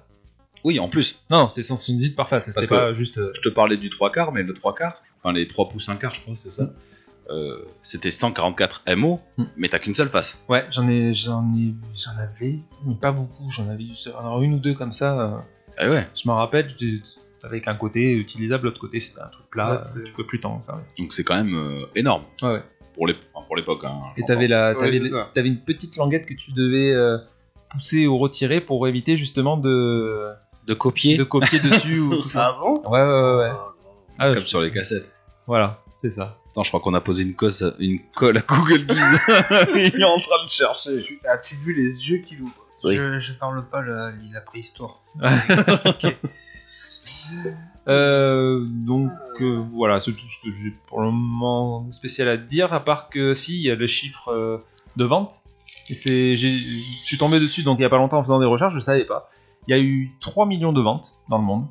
D: Oui, en plus,
C: Non, c'était 178 par face. C'était
D: Parce
C: pas juste. euh,
D: je te parlais du 3 quarts, mais le 3 quarts, enfin les 3 pouces 1 quart, je crois, c'est ça. Euh, c'était 144 MO,
C: Mm.
D: mais t'as qu'une seule face.
C: Ouais, j'en ai, j'en ai, j'en avais, mais pas beaucoup. J'en avais eu seul- alors une ou deux comme ça. euh,
D: Eh ouais,
C: je m'en rappelle. j'étais- Avec un côté utilisable, l'autre côté c'était un truc plat.
E: Ouais, c'est-
C: euh, tu pouvais plus t'en servir.
D: donc c'est quand même euh, énorme.
C: Ouais, ouais.
D: Pour l'ép- enfin, pour l'époque. Hein,
C: Et
D: j'entends.
C: t'avais la,
E: Ouais,
C: t'avais,
E: c'est ça.
C: t'avais une petite languette que tu devais euh, pousser ou retirer pour éviter justement de,
D: de copier,
C: de copier dessus ou tout
D: [LAUGHS]
C: ça.
E: Avant
C: Ouais, ouais, ouais. ouais. Ah,
D: comme
C: je-
D: sur les cassettes.
C: Voilà, c'est ça.
D: Attends, je crois qu'on a posé une, cause, une colle à Google
C: [LAUGHS]
D: Guise. Il est en train de chercher.
E: As-tu ah, vu les yeux qu'il ouvre Oui.
F: Je, je parle pas la, la préhistoire. [LAUGHS]
C: Euh, donc euh, voilà, c'est tout ce que j'ai pour le moment de spécial à dire, à part que si, il y a le chiffre euh, de vente. Et c'est, j'ai- je suis tombé dessus donc il y a pas longtemps en faisant des recherches, je savais pas. Il y a eu 3 millions de ventes dans le monde.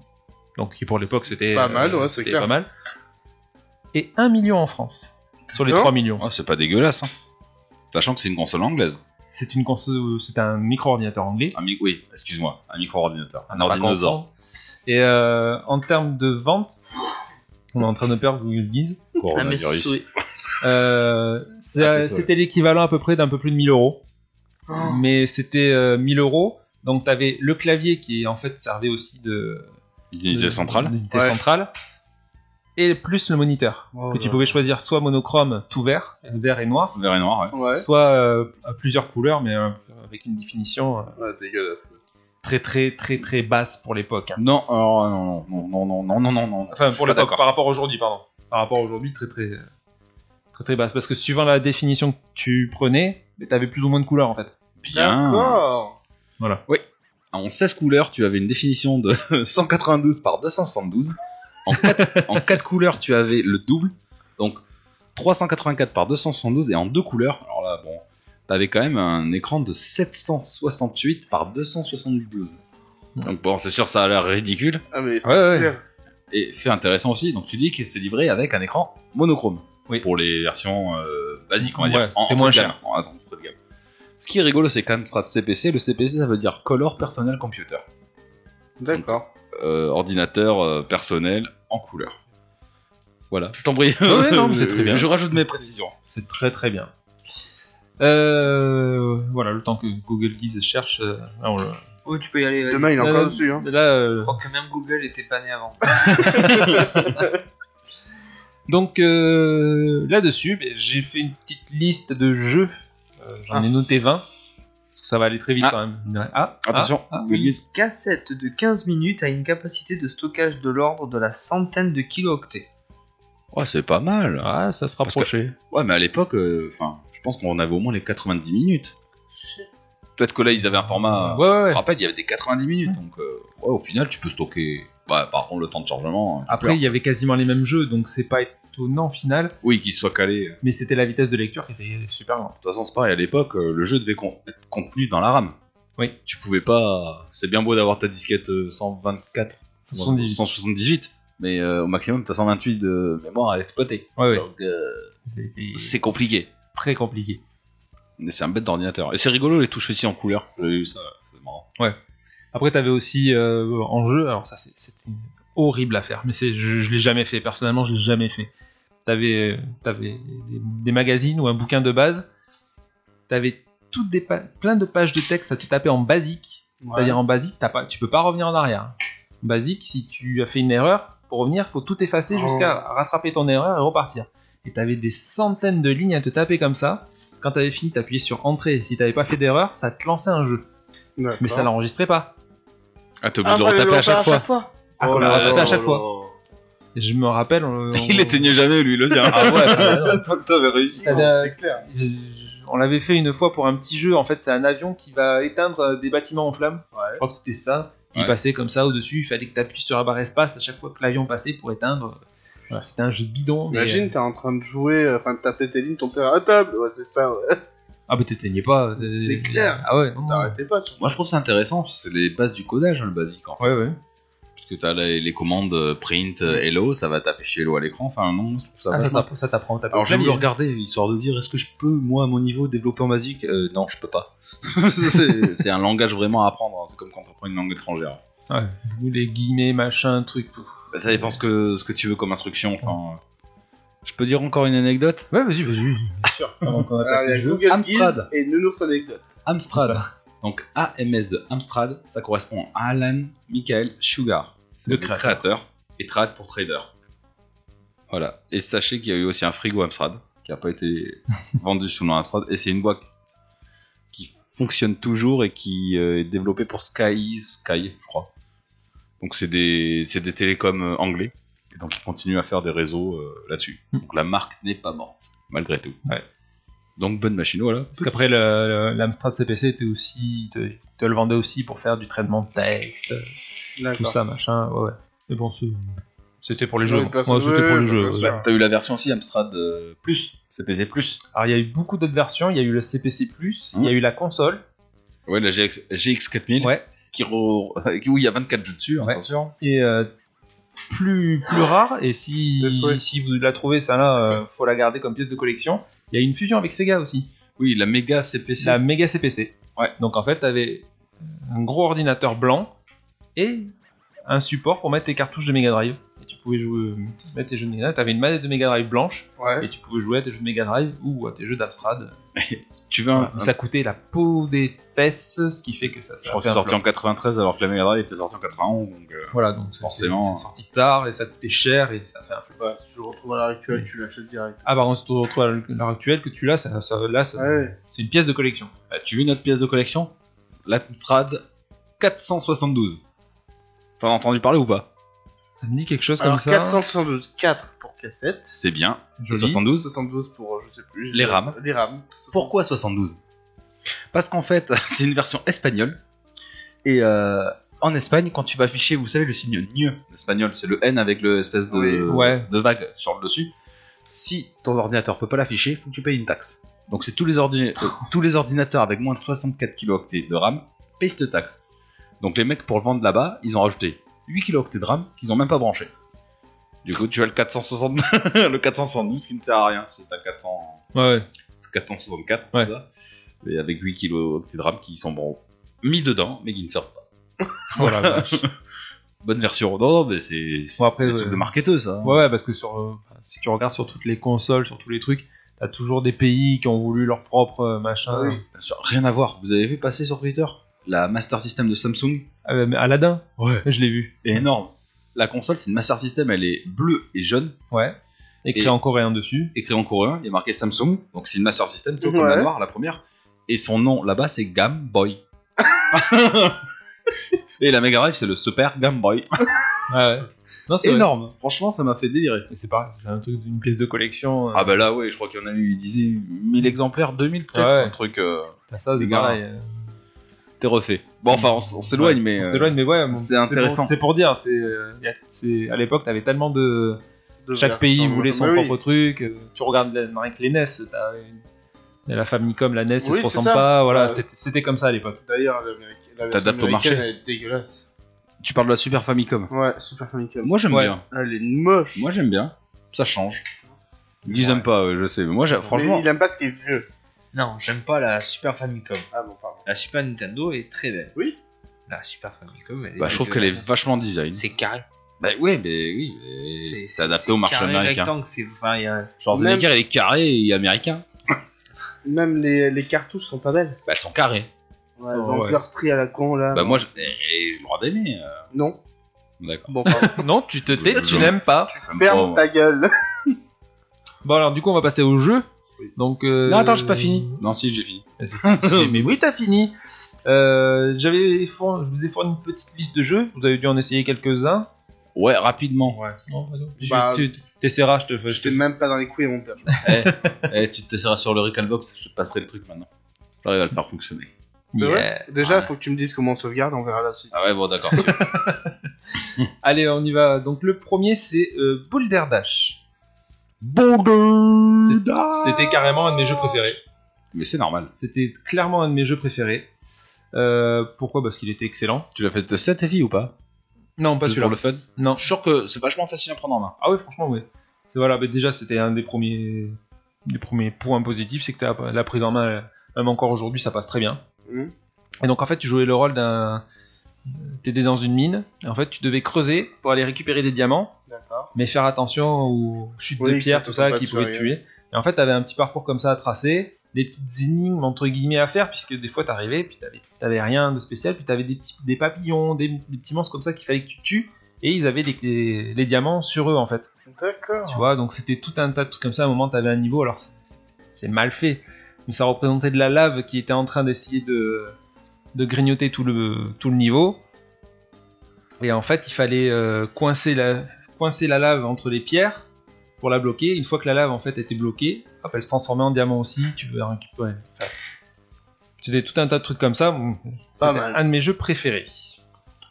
C: Donc qui pour l'époque c'était euh,
E: Pas mal, ouais, c'est
C: c'était
E: clair.
C: pas mal. Et 1 million en France sur les
E: D'accord.
C: 3 millions.
D: Oh, c'est pas dégueulasse. Hein. Sachant que c'est une console anglaise.
C: C'est une console, c'est un micro-ordinateur anglais.
D: Un mi- oui, excuse-moi, un micro-ordinateur. Un
C: Pas
D: ordinateur.
C: comprendre. Et euh, en termes de vente, on est en train de perdre Google Guise.
D: Coronavirus.
C: Euh, c'est-
D: Ah, t'es sauvé.
C: c'était l'équivalent à peu près d'un peu plus de 1000 euros.
E: Oh.
C: Mais c'était euh, 1000 euros. Donc t'avais le clavier qui en fait servait aussi de
D: L'unité
C: de-
D: centrale.
C: d'unité
E: Ouais.
C: centrale. Et plus le moniteur
E: Oh
C: que tu
E: là
C: pouvais choisir soit monochrome tout vert, vert et noir,
D: Vert et noir, ouais.
E: Ouais.
C: soit euh, à plusieurs couleurs mais euh, avec une définition euh,
E: Ouais, dégueulasse.
C: très très très très basse pour l'époque. hein.
D: Non, alors, euh, non, non, non, non, non, non, non.
C: Enfin,
D: Je suis
C: pour
D: pas
C: l'époque,
D: d'accord.
C: par rapport à aujourd'hui, pardon. Par rapport à aujourd'hui, très très très très basse. Parce que suivant la définition que tu prenais, mais t'avais plus ou moins de couleurs en fait.
D: Bien. Ah,
E: D'accord
C: Voilà.
D: En 16 couleurs, tu avais une définition de [LAUGHS] 192 par 272. En 4,
C: [LAUGHS]
D: en quatre couleurs, tu avais le double. Donc 384 par 272 et en deux couleurs. Alors là, bon, t'avais quand même un écran de 768 par 272. Donc bon, c'est sûr, ça a l'air ridicule
E: Ah, mais.
C: Ouais, ouais.
E: Clair.
D: et fait intéressant aussi. Donc tu dis que c'est livré avec un écran monochrome
C: Oui.
D: pour les versions euh, basiques, on va
C: Ouais,
D: dire. en-
C: c'était
D: entrée
C: moins
D: de gamme.
C: cher.
D: En- en entrée de gamme. Ce qui est rigolo, c'est qu'Amstrad CPC, le CPC, ça veut dire Color Personnel Computer,
E: D'accord.
D: Euh, ordinateur euh, personnel en couleur. Voilà, je t'en prie.
C: Ouais, non, mais c'est très bien.
D: Je rajoute mes précisions.
C: C'est très très bien. Euh, voilà, le temps que Google Guise cherche. euh, là, on le-
F: Oh, tu peux y aller. vas-y.
E: Demain, il est
C: Là,
E: encore
C: là-
E: dessus, hein.
C: là, euh,
F: Je crois que même Google était pas né avant.
C: donc euh, là-dessus, ben, j'ai fait une petite liste de jeux. Euh, J'en ai noté 20. Parce que ça va aller très vite
D: Ah.
C: quand même. Ah,
D: Attention,
C: ah,
D: Google Guise.
F: Cassette de 15 minutes a une capacité de stockage de l'ordre de la centaine de kilooctets.
D: Ouais, c'est pas mal.
C: ah. Ah, ça se
D: Parce que-
C: rapprochait.
D: Ouais, mais à l'époque, euh, enfin, je pense qu'on avait au moins les 90 minutes. Peut-être que là, ils avaient un format.
C: Ouais, ouais, ouais.
D: Je te rappelle, il y avait des 90 minutes, donc euh, ouais, au final, tu peux stocker. Bah, par contre, le temps de chargement. hein, tu
C: Après,
D: pleures.
C: il y avait quasiment les mêmes jeux, donc c'est pas étonnant au final.
D: oui, qu'il soit calé. De
C: Mais c'était la vitesse de lecture qui était super lente.
D: toute façon, c'est pareil, à l'époque, euh, le jeu devait con- être contenu dans la RAM.
C: Oui.
D: Tu pouvais pas. C'est bien beau d'avoir ta disquette euh, 124,
C: 78.
D: 178, mais euh, au maximum, t'as 128 de mémoire à exploiter.
C: Ouais, ouais.
D: Donc, euh,
C: C'était
D: c'est compliqué.
C: très compliqué.
D: Mais c'est un bête d'ordinateur. Et c'est rigolo, les touches aussi en couleur. J'ai eu ça, c'est marrant.
C: Ouais. Après, t'avais aussi euh, en jeu, alors ça c'est c'est une horrible affaire, mais c'est je, je l'ai jamais fait, personnellement je l'ai jamais fait. T'avais euh, t'avais des, des magazines ou un bouquin de base, t'avais toutes des pa- plein de pages de texte à te taper en basique, c'est-à-dire en basique, t'as pas, tu peux pas revenir en arrière. En basique, si tu as fait une erreur, pour revenir, faut tout effacer jusqu'à rattraper ton erreur et repartir. Et t'avais des centaines de lignes à te taper comme ça. Quand t'avais fini, t'appuyais sur entrée. Si t'avais pas fait d'erreur, ça te lançait un jeu. Mais ça l'enregistrait pas.
D: Ah, t'es obligé
E: Ah,
D: de le
E: fallait le
D: retaper à chaque
E: refaire
D: fois.
C: Ah, faut le
E: Oh là
C: retaper
E: là
C: à chaque
E: là
C: fois.
E: là.
C: Et je me rappelle.
E: [LAUGHS]
C: on-
D: [LAUGHS] Il éteignait jamais lui, le sien.
C: Ah ouais, bah, non.
D: Tant que [LAUGHS] t'avais réussi.
C: T'avais
E: Euh,
C: un- je- je- On l'avait fait une fois pour un petit jeu. En fait, c'est un avion qui va éteindre euh, des bâtiments en flammes. Je crois que c'était ça. Il
D: Ouais.
C: passait comme ça au-dessus. Il fallait que t'appuies sur la barre espace à chaque fois que l'avion passait pour éteindre. Voilà, c'était un jeu bidon. mais-
E: Imagine, t'es en train de jouer, euh, enfin de taper tes lignes, ton père à la table. Ouais, c'est ça, ouais.
C: Ah, mais t'éteignais pas.
E: C'est clair.
C: Ah ouais. non, non.
E: T'arrêtais pas, tu vois.
D: Moi, je trouve ça intéressant, parce que c'est les bases du codage, hein, le basique. En fait.
C: Ouais, ouais.
D: Parce que t'as les, les commandes euh, print, euh, hello, ça va taper chez hello à l'écran. Enfin, non, je trouve ça
C: Ah, ça
D: vachement-
C: t'apprend- ça t'apprend. t'apprend
D: Alors, j'ai
C: plein
D: voulu
C: de-
D: regarder, histoire de dire, est-ce que je peux, moi, à mon niveau, développer en basique Euh, Non, je peux pas. [LAUGHS] c'est c'est un langage vraiment à apprendre. hein. C'est comme quand t'apprends une langue étrangère.
C: Ouais, vous, les guillemets, machin, truc. pouf.
D: Bah, ça dépend ce que, ce que tu veux comme instruction. Enfin, euh. Je peux dire encore une anecdote
C: Ouais, vas-y, vas-y.
E: Alors, il y Ah, a Google
D: Amstrad.
E: Guild et Nounours Anecdote.
D: Amstrad. Donc AMS de Amstrad, ça correspond à Alan Michael Sugar,
C: C'est le
D: le créateur. et Trad pour trader. Voilà. Et sachez qu'il y a eu aussi un frigo Amstrad qui n'a
C: [LAUGHS]
D: pas été vendu sous le nom Amstrad et c'est une boîte qui fonctionne toujours et qui euh, est développée pour Sky, Sky, je crois. Donc c'est des, c'est des télécoms euh, anglais. Et donc ils continuent à faire des réseaux euh, là-dessus. Donc la marque n'est pas morte, malgré tout.
C: Hmm. Ouais.
D: Donc bonne machine, voilà.
C: Parce qu'après, le- le- l'Amstrad CPC était aussi, te, te le vendait aussi pour faire du traitement de texte, tout
E: D'accord.
C: ça, machin. Ouais, ouais. Mais bon, c'est- c'était pour les jeux.
E: Oui,
C: hein.
E: perso-
C: Ouais, c'était
E: oui,
C: pour les
E: oui,
C: jeux.
E: bien
C: ouais.
E: sûr.
D: Bah, T'as eu la version aussi Amstrad euh, Plus, CPC Plus.
C: Alors, il y a eu beaucoup d'autres versions. Il y a eu le CPC+, il y a eu la console.
D: Ouais, la GX, 4000
C: Ouais.
D: qui re- [LAUGHS] qui- où il y a 24 jeux dessus, hein,
C: Ouais.
D: attention.
C: Et euh, plus, plus rare, et si,
E: Le souhait.
C: si vous la trouvez, ça là, euh, faut la garder comme pièce de collection. Il y a eu une fusion avec Sega aussi.
D: Oui, la méga CPC.
C: la méga CPC.
D: Ouais.
C: Donc en fait, t'avais un gros ordinateur blanc et un support pour mettre tes cartouches de Mega Drive. Et tu pouvais jouer, euh, mettre tes jeux de Mega Drive. T'avais une manette de Mega Drive blanche
E: Ouais.
C: et tu pouvais jouer à tes jeux de Mega Drive ou à tes jeux d'Amstrad.
D: Tu veux un- un-
C: Ça coûtait la peau des fesses, ce qui fait que ça. ça
D: Je
C: a
D: crois que
C: fait
D: c'est
C: un
D: sorti
C: flop.
D: en 93 alors que la Mega Drive était sortie en 91. Donc, euh,
C: Voilà, donc c'était-
D: Forcément.
C: C'est sorti tard et ça coûtait cher et ça a fait un flop.
E: Ouais, si tu le retrouves à l'heure actuelle, tu l'achètes direct.
C: Ah, par contre, si tu te retrouves à l'heure actuelle que tu l'as, ça, ça- là, ça-
E: Ouais.
C: c'est une pièce de collection.
D: euh, tu veux une autre pièce de collection L'Amstrad 472. T'en as entendu parler ou pas
C: Ça me dit quelque chose
E: Alors,
C: comme ça.
E: 472, 4 pour cassette,
D: C'est bien. Et
C: Joli.
D: 72
E: 72 pour, euh, je sais plus.
D: Les RAM.
E: Les RAM.
D: Pourquoi 72 Parce qu'en fait, [LAUGHS] c'est une version espagnole. Et euh, en Espagne, quand tu vas afficher, vous savez, le signe NIE espagnol, c'est le N avec le espèce de,
E: Oui,
C: ouais.
D: de vague sur le dessus. Si ton ordinateur peut pas l'afficher, faut que tu payes une taxe. Donc c'est tous les, ordi- euh, tous les ordinateurs avec moins de 64 kilooctets de RAM payent cette taxe. Donc les mecs, pour le vendre là-bas, ils ont rajouté 8 kilooctets de RAM qu'ils ont même pas branché. Du coup, tu as le 460 [LAUGHS] le 472 qui ne sert à rien. C'est un 400.
C: Ouais,
D: [LAUGHS]
C: ouais.
D: C'est 464,
C: Ouais.
D: c'est ça Et avec 8 kilos de RAM qui sont bon, mis dedans, mais qui ne servent pas.
C: Voilà, bah,
D: Bonne version. Non, non, mais c'est c'est
C: Bon, après,
D: des trucs
C: ouais.
D: de marketeuse, hein. ça.
C: Ouais, ouais, parce que sur, euh, si tu regardes sur toutes les consoles, sur tous les trucs, t'as toujours des pays qui ont voulu leur propre euh, machin.
E: Oui.
D: Bien sûr, Rien à voir. Vous avez vu passer sur Twitter la Master System de Samsung
C: Euh, mais Aladdin,
D: Ouais.
C: je l'ai vu.
D: Énorme. La console, c'est une Master System, elle est bleue et jaune,
C: Ouais. Écrit
D: Et-
C: en coréen dessus.
D: écrit en coréen, il y a marqué Samsung, donc c'est une Master System, plutôt qu'on
E: Ouais.
D: la noire, la première. Et son nom là-bas, c'est Game Boy. [LAUGHS] et la Mega Drive, c'est le Super Game Boy.
C: Ah ouais. Non, c'est vrai.
D: Énorme. Franchement, ça m'a fait délirer.
C: Et C'est pareil, c'est un truc d'une pièce de collection. euh,
D: Ah bah là ouais, je crois qu'il y en a eu, il disait 1000 exemplaires, 2000 peut-être,
C: Ouais.
D: un truc, euh,
C: T'as ça, c'est
D: Des gars.
C: pareil. euh.
D: t'es refait. Bon enfin on, s- on s'éloigne
C: Ouais,
D: mais...
C: On
D: euh,
C: s'éloigne, mais ouais.
D: c'est
C: bon,
D: intéressant.
C: pour- C'est pour dire, c'est, euh, y a- c'est- à l'époque, t'avais tellement de. Chaque pays voulait son propre truc. euh, Tu regardes la- rien que les NES, t'as une- la Famicom, la NES, elles
E: Oui,
C: se
E: c'est
C: ressemblent
E: ça.
C: pas. Voilà,
E: Ouais.
C: c'était- c'était comme ça à l'époque.
E: D'ailleurs, l'américaine, la version
D: T'adaptes au marché.
E: américaine, Elle est dégueulasse.
D: Tu parles de la Super Famicom.
E: Ouais, Super Famicom.
D: Moi j'aime
C: Ouais.
D: bien,
E: Elle est moche.
D: moi j'aime bien, ça change. Ils aiment pas, euh, je sais, mais moi j'ai-
E: Mais
D: franchement...
E: il aime pas ce qui est vieux.
F: Non, j'aime pas la Super Famicom.
E: Ah bon, pardon.
F: La Super Nintendo est très belle.
E: Oui.
F: La Super Famicom, elle est
D: Bah, je trouve qu'elle est
F: dégueulasse.
D: vachement design.
F: C'est carré.
D: Bah ouais, mais oui, mais c'est adapté au marché
F: carré
D: américain.
F: rectangle, c'est. Enfin, il y a-
D: Schwarzenegger, il est carré et américain.
E: Même les, les cartouches sont pas belles.
D: Bah, elles sont carrées.
E: Ouais,
C: sont-
E: donc
C: ouais.
E: leur stri à la con là.
D: Bah, moi, je, eh, eh, je me rends aimé. euh,
E: Non.
D: D'accord.
C: Bon, pardon. non, tu te tais,
D: Oui,
C: tu
D: non.
C: n'aimes pas.
E: Ferme ta [LAUGHS] gueule.
C: Bon, alors du coup, on va passer au jeu. Donc, euh,
D: Non, attends, j'ai pas fini. Non, si, j'ai fini.
C: J'ai- [LAUGHS] mais oui, t'as fini. Euh, j'avais fourni- je vous ai fourni une petite liste de jeux. Vous avez dû en essayer quelques-uns.
D: Ouais, rapidement.
C: Ouais. Non, bah non. Tu-
E: Bah,
C: tu- T'essaieras, je te fais.
E: Je t'ai même pas dans les couilles, mon père.
D: eh, eh, tu te seras sur le Recalbox, je te passerai le truc maintenant. J'arrive à le faire fonctionner. Ah
E: C'est vrai
C: Yeah.
E: Déjà,
D: Ouais.
E: faut que tu me dises comment on sauvegarde, on verra la suite.
D: Ah ouais, bon,
C: [LAUGHS]
D: d'accord.
C: Allez, on y va. Donc, le premier, c'est euh, Boulder Dash.
D: Boulder
C: C'était carrément un de mes jeux préférés.
D: Mais c'est normal.
C: C'était clairement un de mes jeux préférés. Euh, pourquoi Parce qu'il était excellent.
D: Tu l'as fait tester à tes filles ou pas
C: Non, pas
D: Juste pour
C: celui-là.
D: le fun
C: Non.
D: Je suis sûr que c'est vachement facile à prendre en main.
C: Ah oui, franchement, oui. C'est voilà, mais déjà, c'était un des premiers, des premiers points positifs, c'est que t'as la prise en main, euh, même encore aujourd'hui, ça passe très bien.
E: Mhm.
C: Et donc, en fait, tu jouais le rôle d'un. T'étais dans une mine, et en fait, tu devais creuser pour aller récupérer des diamants,
E: D'accord.
C: mais faire attention aux chutes
E: Oui,
C: de
E: que
C: pierres,
E: ça
C: tout
E: te
C: ça,
E: tombe pas
C: qui
E: dessus,
C: pouvaient te
E: ouais.
C: tuer. Et en fait, t'avais un petit parcours comme ça à tracer, des petites énigmes entre guillemets à faire, puisque des fois t'arrivais, puis t'avais, t'avais rien de spécial, puis t'avais des, petits, des papillons, des, des petits monstres comme ça qu'il fallait que tu tues, et ils avaient des, des- les diamants sur eux en fait. Tu
E: D'accord.
C: vois, donc c'était tout un tas de trucs comme ça. À un moment, t'avais un niveau, alors c'est- c'est- c'est mal fait, mais ça représentait de la lave qui était en train d'essayer de, de grignoter tout le, tout le niveau. Et en fait, il fallait euh, coincer, la, coincer la lave entre les pierres pour la bloquer. Une fois que la lave en fait était bloquée, hop, elle se transformait en diamant aussi. Tu veux la récupérer. Enfin, c'était tout un tas de trucs comme ça.
E: Pas
C: C'était
E: mal.
C: un de mes jeux préférés.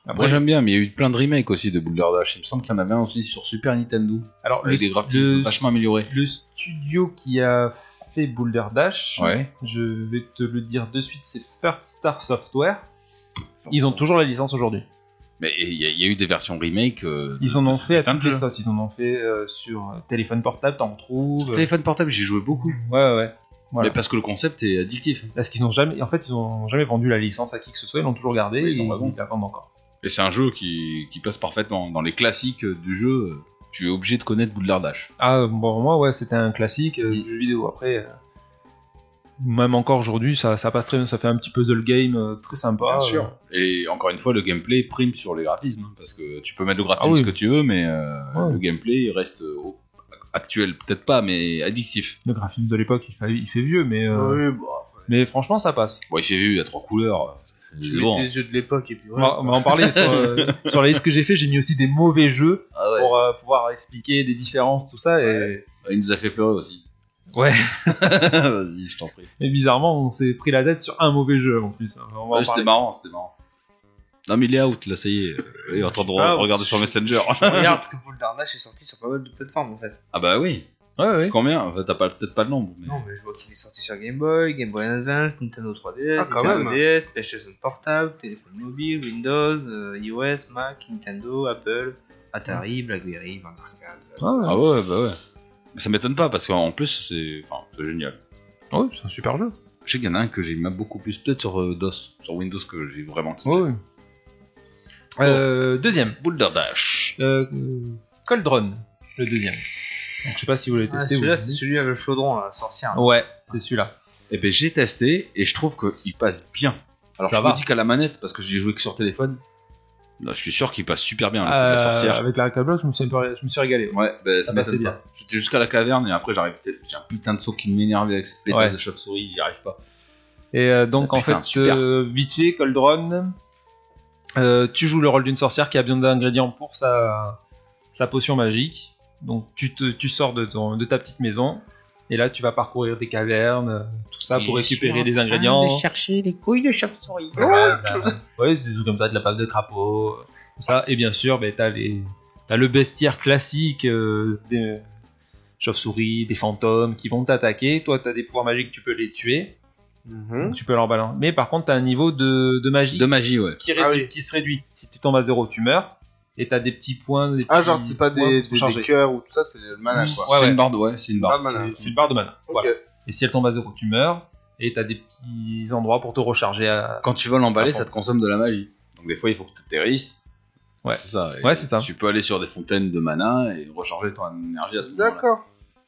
D: Moi
C: Après,
D: j'aime bien, mais il y a eu plein de remakes aussi de Boulder Dash. Il me semble qu'il y en avait un aussi sur Super Nintendo.
C: alors,
D: Avec des graphismes
C: le-
D: vachement améliorés.
C: le studio qui a fait Boulder Dash,
D: Ouais.
C: je vais te le dire de suite, c'est First Star Software. Ils ont toujours la licence aujourd'hui.
D: Mais il y, a- il y a eu des versions remake. euh,
C: Ils en ont fait à
D: Putain de
C: toutes les
D: jeu.
C: sauces. Ils en ont fait euh, sur euh, téléphone portable, t'en retrouves.
D: sur
C: Ouais,
D: Téléphone portable, j'y jouais beaucoup.
C: ouais, ouais. euh. Voilà.
D: Mais parce que le concept est addictif.
C: Parce qu'ils ont jamais, en fait, ils ont jamais vendu la licence à qui que ce soit. Ils l'ont toujours gardée.
D: Oui, ils
C: et
D: ont raison.
C: la vendent encore.
D: Et c'est un jeu qui, qui passe parfaitement. Dans les classiques euh, du jeu, euh, tu es obligé de connaître Boulder Dash.
C: Ah, bon, pour moi, ouais, c'était un classique euh, du jeu vidéo. Après, euh, même encore aujourd'hui, ça, ça passe très bien. Ça fait un petit puzzle game euh, très sympa. euh,
D: Et encore une fois, le gameplay prime sur les graphismes. hein, Parce que tu peux mettre le graphisme
C: Ah oui.
D: ce que tu veux, mais euh,
C: Ouais.
D: le gameplay il reste euh, au- actuel. Peut-être pas, mais addictif.
C: le graphisme de l'époque, il fait, il fait vieux, mais euh,
E: Oui, bah, bon. après,
C: mais franchement, ça passe.
D: Bon, il fait vu, il y a trois couleurs.
E: Tu
D: C'est
E: mets
D: bon.
E: tes yeux de l'époque et puis
C: On
E: voilà.
C: va, on va en parler sur, euh, sur la liste que j'ai fait. J'ai mis aussi des mauvais jeux
D: Ah ouais.
C: pour euh, pouvoir expliquer les différences, tout ça. Et,
D: Ah, Il nous a fait pleurer aussi.
C: Ouais.
D: [LAUGHS] Vas-y, je t'en prie.
C: et bizarrement, on s'est pris la tête sur un mauvais jeu en plus. hein. On va en
D: Ouais,
C: parler.
D: c'était marrant, c'était marrant. Non, mais il est out là, ça y est. Il est en train de re-
F: Ah,
D: regarder sur Messenger.
E: [LAUGHS]
F: Regarde que Boulder Dash est sorti sur pas mal de plateformes en fait.
D: [LAUGHS] ah bah oui.
C: Ouais, ouais.
D: Combien Enfin, T'as pas- peut-être pas le nombre. mais-
F: Non, mais je vois qu'il est sorti sur Game Boy, Game Boy Advance, Nintendo 3DS,
E: Ah, quand
F: Nintendo
E: même.
F: DS, PlayStation Portable, téléphone mobile, Windows, euh, iOS, Mac, Nintendo, Apple, Atari, BlackBerry, Banque Arcade.
C: Ah ouais.
D: Ah ouais, bah ouais. Mais ça m'étonne pas parce qu'en plus, c'est enfin, c'est génial.
C: Ouais, c'est un super jeu.
D: Je sais qu'il y en a un que j'ai même beaucoup plus, peut-être sur euh, DOS, sur Windows que j'ai vraiment Oh, kiffé.
C: Ouais, ouais. Euh, deuxième,
D: Boulder Dash.
C: euh, Coldron, le deuxième. Donc, je sais pas si vous l'avez
F: Ah,
C: testé. vous
F: celui-là,
C: l'avez
F: c'est
C: dit.
F: celui avec le chaudron, la sorcière. là.
C: Ouais, c'est celui-là.
D: Et ben j'ai testé et je trouve qu'il passe bien. Alors
C: Ça
D: je me
C: va.
D: dis qu'à la manette, parce que j'ai joué que sur téléphone, là, je suis sûr qu'il passe super bien. le coup de
C: Euh,
D: Ah, la sorcière.
C: avec la Rectal Block, je me suis un peu- je me suis régalé.
D: Ouais, bah, ça
C: Ah bah, c'est
D: m'étonne
C: bien.
D: pas. J'étais jusqu'à la caverne et après j'arrive. J'ai un putain de saut qui m'énervait avec cette pétasse
C: Ouais.
D: de chauve-souris, j'y arrive pas.
C: Et euh, donc,
D: Ah,
C: en
D: putain,
C: fait,
D: super.
C: euh, vite fait, Coldron, euh, tu joues le rôle d'une sorcière qui a besoin d'ingrédients pour sa, sa potion magique. Donc, tu, te, tu sors de, ton, de ta petite maison, et là, tu vas parcourir des cavernes, euh, tout ça, pour récupérer des ingrédients.
G: chercher des couilles de Oh, chauve-souris.
C: Ouais, bah, ouais, c'est des trucs comme ça, de la pâte de crapaud, euh, tout ça. Et bien sûr, bah, t'as les... t'as le bestiaire classique euh, des chauves-souris, des fantômes qui vont t'attaquer. Toi, t'as des pouvoirs magiques, tu peux les tuer.
E: Mhm.
C: Donc, tu peux leur balancer. Mais par contre, t'as un niveau de, de magie
D: De magie, ouais.
C: qui,
E: Ah
C: réduit-
E: oui.
C: qui se réduit. Si tu tombes à zéro, tu meurs. Et t'as des petits points. Des
E: Ah, genre,
C: petits
E: c'est pas
C: points
E: des,
C: pour
E: des,
C: charger.
E: des cœurs ou tout ça, c'est le malin
C: Oui.
E: quoi.
C: Ouais,
D: c'est
C: ouais.
D: une barre, de- ouais, c'est une barre.
E: Pas malin.
C: C'est- C'est une barre de mana.
E: Ok.
C: Voilà. Et si elle tombe à zéro, tu meurs. Et t'as des petits endroits pour te recharger. À...
D: Quand tu vas l'emballer,
C: Ah,
D: ça te consomme de la magie. Donc des fois, il faut que tu atterrisses.
C: Ouais.
D: c'est ça. Et
C: Ouais, c'est ça.
D: Tu peux aller sur des fontaines de mana et recharger ton énergie à ce moment-là.
E: D'accord.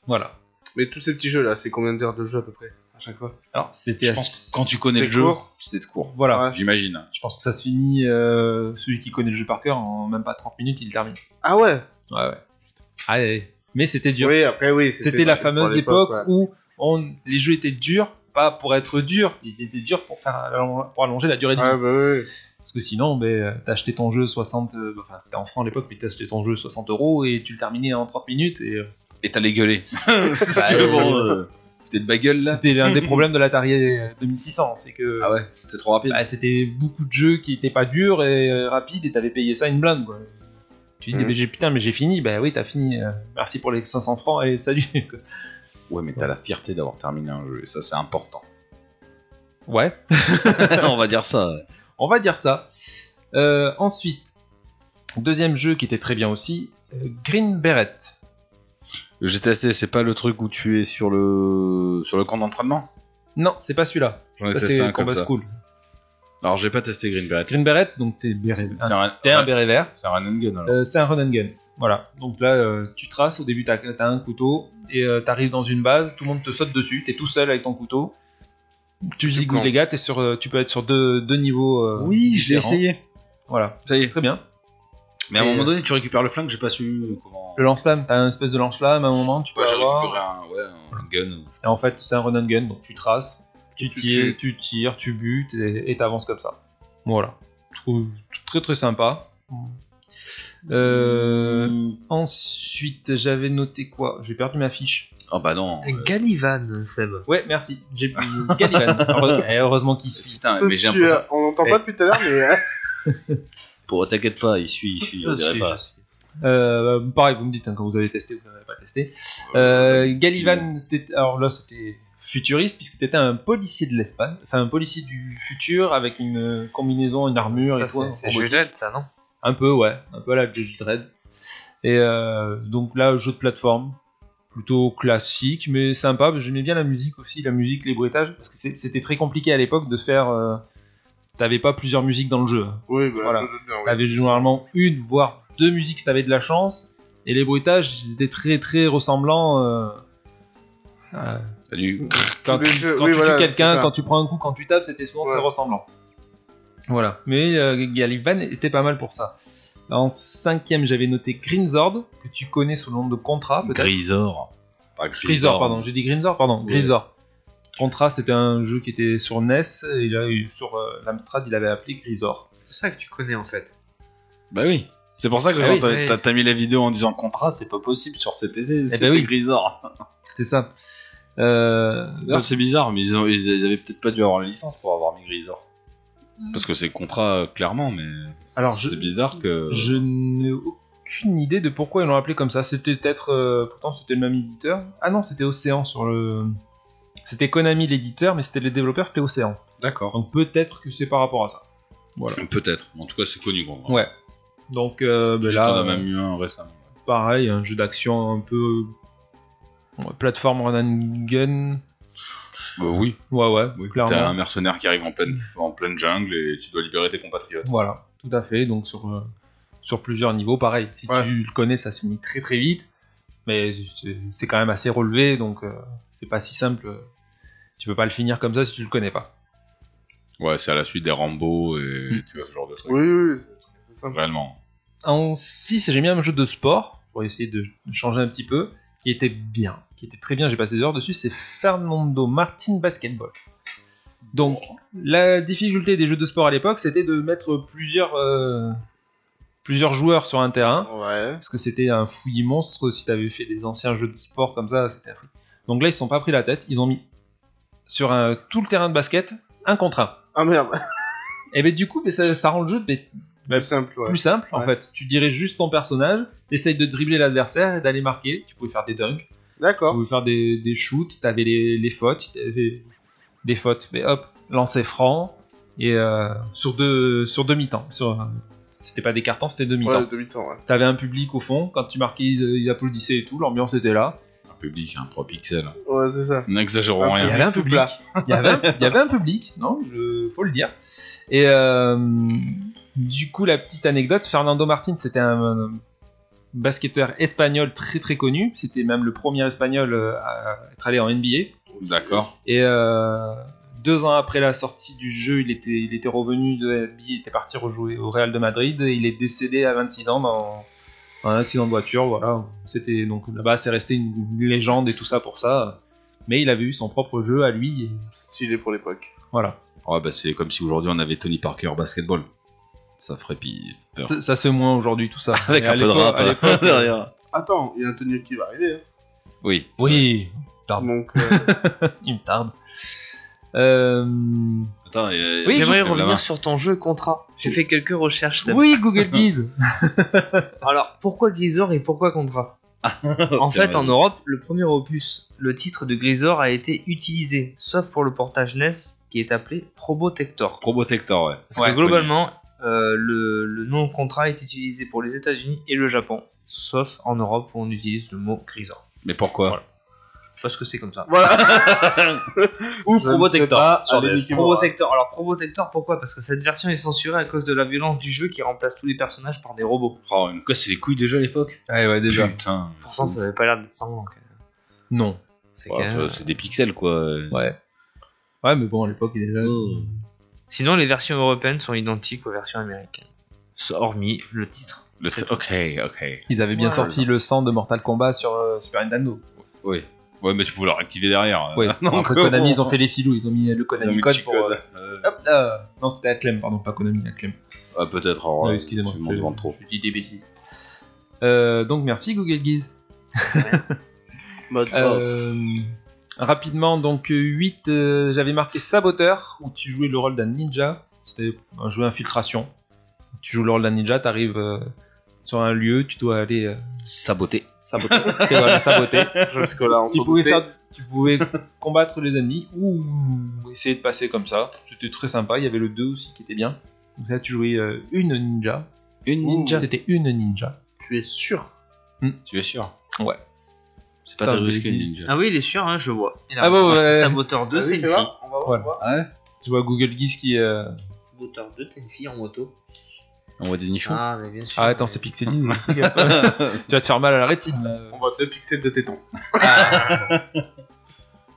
C: Voilà.
E: Mmh. Mais tous ces petits jeux là, c'est combien d'heures de jeu à peu près à chaque fois
C: Alors, c'était
D: Je
C: à-
D: pense que quand tu connais
E: C'est
D: le jeu,
E: court.
D: c'est de court.
C: Voilà.
E: Ouais.
D: J'imagine.
C: Je pense que ça se finit. euh, celui qui connaît le jeu par cœur, en même pas 30 minutes, il termine.
E: Ah ouais
C: Ouais, ouais. Allez. Mais c'était dur.
E: Oui, après oui.
C: C'était la
E: pour
C: fameuse époque
E: l'époque, ouais.
C: où on, les jeux étaient durs, pas pour être durs, ils étaient durs pour, faire, pour allonger la durée de vie.
E: Ah bah oui.
C: Parce que sinon, ben, euh, t'achetais ton jeu 60, euh, enfin c'était en francs à l'époque, mais t'achetais ton jeu 60 euros et tu le terminais en 30 minutes. Et euh,
D: Et t'allais gueuler. Parce [LAUGHS]
E: Bah,
D: que
C: euh,
D: bon, euh, c'était de bagueule là.
C: c'était
D: [LAUGHS]
C: l'un des problèmes de l'Atari euh, 2600, c'est que
D: Ah ouais, c'était trop rapide.
C: bah, c'était beaucoup de jeux qui étaient pas durs et euh, rapides et t'avais payé ça une blinde. Quoi. Tu dis
D: Mmh.
E: Mhm.
C: mais j'ai- putain mais j'ai fini, bah oui t'as fini, euh, merci pour les 500 francs, allez salut. [LAUGHS] quoi.
D: Ouais, mais t'as la fierté d'avoir terminé un jeu et ça, c'est important.
C: ouais,
D: [LAUGHS] On va dire ça. ouais.
C: on va dire ça. Euh, ensuite, deuxième jeu qui était très bien aussi, euh, Green Beret.
D: J'ai testé, c'est pas le truc où tu es sur le sur le camp d'entraînement
C: Non, c'est pas celui-là.
D: J'en ai
C: Ça,
D: testé un
C: c'est
D: comme
C: Combat
D: ça.
C: School.
D: Alors j'ai pas testé Green Beret.
C: Green Beret, donc t'es béret-
D: C'est un,
C: T'es un béret vert.
D: c'est un run and gun alors.
C: Euh, c'est un run and gun. Voilà. Donc là, euh, tu traces. Au début, t'as as un couteau. Et euh, t'arrives dans une base. Tout le monde te saute dessus. T'es tout seul avec ton couteau. Tu zigouilles
E: plantes.
C: les gars. t'es sur, euh, tu peux être sur deux, deux niveaux. euh, différents. Voilà.
D: Ça y est.
C: Très bien.
D: Mais à un
C: Et,
D: moment
C: euh,
D: donné, tu récupères le flingue, j'ai pas su comment.
C: Le lance-flamme. T'as un espèce de lance-flamme à un moment. Tu peux
D: Ouais, j'ai
C: avoir.
D: récupéré un, bah, ouais, un gun.
C: Et en fait, c'est un run and gun. Donc tu traces. Tu tires, tu tires, tu butes et et t'avances comme ça. Voilà. Je trouve très très sympa.
F: Mm.
C: Euh, Ensuite, j'avais noté quoi J'ai perdu ma fiche.
D: Oh bah non. euh,
F: Gallivan, Seb.
C: Ouais, merci. J'ai plus
F: [LAUGHS]
C: Gallivan. Heureux- eh, heureusement qu'il se fit.
D: Putain,
E: Sauf
D: mais j'ai
E: que tu,
D: l'impression.
E: euh, On n'entend pas depuis tout à l'heure, mais. euh,
D: Pour t'inquiète pas, il suit, il suit, on dirait pas.
C: Euh, pareil, vous me dites hein, quand vous avez testé ou vous n'avez pas testé. Euh, Gallivan, t'étais- alors là, c'était futuriste puisque t'étais un policier de l'Espagne, enfin un policier du futur avec une euh, combinaison, une armure et
F: Ça,
C: tout.
F: c'est-
C: hein,
F: c'est
C: robotique.
F: Judette, ça, non
C: Un peu, ouais, un peu à la Judge Dredd. Et euh, donc là, jeu de plateforme, plutôt classique, mais sympa. parce que J'aimais bien la musique aussi, la musique, les bruitages, parce que c'est- c'était très compliqué à l'époque de faire. euh, T'avais pas plusieurs musiques dans le jeu.
E: [LAUGHS] Oui, bah
C: Voilà.
E: ça, c'est bien, oui.
C: T'avais généralement une, voire deux musiques si t'avais de la chance, et les bruitages ils étaient très très ressemblants. euh, euh,
D: Salut.
C: quand
E: Tous les
C: tu,
E: jeux,
C: quand
E: oui,
C: tu
E: voilà,
C: tues
E: c'est
C: quelqu'un,
E: ça.
C: quand tu prends un coup, quand tu tapes, c'était souvent
E: Ouais.
C: très ressemblant. Voilà. Mais euh, Gallivan était pas mal pour ça. En cinquième, j'avais noté Grinzord, que tu connais sous le nom de Contra, peut-être.
D: Grisor. Pas Grisor.
C: Grisor, pardon. J'ai dit Grinzord, pardon. Grisor. Contra, c'était un jeu qui était sur NES, et là, il- sur euh, l'Amstrad, il avait appelé Grisor.
F: C'est ça que tu connais en fait.
D: Bah oui. C'est pour ça que
C: Ah
D: quand
C: oui,
D: t'as-
F: oui.
D: t'as- t'as mis la vidéo en disant contrat, c'est pas possible sur CPC. C'est
C: oui.
D: [LAUGHS] Grisor.
C: C'était ça. Euh,
D: D'ailleurs, c'est bizarre, mais ils, ont- ils- ils avaient peut-être pas dû avoir la licence pour avoir mis Grisor. Parce que c'est contrat, euh, clairement, mais.
C: alors, je,
D: C'est bizarre que.
C: Je n'ai aucune idée de pourquoi ils l'ont appelé comme ça. C'était peut-être. euh, pourtant, c'était le même éditeur. Ah non, c'était Océan sur le. C'était Konami l'éditeur, mais c'était les développeurs, c'était Océan.
D: D'accord.
C: Donc peut-être que c'est par rapport à ça. Voilà.
D: Peut-être. En tout cas, c'est connu, quoi.
C: Ouais. Donc euh, ben
D: Parce que
C: là,
D: t'en as même eu un récemment.
C: pareil, un jeu d'action un peu. ouais, Plateforme run and gun.
D: Bah oui.
C: Ouais, ouais,
D: Oui,
C: clairement.
D: T'as un mercenaire qui arrive en pleine, en pleine jungle et tu dois libérer tes compatriotes.
C: Voilà, tout à fait. Donc sur, euh, sur plusieurs niveaux, pareil. Si
E: Ouais.
C: tu le connais, ça se finit très très vite. Mais c'est- c'est quand même assez relevé, donc euh, c'est pas si simple. Tu peux pas le finir comme ça si tu le connais pas.
D: Ouais, c'est à la suite des Rambo et
C: Mm.
D: tu vois ce genre de truc.
E: Oui, oui, c'est- c'est simple.
D: Réellement.
C: En 6, j'ai mis un jeu de sport, pour essayer de de changer un petit peu, qui était bien, qui était très bien, j'ai passé des heures dessus, c'est Fernando Martin Basketball. Donc, la difficulté des jeux de sport à l'époque, c'était de mettre plusieurs, euh, plusieurs joueurs sur un terrain,
E: Ouais.
C: parce que c'était un fouillis monstre si t'avais fait des anciens jeux de sport comme ça c'était un fouillis. donc là ils se sont pas pris la tête ils ont mis sur un- tout le terrain de basket un contre un
E: Ah merde,
C: et ben du coup mais ça, ça rend le jeu mais
E: plus simple, ouais.
C: Bah, plus simple en
E: Ouais.
C: fait tu dirais juste ton personnage t'essayes de dribbler l'adversaire et d'aller marquer tu pouvais faire des dunks tu
E: D'accord.
C: pouvais faire des, des shoots t'avais les, les fautes t'avais des fautes mais hop lancer franc et euh, sur deux sur demi temps sur c'était pas des cartons c'était demi temps
E: Ouais, demi-temps, ouais.
C: T'avais un public au fond, quand tu marquais, ils, ils applaudissaient et tout, l'ambiance était là.
D: Un public, un 3 pixels.
E: Ouais, c'est ça.
D: N'exagérons
E: Un
C: Il y
D: rien.
C: avait un
E: Tout
C: public.
E: plat.
C: Il y avait, il y avait un public, non, je, faut le dire. Et euh, Du coup, la petite anecdote, Fernando Martin, c'était un, euh, basketteur espagnol très très connu. C'était même le premier espagnol euh, à être allé en NBA.
D: D'accord.
C: Et euh, deux ans après la sortie du jeu, il était, il était revenu de la NBA, il était parti rejouer au Real de Madrid. Et il est décédé à 26 ans dans, dans un accident de voiture. Voilà. C'était donc là-bas, c'est resté une, une légende et tout ça pour ça. Mais il avait eu son propre jeu à lui. et
E: Stylé pour l'époque.
C: voilà.
D: Ouais, bah c'est comme si aujourd'hui on avait Tony Parker basketball. Ça ferait pi- peur.
C: Ça, ça se fait moins aujourd'hui tout ça.
D: Avec
C: Mais
D: un
C: à
D: peu de
C: l'époque-
D: rap
C: à
D: [LAUGHS] hein,
C: l'époque,
D: derrière.
E: Attends, il y a Antonio qui va arriver.
D: Oui.
C: Oui,
E: hein.
C: Ah.
E: Donc,
C: [LAUGHS]
E: euh,
C: il me tarde. Euh,
D: Attends, euh,
F: Oui, j'aimerais
D: lève la main.
F: revenir sur ton jeu contrat. J'ai fait quelques recherches. Seb.
C: Oui, Google Biz.
F: Alors, pourquoi Grisor et pourquoi
D: [LAUGHS]
F: contrat En
D: Ok,
F: fait, en
D: Ah, vas-y.
F: Europe, le premier opus, le titre de Grisor a été utilisé, sauf pour le portage NES qui est appelé Probotector.
D: Probotector, ouais.
F: Parce que globalement, euh, le, le nom de contrat est utilisé pour les États-Unis et le Japon, sauf en Europe où on utilise le mot Grisor.
D: Mais pourquoi
F: Parce que c'est comme
D: Ah,
F: ça.
E: voilà.
D: Ou
E: Je ne sais pas,
D: Probotector sur
E: allez,
D: NES.
E: niquez-moi.
F: Probotector. Alors Probotector, pourquoi Parce que cette version est censurée à cause de la violence du jeu qui remplace tous les personnages par des robots.
D: Oh, mais quoi, c'est les couilles déjà à l'époque
C: Ouais, ouais, déjà.
D: Putain.
F: Pourtant, ça avait pas l'air d'être sanglant. quand même.
C: Non.
F: C'est quand
D: Ouais,
F: même-
D: ça, C'est des pixels, quoi.
C: Ouais. Ouais, mais bon, à l'époque, il est déjà.
F: Sinon, les versions européennes sont identiques aux versions américaines. Hormis le titre.
D: Le t- ok, ok.
C: Ils avaient bien
F: Ouais.
C: sorti le sang de Mortal Kombat sur euh, Super Nintendo.
D: Oui. Ouais, mais tu peux leur activer derrière.
C: Ouais.
D: [LAUGHS] non,
C: Après
D: comment
C: Konami, ils ont fait les filous, ils ont mis le
D: Ils ont
C: Konami
D: mis le
C: code
D: petit
C: pour.
D: code.
C: euh, Hop là Non, c'était Atlem, pardon, pas Konami, Atlem.
D: Ah, peut-être. alors,
C: Ouais,
D: euh,
C: excusez-moi.
D: Tu m'en demandes trop.
C: Je dis des bêtises. Euh, donc merci Google Guise.
D: Oh.
E: Mode off.
C: Euh, rapidement, donc 8, j'avais marqué Saboteur, où tu jouais le rôle d'un ninja. C'était un jeu infiltration. Tu joues le rôle d'un ninja, t'arrives euh, sur un lieu, tu dois aller euh,
D: Saboter.
C: saboter. [LAUGHS] Tu dois aller saboter.
E: Parce que là, on
C: Tu
E: s'en
C: pouvais,
E: doutait.
C: faire- tu pouvais combattre les ennemis ou essayer de passer comme ça. C'était très sympa. Il y avait le 2 aussi qui était bien. Donc là, tu jouais euh, une ninja.
D: Une ninja.
C: C'était une ninja.
E: Tu es sûr
C: Hmm.
D: Tu es sûr
C: Ouais.
D: C'est pas très
C: Putain,
D: risqué,
C: j'ai
D: une
C: dit-
D: ninja.
F: Ah oui, il est sûr, hein, je vois. Et là,
C: Ah bon, ouais.
F: Saboteur 2,
E: Vas-y,
F: c'est une
E: fais
F: fille.
E: voir, on va voir,
C: Voilà.
E: on va voir.
D: Ah ouais
C: Tu vois Google Geese qui. euh,
F: Saboteur 2, t'es une fille en moto.
D: On voit des nichons.
F: Ah, mais bien sûr.
C: Ah, attends, c'est [LAUGHS] pixelisé. tu
E: [LAUGHS]
C: vas te faire mal à la rétine. là.
E: On voit deux pixels de téton.
D: [LAUGHS]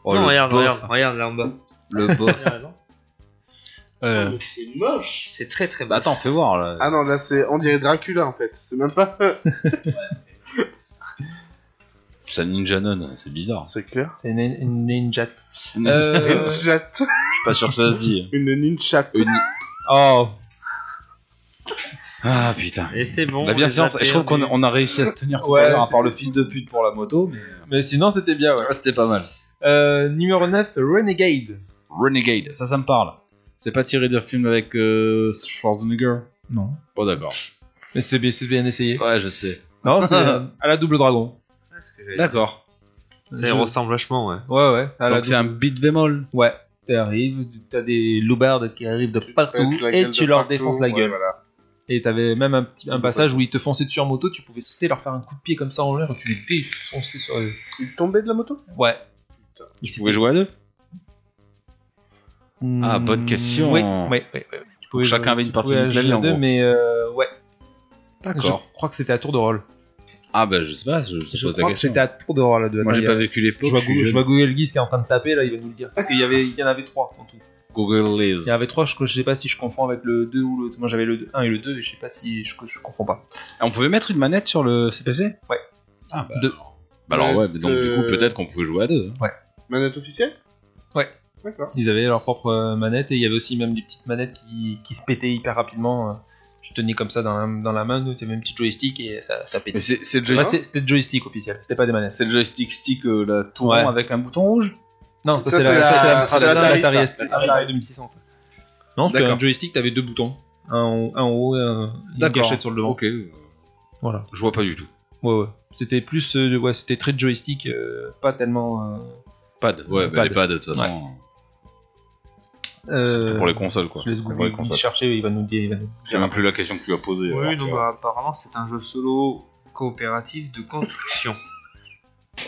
D: Oh,
F: Ah. non,
D: le Oh.
F: regarde,
D: bof.
F: regarde, regarde là en bas.
D: Le bof. [LAUGHS]
F: Il a raison.
C: Euh,
E: Mais c'est moche
F: C'est très très
D: Bah,
F: bas.
D: attends, fais voir là.
E: Ah non, là, c'est on dirait Dracula en fait. C'est même pas.
D: C'est un ninja non, c'est bizarre.
E: c'est clair.
C: c'est une, une ninja.
E: Une
C: Euh,
E: jatte.
D: Je suis pas sûr que ça se dit.
E: Une ninja.
C: [LAUGHS] oh,
D: [LAUGHS] Ah putain.
F: Et c'est bon.
D: la
F: on
D: bienséance,
F: les a
D: et je trouve qu'on
F: perdus.
D: on a réussi à se tenir tout
C: Ouais,
D: à l'heure, à
C: c'est-
D: part le fils de pute pour la moto, mais
C: mais sinon, c'était bien, ouais.
D: Ah, c'était pas mal.
C: Euh, numéro 9, Renegade.
D: Renegade, ça, ça me parle. C'est pas tiré d'un film avec euh, Schwarzenegger
C: Non.
D: Bon, d'accord.
C: Mais c'est bien, c'est bien essayé.
D: Ouais, je sais.
C: Non,
E: [LAUGHS]
C: c'est euh, à la double dragon.
F: Ouais, ce que j'avais dit.
D: D'accord.
F: Ça y
C: Je-
F: ressemble vachement, ouais.
C: Ouais, ouais. à la
D: Donc c'est un beat bémol.
C: Ouais, t'arrives, t'as des loubardes qui arrivent de partout et tu leur défonces la gueule. Et t'avais même un, petit, un passage où ils te fonçaient dessus en moto, tu pouvais sauter, leur faire un coup de pied comme ça en l'air, et tu les défonçais sur eux.
E: Il tombait de la moto
C: Ouais.
D: Tu pouvais jouer à deux Ah,
C: Hmm,
D: bonne question.
C: Oui, oui, oui. oui. Tu pouvais
D: Donc chacun
C: jouer-
D: avait une
C: tu
D: partie
C: pouvais
D: du
C: jouer
D: clavier,
C: à
D: en
C: deux,
D: gros.
C: mais euh, ouais.
D: D'accord.
C: Je crois que c'était à tour de rôle.
D: Ah bah je sais pas, je, je te
C: Je
D: pose la
C: crois que
D: question.
C: c'était à tour de rôle à deux. euh,
D: Moi j'ai
C: Attends,
D: pas vécu
C: il y a-
D: l'époque.
C: Je vois, Google,
D: je
C: je
D: suis
C: vois
D: jeune.
C: Google Geese qui est en train de taper, là, il va nous le dire. Parce qu'il y, avait, il y en avait trois en tout.
D: Google
C: Il y en avait trois, je, je sais pas si je confonds avec le 2 ou le. Moi j'avais le 1 et le 2, et je sais pas si je, je confonds pas.
D: On pouvait mettre une manette sur le CPC
C: Ouais.
D: Ah bah.
C: Deux.
D: Bah alors ouais, mais donc du coup
E: Euh,
D: peut-être qu'on pouvait jouer à deux. hein.
E: Manette officielle
C: Ouais.
E: D'accord.
C: Ils avaient leur propre euh, manette et il y avait aussi même des petites manettes qui, qui se pétaient hyper rapidement. euh. Tu tenais comme ça dans la, dans la main, nous t'avais un petit joystick et ça, ça
D: Mais
C: pétait.
D: c'est c'est le
C: Ouais,
D: joystick,
C: c'est- c'était le joystick officiel, c'était pas des manettes.
D: c'est le joystick stick euh, la tour
C: Ouais.
D: avec un bouton rouge.
C: Non, ça
E: Ça,
C: c'est la,
E: c'est
C: ça,
E: la-
C: c'est la-
E: c'est
C: la-
E: l'Atari,
C: l'Atari,
E: ça.
C: c'était l'Atari
E: L'Atari.
C: 2600. ça. Non, c'était
D: D'accord.
C: un joystick, t'avais deux boutons. Un, en- un en haut et un, une gâchette sur le devant.
D: Ok. euh,
C: Voilà.
D: Je vois pas du tout.
C: Ouais, ouais. C'était plus, euh, ouais, c'était très joystick, euh, pas tellement.
D: Pad. Ouais, bah,
C: Pad.
D: les pads de toute façon.
C: euh,
D: c'est
C: euh,
D: plutôt pour les consoles quoi.
C: Je laisse
D: Pour les
C: Google
D: consoles.
C: chercher, il va nous dire. il va nous-
D: C'est même plus la question que tu as posée. alors,
F: Oui,
D: tu
F: donc
D: vois.
F: bah, apparemment, c'est un jeu solo coopératif de construction.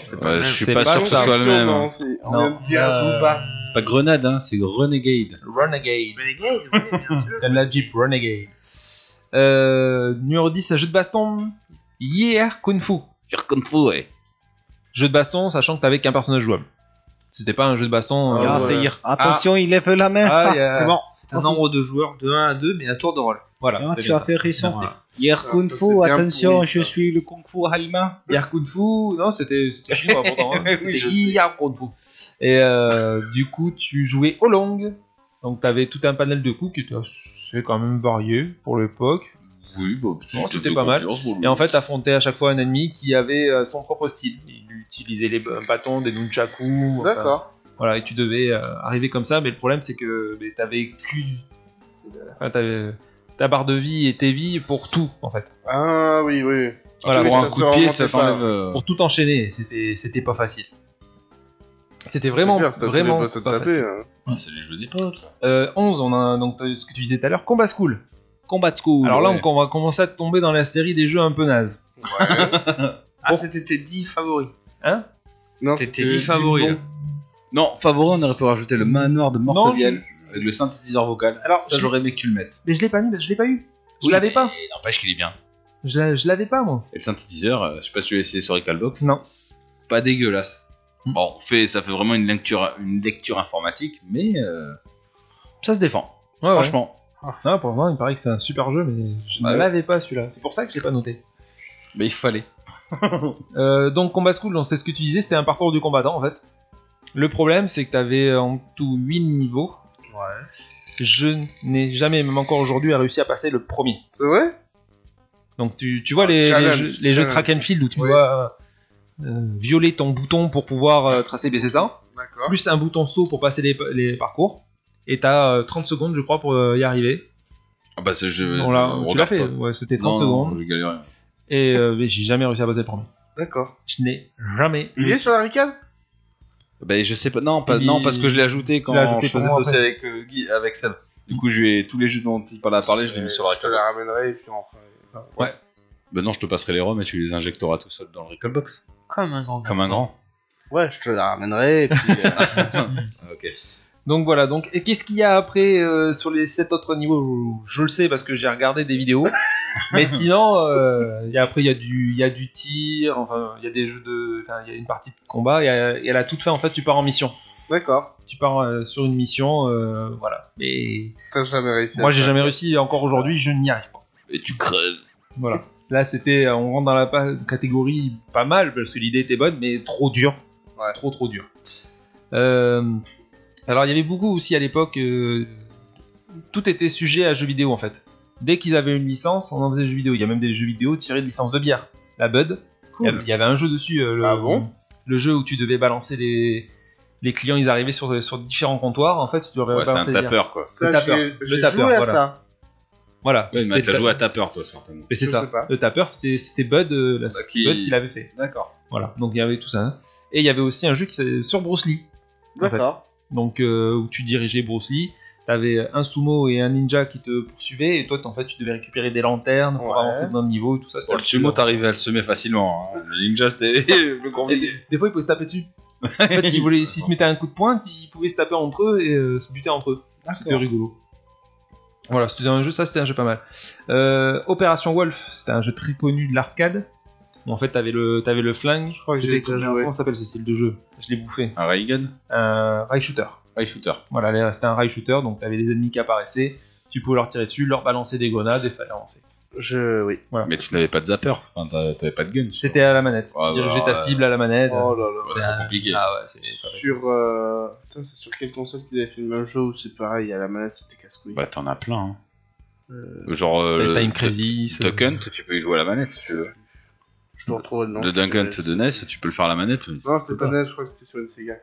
F: C'est le
D: Ouais,
F: même.
D: je suis
C: C'est
D: pas
C: pas
D: sûr que ce soit le même. hein.
E: Non, Ah, c'est on
C: Non.
E: aime bien
C: Euh,
E: Booba.
D: C'est pas Grenade, hein, c'est Renegade.
C: Renegade.
F: Renegade, oui, bien sûr.
C: Comme la Jeep Renegade. Euh, numéro 10, un jeu de baston. Hier Kung Fu.
D: Faire comme fou, ouais.
C: Jeu de baston, sachant que t'avais qu'un personnage jouable. C'était pas un jeu de baston.
E: Ah,
C: euh,
E: ouais.
D: Attention, il lève la main.
C: ah, il y [LAUGHS] a-
F: C'est bon, c'est un
D: Ah, si.
F: nombre de joueurs de 1 à 2, mais à tour de rôle.
C: Voilà,
D: Ah,
C: c'est
D: tu
C: bien
D: as
C: ça.
D: fait récent.
C: Non, voilà.
D: Hier
E: Ça,
D: Kung
E: ça,
D: Fu,
E: c'était un
D: attention,
E: pourri,
D: je
E: ça.
D: suis le Kung Fu allemand.
C: Hier Kung Fu, non, c'était c'était [LAUGHS] chinois pourtant. hein.
D: [LAUGHS] Oui,
C: C'était
D: je sais.
C: Hier Kung Fu. Et euh, du coup, tu jouais au long. Donc, t'avais tout un panel de coups qui était assez quand même varié pour l'époque.
D: Oui, bah,
C: je te fais confiance, Et en fait, t'affrontais à chaque fois un ennemi qui avait euh, son propre style. Il utilisait les b- bâtons, des nunchaku. enfin,
E: D'accord.
C: voilà, et tu devais euh, arriver comme ça, mais le problème c'est que mais t'avais qu'une. Enfin, t'avais ta barre de vie et tes vies pour tout, en fait.
E: Ah oui, oui.
C: Voilà,
E: Oui,
D: pour
C: pour,
E: ça
D: un coup de pied,
E: remontait
D: ça
E: pas.
D: t'enlève. euh,
C: pour tout enchaîner, c'était c'était pas facile. C'était vraiment,
E: C'est clair, ça te
C: vraiment.
E: laisse pas te
C: pas
E: taper,
C: facile.
E: hein.
D: ah, C'est les jeux d'époque.
C: Euh, 11, on a donc t'as eu ce que tu disais tout à l'heure, Combat School.
D: Combat de school.
C: Alors là,
D: ouais.
C: on, on va commencer à tomber dans la série des jeux un peu nazes.
F: Ah, c'était tes 10 favoris.
C: Hein
E: Non,
F: C'était
E: c'était
F: tes 10 favoris.
D: hein.
E: Dimon.
F: là.
D: Non, favori, on aurait pu rajouter le manoir de Morteliel avec le synthétiseur vocal.
C: Alors,
D: ça,
C: je-
D: j'aurais aimé que tu le mettes.
C: Mais je l'ai pas mis, je l'ai pas eu. Je
D: Oui,
C: l'avais pas.
D: mais N'empêche qu'il est bien.
C: Je, l'a- je l'avais pas, moi.
D: Et le synthétiseur, euh, je sais pas si tu l'as essayé sur Recalbox.
C: Non.
D: c'est Pas dégueulasse.
C: Mm.
D: Bon, on fait, ça fait vraiment une lecture, une lecture informatique, mais euh, ça se défend.
C: Ah Ouais, ouais.
D: Franchement.
C: Non, pour moi, il me paraît que c'est un super jeu, mais je
D: Ouais.
C: ne l'avais pas celui-là. C'est pour ça que je l'ai pas noté.
D: Mais il fallait.
C: Euh, donc Combat School, donc, c'est ce que tu disais, c'était un parcours du combattant en fait. Le problème, c'est que t'avais euh, en tout 8 niveaux. Je n'ai jamais, même encore aujourd'hui, réussi à passer le premier.
E: C'est vrai
C: Donc tu, tu
D: Ah,
C: vois les, les
E: Challenge,
C: jeux, les jeux
E: challenge.
C: track and field où tu
E: Oui.
C: dois euh, euh, violer ton bouton pour pouvoir euh, tracer BC ça,
D: Ah.
E: D'accord.
C: plus un bouton saut pour passer les, les parcours, et t'as euh, 30 secondes je crois pour euh, y arriver.
D: Ah bah, ça, je.
C: Bon,
D: je-
C: là,
D: on
C: tu l'as
D: regarde
C: fait,
D: pas.
C: ouais, c'était 30
D: Non,
C: secondes,
D: non, j'ai galéré.
C: et euh, mais j'ai jamais réussi à passer le premier.
E: D'accord.
C: Je n'ai jamais
E: Il est sur la ricade
D: Ben, je sais pas. Non, pas,
C: Il-
D: non parce que je l'ai ajouté quand
C: l'as ajouté
D: je faisais
C: pour moi
D: le dossier avec, euh, Guy, avec Seb. Du coup, je lui ai- tous les jeux dont il parlait à parler, je l'ai mis sur la
E: Je te la
D: Recalbox.
E: ramènerai et puis on fera-
D: Ben non, je te passerai les ROM et tu les injecteras tout seul dans le Recalbox.
F: Comme un grand.
D: Comme un grand.
E: Ouais, je te la ramènerai et puis. euh,
D: Ah, ok.
C: Donc voilà, donc et qu'est-ce qu'il y a après euh, sur les sept autres niveaux Je le sais parce que j'ai regardé des
E: [LAUGHS]
C: vidéos. mais sinon, euh, il y a- après il y a du il y a du tir, enfin il y a des jeux de enfin, il y a une partie de combat et à, et à la toute fin en fait tu pars en mission.
E: [LAUGHS] D'accord.
C: Tu pars euh, sur une mission euh, voilà. Mais
E: T'as jamais réussi. à
C: moi j'ai
E: le faire.
C: jamais réussi et encore aujourd'hui, je n'y arrive pas.
D: Et tu crèves.
C: Voilà. Là, c'était euh, on rentre dans la pa- catégorie pas mal parce que l'idée était bonne mais trop dur.
E: Ouais.
C: Trop trop dur. Euh, alors il y avait beaucoup aussi à l'époque, euh, tout était sujet à jeux vidéo en fait. Dès qu'ils avaient une licence, on en faisait jeux vidéo. Il y a même des jeux vidéo tirés de licences de bière. La Bud, il y avait- il y avait un jeu dessus. euh, le,
E: Ah bon
C: le jeu où tu devais balancer les, les clients, ils arrivaient sur, sur différents comptoirs. En fait, tu devais
D: Ouais, c'est un
C: balancer les bières.
D: tapeur, quoi.
E: Ça,
C: Le tapeur.
E: j'ai-
C: Le
E: j'ai
C: tapeur,
E: joué à
C: voilà.
E: ça.
C: Voilà.
D: Ouais, mais
C: C'était
D: t'as
C: le-
D: joué à tapeur, toi, certainement.
C: Mais c'est
E: Je
C: ça.
E: sais pas.
C: Le tapeur, c'était c'était Bud, euh, la
D: Bah,
C: société
D: qui-
C: Bud qui l'avait fait.
D: D'accord.
C: Voilà. Donc il y avait tout ça. Et il y avait aussi un jeu qui s'est- sur Bruce Lee. En fait.
E: D'accord.
C: donc euh, où tu dirigeais Bruce Lee. T'avais un sumo et un ninja qui te poursuivaient, et toi, t- en fait, tu devais récupérer des lanternes pour
E: Ouais.
C: avancer dans le niveau, tout ça. c'était
D: Bon,
C: un
D: le
C: peu
D: sumo,
C: dur.
D: t'arrivais à le semer facilement. hein. Le ninja, c'était le
C: Et
D: combiné.
C: des, des fois, ils pouvaient se taper dessus. En
D: [LAUGHS]
C: fait, s'ils voulaient- s'ils se mettaient un coup de poing, ils pouvaient se taper entre eux et euh, se buter entre eux. C'était rigolo. Voilà, c'était un jeu, ça c'était un jeu pas mal. Euh, Opération Wolf, c'était un jeu très connu de l'arcade. Où en fait, t'avais le, t'avais le flingue. Je crois
E: que j'ai déjà joué.
C: Comment s'appelle ce style de jeu Je l'ai bouffé.
D: Un Raygun
C: Un rail shooter.
D: Eye shooter.
C: Voilà, là, c'était un rail shooter, donc t'avais les ennemis qui apparaissaient, tu pouvais leur tirer dessus, leur balancer des grenades et fallait avancer.
E: Je. Oui.
D: Mais tu n'avais pas de zapper, enfin, t'avais t'avais pas de gun.
C: C'était à la manette.
D: Ouais,
C: Diriger
D: bah,
C: ta
D: ouais.
C: cible à la manette.
E: Oh là là.
D: Ouais, c'est
C: un-
D: compliqué.
C: Ah ouais, c'est pas vrai.
E: Sur. euh, Putain, c'est sur quelle console qu'ils avaient fait le même jeu ou c'est pareil à la manette c'était casse-couille
D: Bah, t'en as plein. hein.
E: Euh,
D: Genre. euh,
C: Time
D: le-
C: Crisis.
D: Duck Hunt, tu peux y jouer à la manette si tu veux.
E: Je dois retrouver le nom.
D: le Duck Hunt de NES, tu peux le faire à la manette. mais-
E: Non, c'est pas NES, je crois que c'était sur une Sega.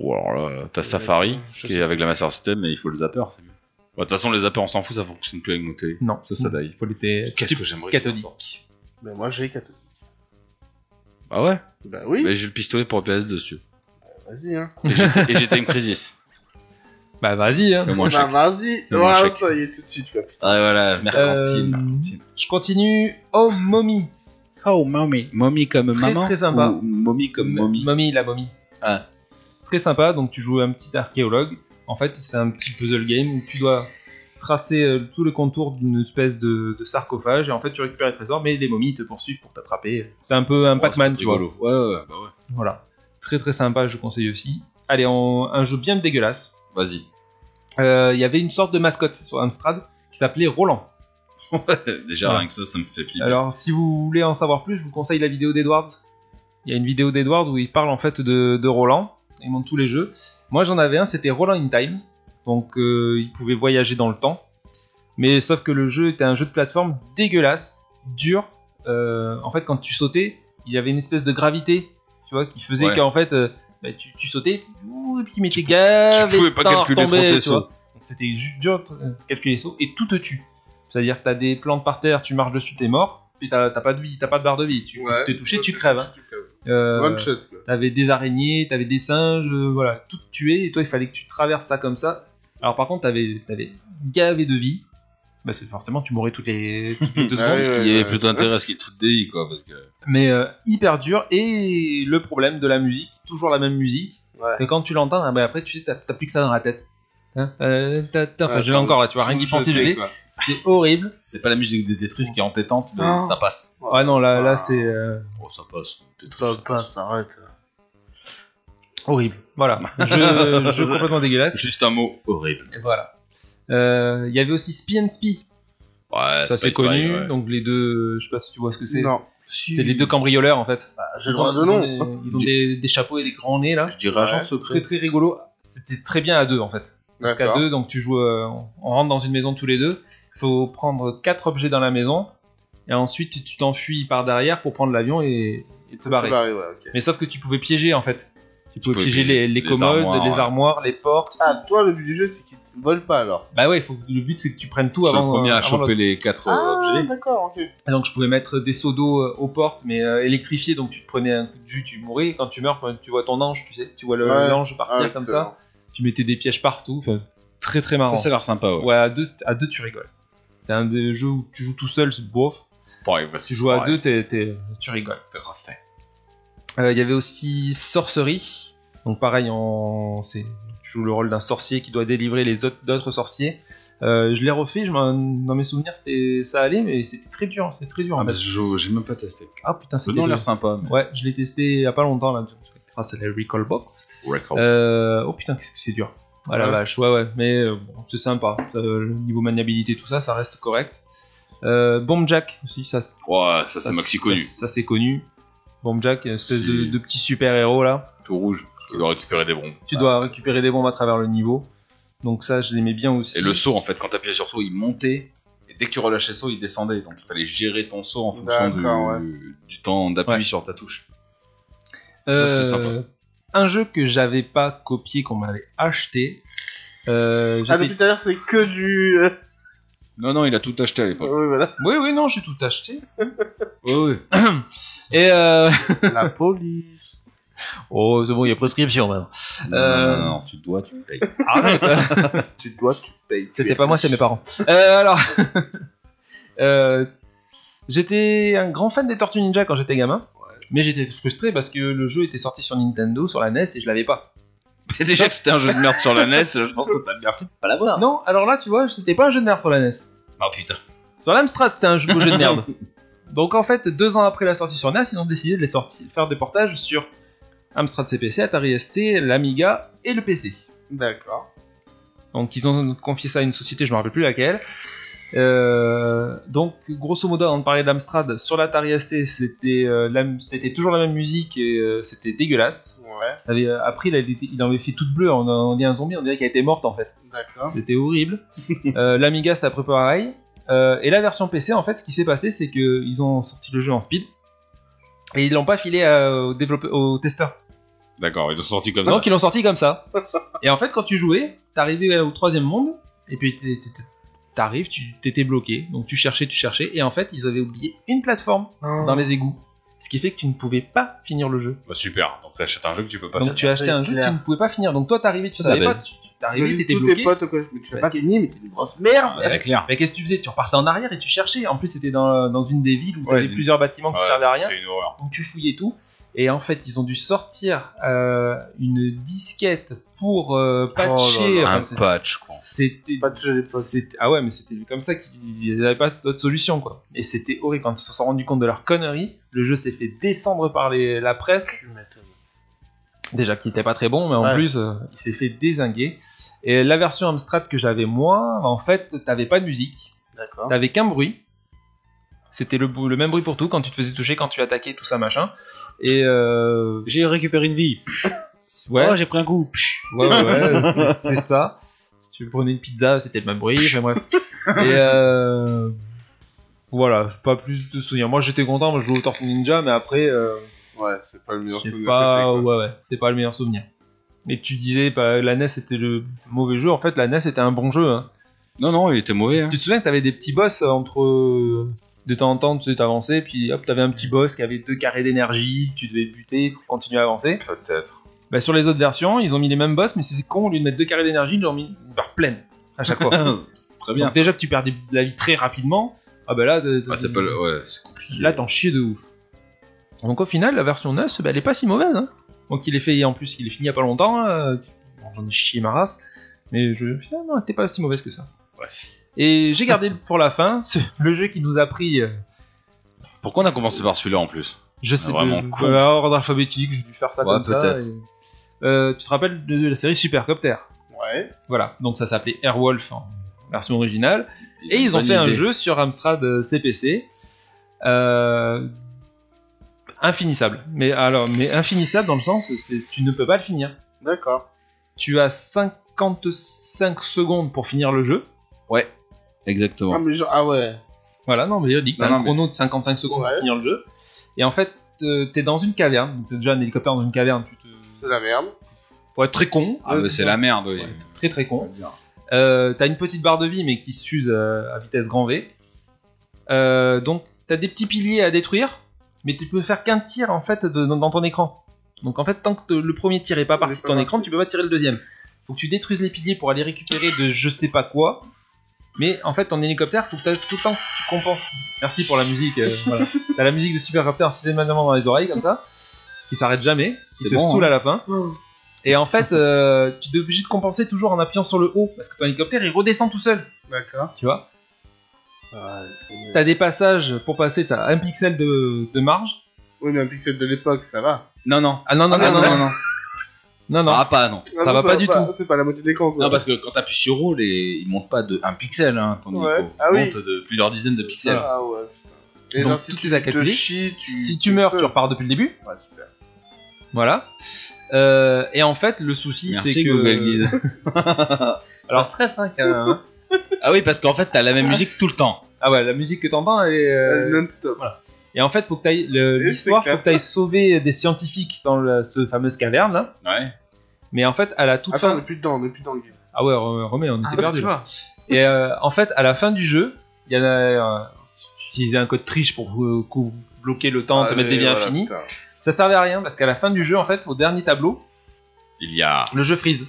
D: Ou alors là, t'as Safari qui est avec la Master System, mais il faut le zapper, c'est mieux. Bah, De toute façon, les zappers, on s'en fout, ça fonctionne plus avec nos télé.
C: Non,
D: Ça, ça daille.
C: Faut les t-
D: Qu'est-ce que j'aimerais
C: cathodique.
D: faire
E: Mais moi j'ai 4.
D: Ah ouais
E: Bah oui,
D: Mais j'ai le pistolet pour PS2 dessus.
E: vas-y hein.
D: Et j'étais- et j'étais une Crisis.
C: Bah vas-y. Hein.
D: Fais-moi un
E: bah
D: chèque.
E: vas-y,
D: Fais-moi un
E: voilà,
D: chèque.
E: ça y est tout de suite quoi.
D: Ah voilà, mercantile.
C: Euh,
D: mercantile.
C: Je continue. Oh Mommy.
D: Oh, mommy. Mommy comme
C: Très,
D: maman
C: très sympa.
D: ou mommy comme
C: M-
D: mommy
C: Mommy, la momie.
D: Ah.
C: Très sympa, donc tu joues un petit archéologue. En fait, c'est un petit puzzle game où tu dois tracer euh, tout le contour d'une espèce de, de sarcophage et en fait tu récupères les trésors, mais les momies te poursuivent pour t'attraper. C'est un peu un
D: Oh,
C: Pac-Man,
D: c'est
C: tu vois.
D: rigolo. Ouais, ouais, bah ouais.
C: Voilà. Très très sympa, je vous conseille aussi. Allez, on- un jeu bien dégueulasse.
D: Vas-y. [LAUGHS]
C: Euh, Il y avait une sorte de mascotte sur Amstrad qui s'appelait Roland.
D: Déjà,
C: Ouais.
D: rien que ça, ça me fait flipper.
C: Alors, si vous voulez en savoir plus, je vous conseille la vidéo d'Edwards. Il y a une vidéo d'Edwards où il parle en fait de, de Roland. Il montre tous les jeux. Moi, j'en avais un, c'était Roland in Time. Donc, euh, il pouvait voyager dans le temps. Mais sauf que le jeu était un jeu de plateforme dégueulasse, dur. Euh, en fait, quand tu sautais, il y avait une espèce de gravité, tu vois, qui faisait
D: Ouais.
C: qu'en fait, euh, bah, tu, tu sautais, ouh, et puis il mettait gave,
D: tu pouvais pas
C: et t'en
D: calculer trop
C: retombais,
D: tes
C: tu
D: sauts.
C: vois. Donc, c'était juste dur de euh, calculer les sauts, et tout te tue. C'est-à-dire que t'as des plantes par terre, tu marches dessus, t'es mort, puis t'as t'as pas de vie, t'as pas de barre de vie. Tu
E: Ouais.
C: t'es touché, tu crèves. hein. Euh,
E: One shot, quoi.
C: T'avais des araignées, t'avais des singes, euh, voilà, tout tué, et toi il fallait que tu traverses ça comme ça. Alors par contre, t'avais avais gavé de vie, bah, c'est forcément tu mourrais toutes les, toutes
E: [LAUGHS]
C: les deux
E: Ah
C: secondes,
E: oui,
D: Il
E: oui,
D: y
E: oui,
D: avait
E: oui.
D: plutôt intérêt à ce qu'il te foute des i, quoi, parce que.
C: mais euh, hyper dur. Et le problème de la musique, toujours la même musique,
F: Ouais.
C: et quand tu l'entends, ah, bah, après tu sais, t'as t'as plus que ça dans la tête. Hein, euh, t'as- t'as- enfin,
E: Ouais,
C: je l'ai encore là, tu vois, rien qu'y
E: Tout
C: penser, je
E: jeté,
C: l'ai.
E: quoi.
C: C'est horrible.
D: C'est pas la musique de Tetris qui est entêtante, mais
F: Non.
D: ça passe.
C: Ah non, là, là
E: Ah.
C: c'est euh,
D: Oh, ça passe. Tetris,
E: Ça
D: ça passe.
E: passe, arrête.
C: horrible. Voilà,
D: [LAUGHS]
C: jeu, jeu complètement dégueulasse.
D: Juste un mot horrible.
C: Voilà. Euh, Il y avait aussi Spy and Spy.
D: Ouais,
C: ça
D: pas
C: c'est connu.
D: pareil, Ah, ouais.
C: Donc les deux, je sais pas si tu vois ce que c'est.
E: Non,
C: C'est les deux cambrioleurs en fait.
E: bah,
C: Ils
E: j'ai le droit
C: ont-
E: de
C: ils ont
E: nom.
C: des- Ils ont des, des chapeaux et des grands nez là.
D: Je dirais agent
E: Ouais.
C: Très
D: secret.
C: très rigolo. C'était très bien à deux en fait. Parce qu'à
E: D'accord.
C: deux, donc tu joues, euh, on- on rentre dans une maison tous les deux. Il faut prendre quatre objets dans la maison et ensuite tu t'enfuis par derrière pour prendre l'avion et, et te barrer.
E: Barré, ouais, ok.
C: Mais sauf que tu pouvais piéger en fait. Tu pouvais
D: pouvais
C: piéger
D: piéger
C: les, les
D: les
C: commodes,
D: armoires,
C: les
D: ouais.
C: armoires, les portes.
E: Ah, toi, le but du jeu, c'est qu'ils te volent pas alors.
C: Bah ouais, faut, que- le but c'est que tu prennes tout
D: Je suis
C: avant. euh,
D: le premier à
C: avant l'autre.
D: choper les quatre euh,
E: Ah,
D: objets.
E: d'accord, ok.
C: Et donc je pouvais mettre des seaux d'eau euh, aux portes, mais euh, électrifiés, donc tu te prenais un coup de jus, tu mourais. Quand tu meurs, tu vois ton ange, tu sais, tu vois le-
E: Ouais.
C: l'ange partir
E: Ah,
C: comme
E: excellent.
C: ça. Tu mettais des pièges partout. Enfin, très très
D: Ça,
C: marrant.
D: ça a l'air sympa, ouais.
C: ouais, à deux, à deux, tu rigoles. C'est un des jeux où tu joues tout seul, c'est bof.
D: C'est pareil, parce
C: Tu
D: que
C: joues à
D: c'est
C: deux, t'es- t'es- tu rigoles.
D: pareil, t'es refait.
C: Euh, Il y avait aussi sorcerie. Donc pareil, en... c'est- tu joues le rôle d'un sorcier qui doit délivrer les autres, d'autres sorciers. Euh, je l'ai refait, je m'en- dans mes souvenirs, c'était ça allait, mais c'était très dur. C'était très dur. en
D: Ah,
C: fait.
D: mais je- j'ai même pas testé.
C: Ah putain,
D: Le
C: c'était
D: nom Ah, a
C: dur.
D: l'air sympa, mais.
C: Ouais, je l'ai testé il y a pas longtemps là, grâce à la Recall Box.
D: Record.
C: Euh, oh putain, qu'est-ce que c'est dur. Ah la
E: Ouais.
C: vache, ouais, ouais, mais euh, bon, c'est sympa. Euh, le niveau maniabilité, tout ça, ça reste correct. Euh, Bomb Jack aussi, ça,
D: Ouais, ça
C: ça-
D: c'est maxi
C: ça-
D: connu.
C: Ça, c'est connu. Bomb Jack, une espèce
D: Si.
C: de, de petit super-héros là.
D: Tout rouge, qui doit récupérer des bronzes.
C: Tu dois récupérer des bombes à travers le niveau. Donc ça, je l'aimais bien aussi.
D: Et le saut, en fait, quand t'appuyais sur saut, il montait. Et dès que tu relâchais saut, il descendait. Donc il fallait gérer ton saut en fonction du,
E: D'accord,
D: du temps d'appui
C: Ouais.
D: sur ta touche.
C: Euh,
D: c'est sympa.
C: Un jeu que j'avais pas copié, qu'on m'avait acheté. Euh,
E: Ah,
C: j'étais-
E: depuis tout à l'heure, c'est que du. euh,
D: Non, non, il a tout acheté à l'époque.
E: Oui, voilà.
C: Oui, oui, non, j'ai tout
E: [LAUGHS]
C: acheté.
D: Ouais,
E: [COUGHS]
D: ouais.
C: Et euh,
E: La police.
C: Oh, c'est bon, il y a prescription maintenant.
D: Non,
C: Euh,
D: non, non, non, tu dois, tu
C: [LAUGHS]
D: payes.
C: Arrête
E: Tu dois, tu payes.
C: C'était pas moi, c'est mes parents. Euh, alors. [LAUGHS] euh, j'étais un grand fan des Tortues Ninja quand j'étais gamin. Mais j'étais frustré parce que le jeu était sorti sur Nintendo, sur la NES, et je l'avais pas.
D: Mais déjà que c'était un jeu de merde sur la NES, je pense que t'as bien fait de pas l'avoir.
C: Non, alors là, tu vois, c'était pas un jeu de merde sur la E NES. Ah,
D: Oh putain.
C: Sur l'Amstrad, c'était un jeu, beau jeu de merde. Donc en fait, deux ans après la sortie sur NES, ils ont décidé de les sortir, faire des portages sur Amstrad CPC, Atari ST, l'Amiga et le PC.
E: D'accord.
C: Donc ils ont confié ça à une société, je me rappelle plus laquelle. Euh, donc grosso modo, on parlait d'Amstrad. Sur l'Atari ST, c'était euh, la m- c'était toujours la même musique et euh, c'était dégueulasse.
E: Ouais,
C: Il avait, euh, après, il, avait été- il en avait fait toute bleue. On, on dit un zombie, on dirait qu'elle était morte en fait.
E: d'accord.
C: C'était horrible. Euh, L'Amiga, c'était après pareil. Euh, et la version PC, en fait, ce qui s'est passé, c'est qu'ils ont sorti le jeu en speed et ils l'ont pas filé à- aux, développeurs- aux testeurs.
D: D'accord, ils ont sorti comme ça.
C: Donc ils l'ont sorti comme ça. Et en fait, quand tu jouais, t'arrivais au troisième monde, et puis t'é- t'é- t'arrives, tu t'étais bloqué, donc tu cherchais, tu cherchais, et en fait, ils avaient oublié une plateforme
D: Ah.
C: dans les égouts. Ce qui fait que tu ne pouvais pas finir le jeu.
D: Bah super, donc t'achètes un jeu que tu peux pas
C: donc
D: faire.
C: tu as acheté un jeu que
E: clair.
C: tu ne pouvais pas finir. Donc toi, t'arrivais, tu
D: Ça,
C: savais
D: la
C: pas,
D: baise.
C: tu, T'arrivais, t'étais
E: tous
C: bloqué.
E: tes potes, quoi. Mais tu l'as
C: Bah,
E: pas fini, mais t'es une grosse merde.
D: Ah, c'est clair.
C: Mais qu'est-ce que tu faisais Tu repartais en arrière et tu cherchais. En plus, c'était dans, dans une des villes où
D: Ouais,
C: t'avais
D: une-
C: plusieurs bâtiments qui
D: Ouais,
C: servaient à rien.
D: C'est une horreur.
C: Donc tu fouillais tout. Et en fait, ils ont dû sortir euh, une disquette pour euh, patcher. enfin,
D: Un
C: c'est-
D: patch, quoi.
C: c'était
E: Pas de jeu, les potes.
C: c'était- Ah ouais, mais c'était comme ça qu'ils n'avaient pas d'autre solution, quoi. Et c'était horrible. Quand ils se sont rendus compte de leur connerie, le jeu s'est fait descendre par les- la presse. Déjà qui n'était pas très bon, mais en
E: Ouais.
C: plus, euh, il s'est fait désinguer. Et la version Amstrad que j'avais moi, en fait, t'avais pas de musique.
E: D'accord.
C: T'avais qu'un bruit. C'était le, bou- le même bruit pour tout, quand tu te faisais toucher, quand tu attaquais, tout ça, machin. Et euh,
D: J'ai récupéré une vie.
C: ouais,
D: Oh, j'ai pris un coup.
C: Ouais, ouais, ouais, c'est- c'est ça. Tu prenais une pizza, c'était le même bruit, enfin
E: [LAUGHS]
C: bref. Et euh, voilà, j'ai pas plus de souvenirs. Moi j'étais content, moi je jouais au Tortue Ninja, mais après, euh,
E: Ouais, c'est pas le meilleur
C: c'est
E: souvenir.
C: pas,
E: que
C: ouais, ouais, c'est pas le meilleur souvenir. Et tu disais, bah, la NES était le mauvais jeu, en fait la NES était un bon jeu. hein.
D: Non, non, il était mauvais. hein.
C: Tu te souviens que t'avais des petits boss euh, entre. euh, De temps en temps, tu sais, t'avançais, puis hop, t'avais un
D: Mm.
C: petit boss qui avait deux carrés d'énergie, tu devais buter pour continuer à avancer.
E: t'as- Peut-être.
C: Bah, sur les autres versions, ils ont mis les mêmes boss, mais c'était con, au lieu de mettre deux carrés d'énergie, ils ont mis une barre pleine à chaque fois. Donc,
D: [LAUGHS] c'est très bien.
C: déjà que tu perds des- de la vie très rapidement, ah bah là, t'as-
D: Ah, c'est pas le- Ouais, c'est compliqué.
C: là t'en chies de ouf. Donc au final, la version 9, bah, elle est pas si mauvaise. hein. Donc il est fait, en plus, il est fini il y a pas longtemps. euh, bon, J'en ai chié ma race, mais je, finalement, elle était pas si mauvaise que ça. Et j'ai gardé [LAUGHS] pour la fin ce- le jeu qui nous a pris, euh,
D: Pourquoi on a commencé par celui-là en plus
C: je sais
D: Ah, Vraiment
C: de-
D: con.
C: de la ordre alphabétique, j'ai dû faire ça
D: Ouais,
C: comme ça.
D: peut-être.
C: et- Euh, tu te rappelles de, de la série Supercopter
E: Ouais.
C: Voilà, donc ça s'appelait Airwolf en version originale. Et ils ont fait un jeu sur Amstrad euh, CPC. euh, infinissable. Mais alors, mais infinissable dans le sens, c'est tu ne peux pas le finir.
E: D'accord.
C: Tu as 55 secondes pour finir le jeu.
D: Ouais, exactement.
E: Ah, mais genre, ah ouais.
C: Voilà, non, mais dit que t'as
D: Non,
C: un
D: non,
C: chrono de 55 secondes
E: Ouais.
C: pour finir le jeu. Et en fait, euh, t'es dans une caverne. Donc, t'es déjà un hélicoptère dans une caverne. Tu te...
E: C'est la merde.
C: Faut être très con.
D: Ah,
C: euh,
D: mais c'est la merde, oui.
C: Ouais, Très très con.
D: Faut le dire.
C: Euh, t'as une petite barre de vie mais qui s'use euh, à vitesse grand V. Euh, donc t'as des petits piliers à détruire, mais tu peux faire qu'un tir en fait de- dans, dans ton écran. Donc en fait tant que te- le premier tir est pas parti de ton écran, tu peux pas tirer le deuxième. Faut que tu détruises les piliers pour aller récupérer de je sais pas quoi. Mais en fait ton hélicoptère, faut que t'as- tout le temps que tu compenses. Merci pour la musique. euh,
D: [LAUGHS]
C: voilà. T'as la musique de Supercopter systématiquement dans les oreilles comme ça, qui s'arrête jamais, qui
D: C'est
C: te
D: bon,
C: saoule
D: hein.
C: à la fin. Et en fait, euh, tu es obligé de compenser toujours en appuyant sur le haut, parce que ton hélicoptère il redescend tout seul,
E: D'accord.
C: tu vois. Ah,
E: Ouais, c'est nul.
C: T'as des passages pour passer, t'as un pixel de, de marge.
E: oui, mais un pixel de l'époque, ça va.
D: Non, non.
C: Ah non, non,
D: Ah,
C: non, non, non, non, non,
D: Ah, pas, non.
C: Ça va pas du tout.
E: C'est pas la moitié de l'écran, quoi.
D: Non, parce que quand t'appuies sur roll, les- il monte pas de 1 pixel, hein, ton
E: Ouais.
D: hélico.
E: Ah
D: il
E: oui.
D: monte de plusieurs dizaines de pixels.
E: Ah ouais. putain. Et
C: Donc,
E: genre, si
C: tout
E: tu
C: est à
E: te
C: calculer.
E: chies, tu...
C: Si tu meurs,
E: peux.
C: tu repars depuis le début,
E: Ouais, super.
C: voilà. Euh, et en fait, le souci c'est
D: Merci
C: que.
D: Google Guise.
C: Alors stress, hein, quand même, hein.
D: ah oui, parce qu'en fait, t'as la même musique tout le temps.
C: Ah ouais, la musique que t'entends, elle est. euh,
E: Euh, Non-stop.
C: Et en fait, faut que t'ailles. le-
E: Et
C: L'histoire,
E: c'est
C: faut que t'ailles sauver des scientifiques dans la- cette fameuse caverne là.
D: Ouais.
C: Mais en fait, à la toute
E: Attends, on
C: fin.
E: est plus dedans, on est plus dans le guise.
C: Ah ouais, remets, on était
F: Ah,
C: perdu.
F: tu vois.
C: Et euh, en fait, à la fin du jeu, il y en a. euh, J'utilisais un code triche pour euh, cou- bloquer le
E: Ah,
C: temps, te mettre des biens infinis. Ça servait à rien parce qu'à la fin du jeu, en fait, au dernier tableau,
D: Il y a.
C: le jeu freeze.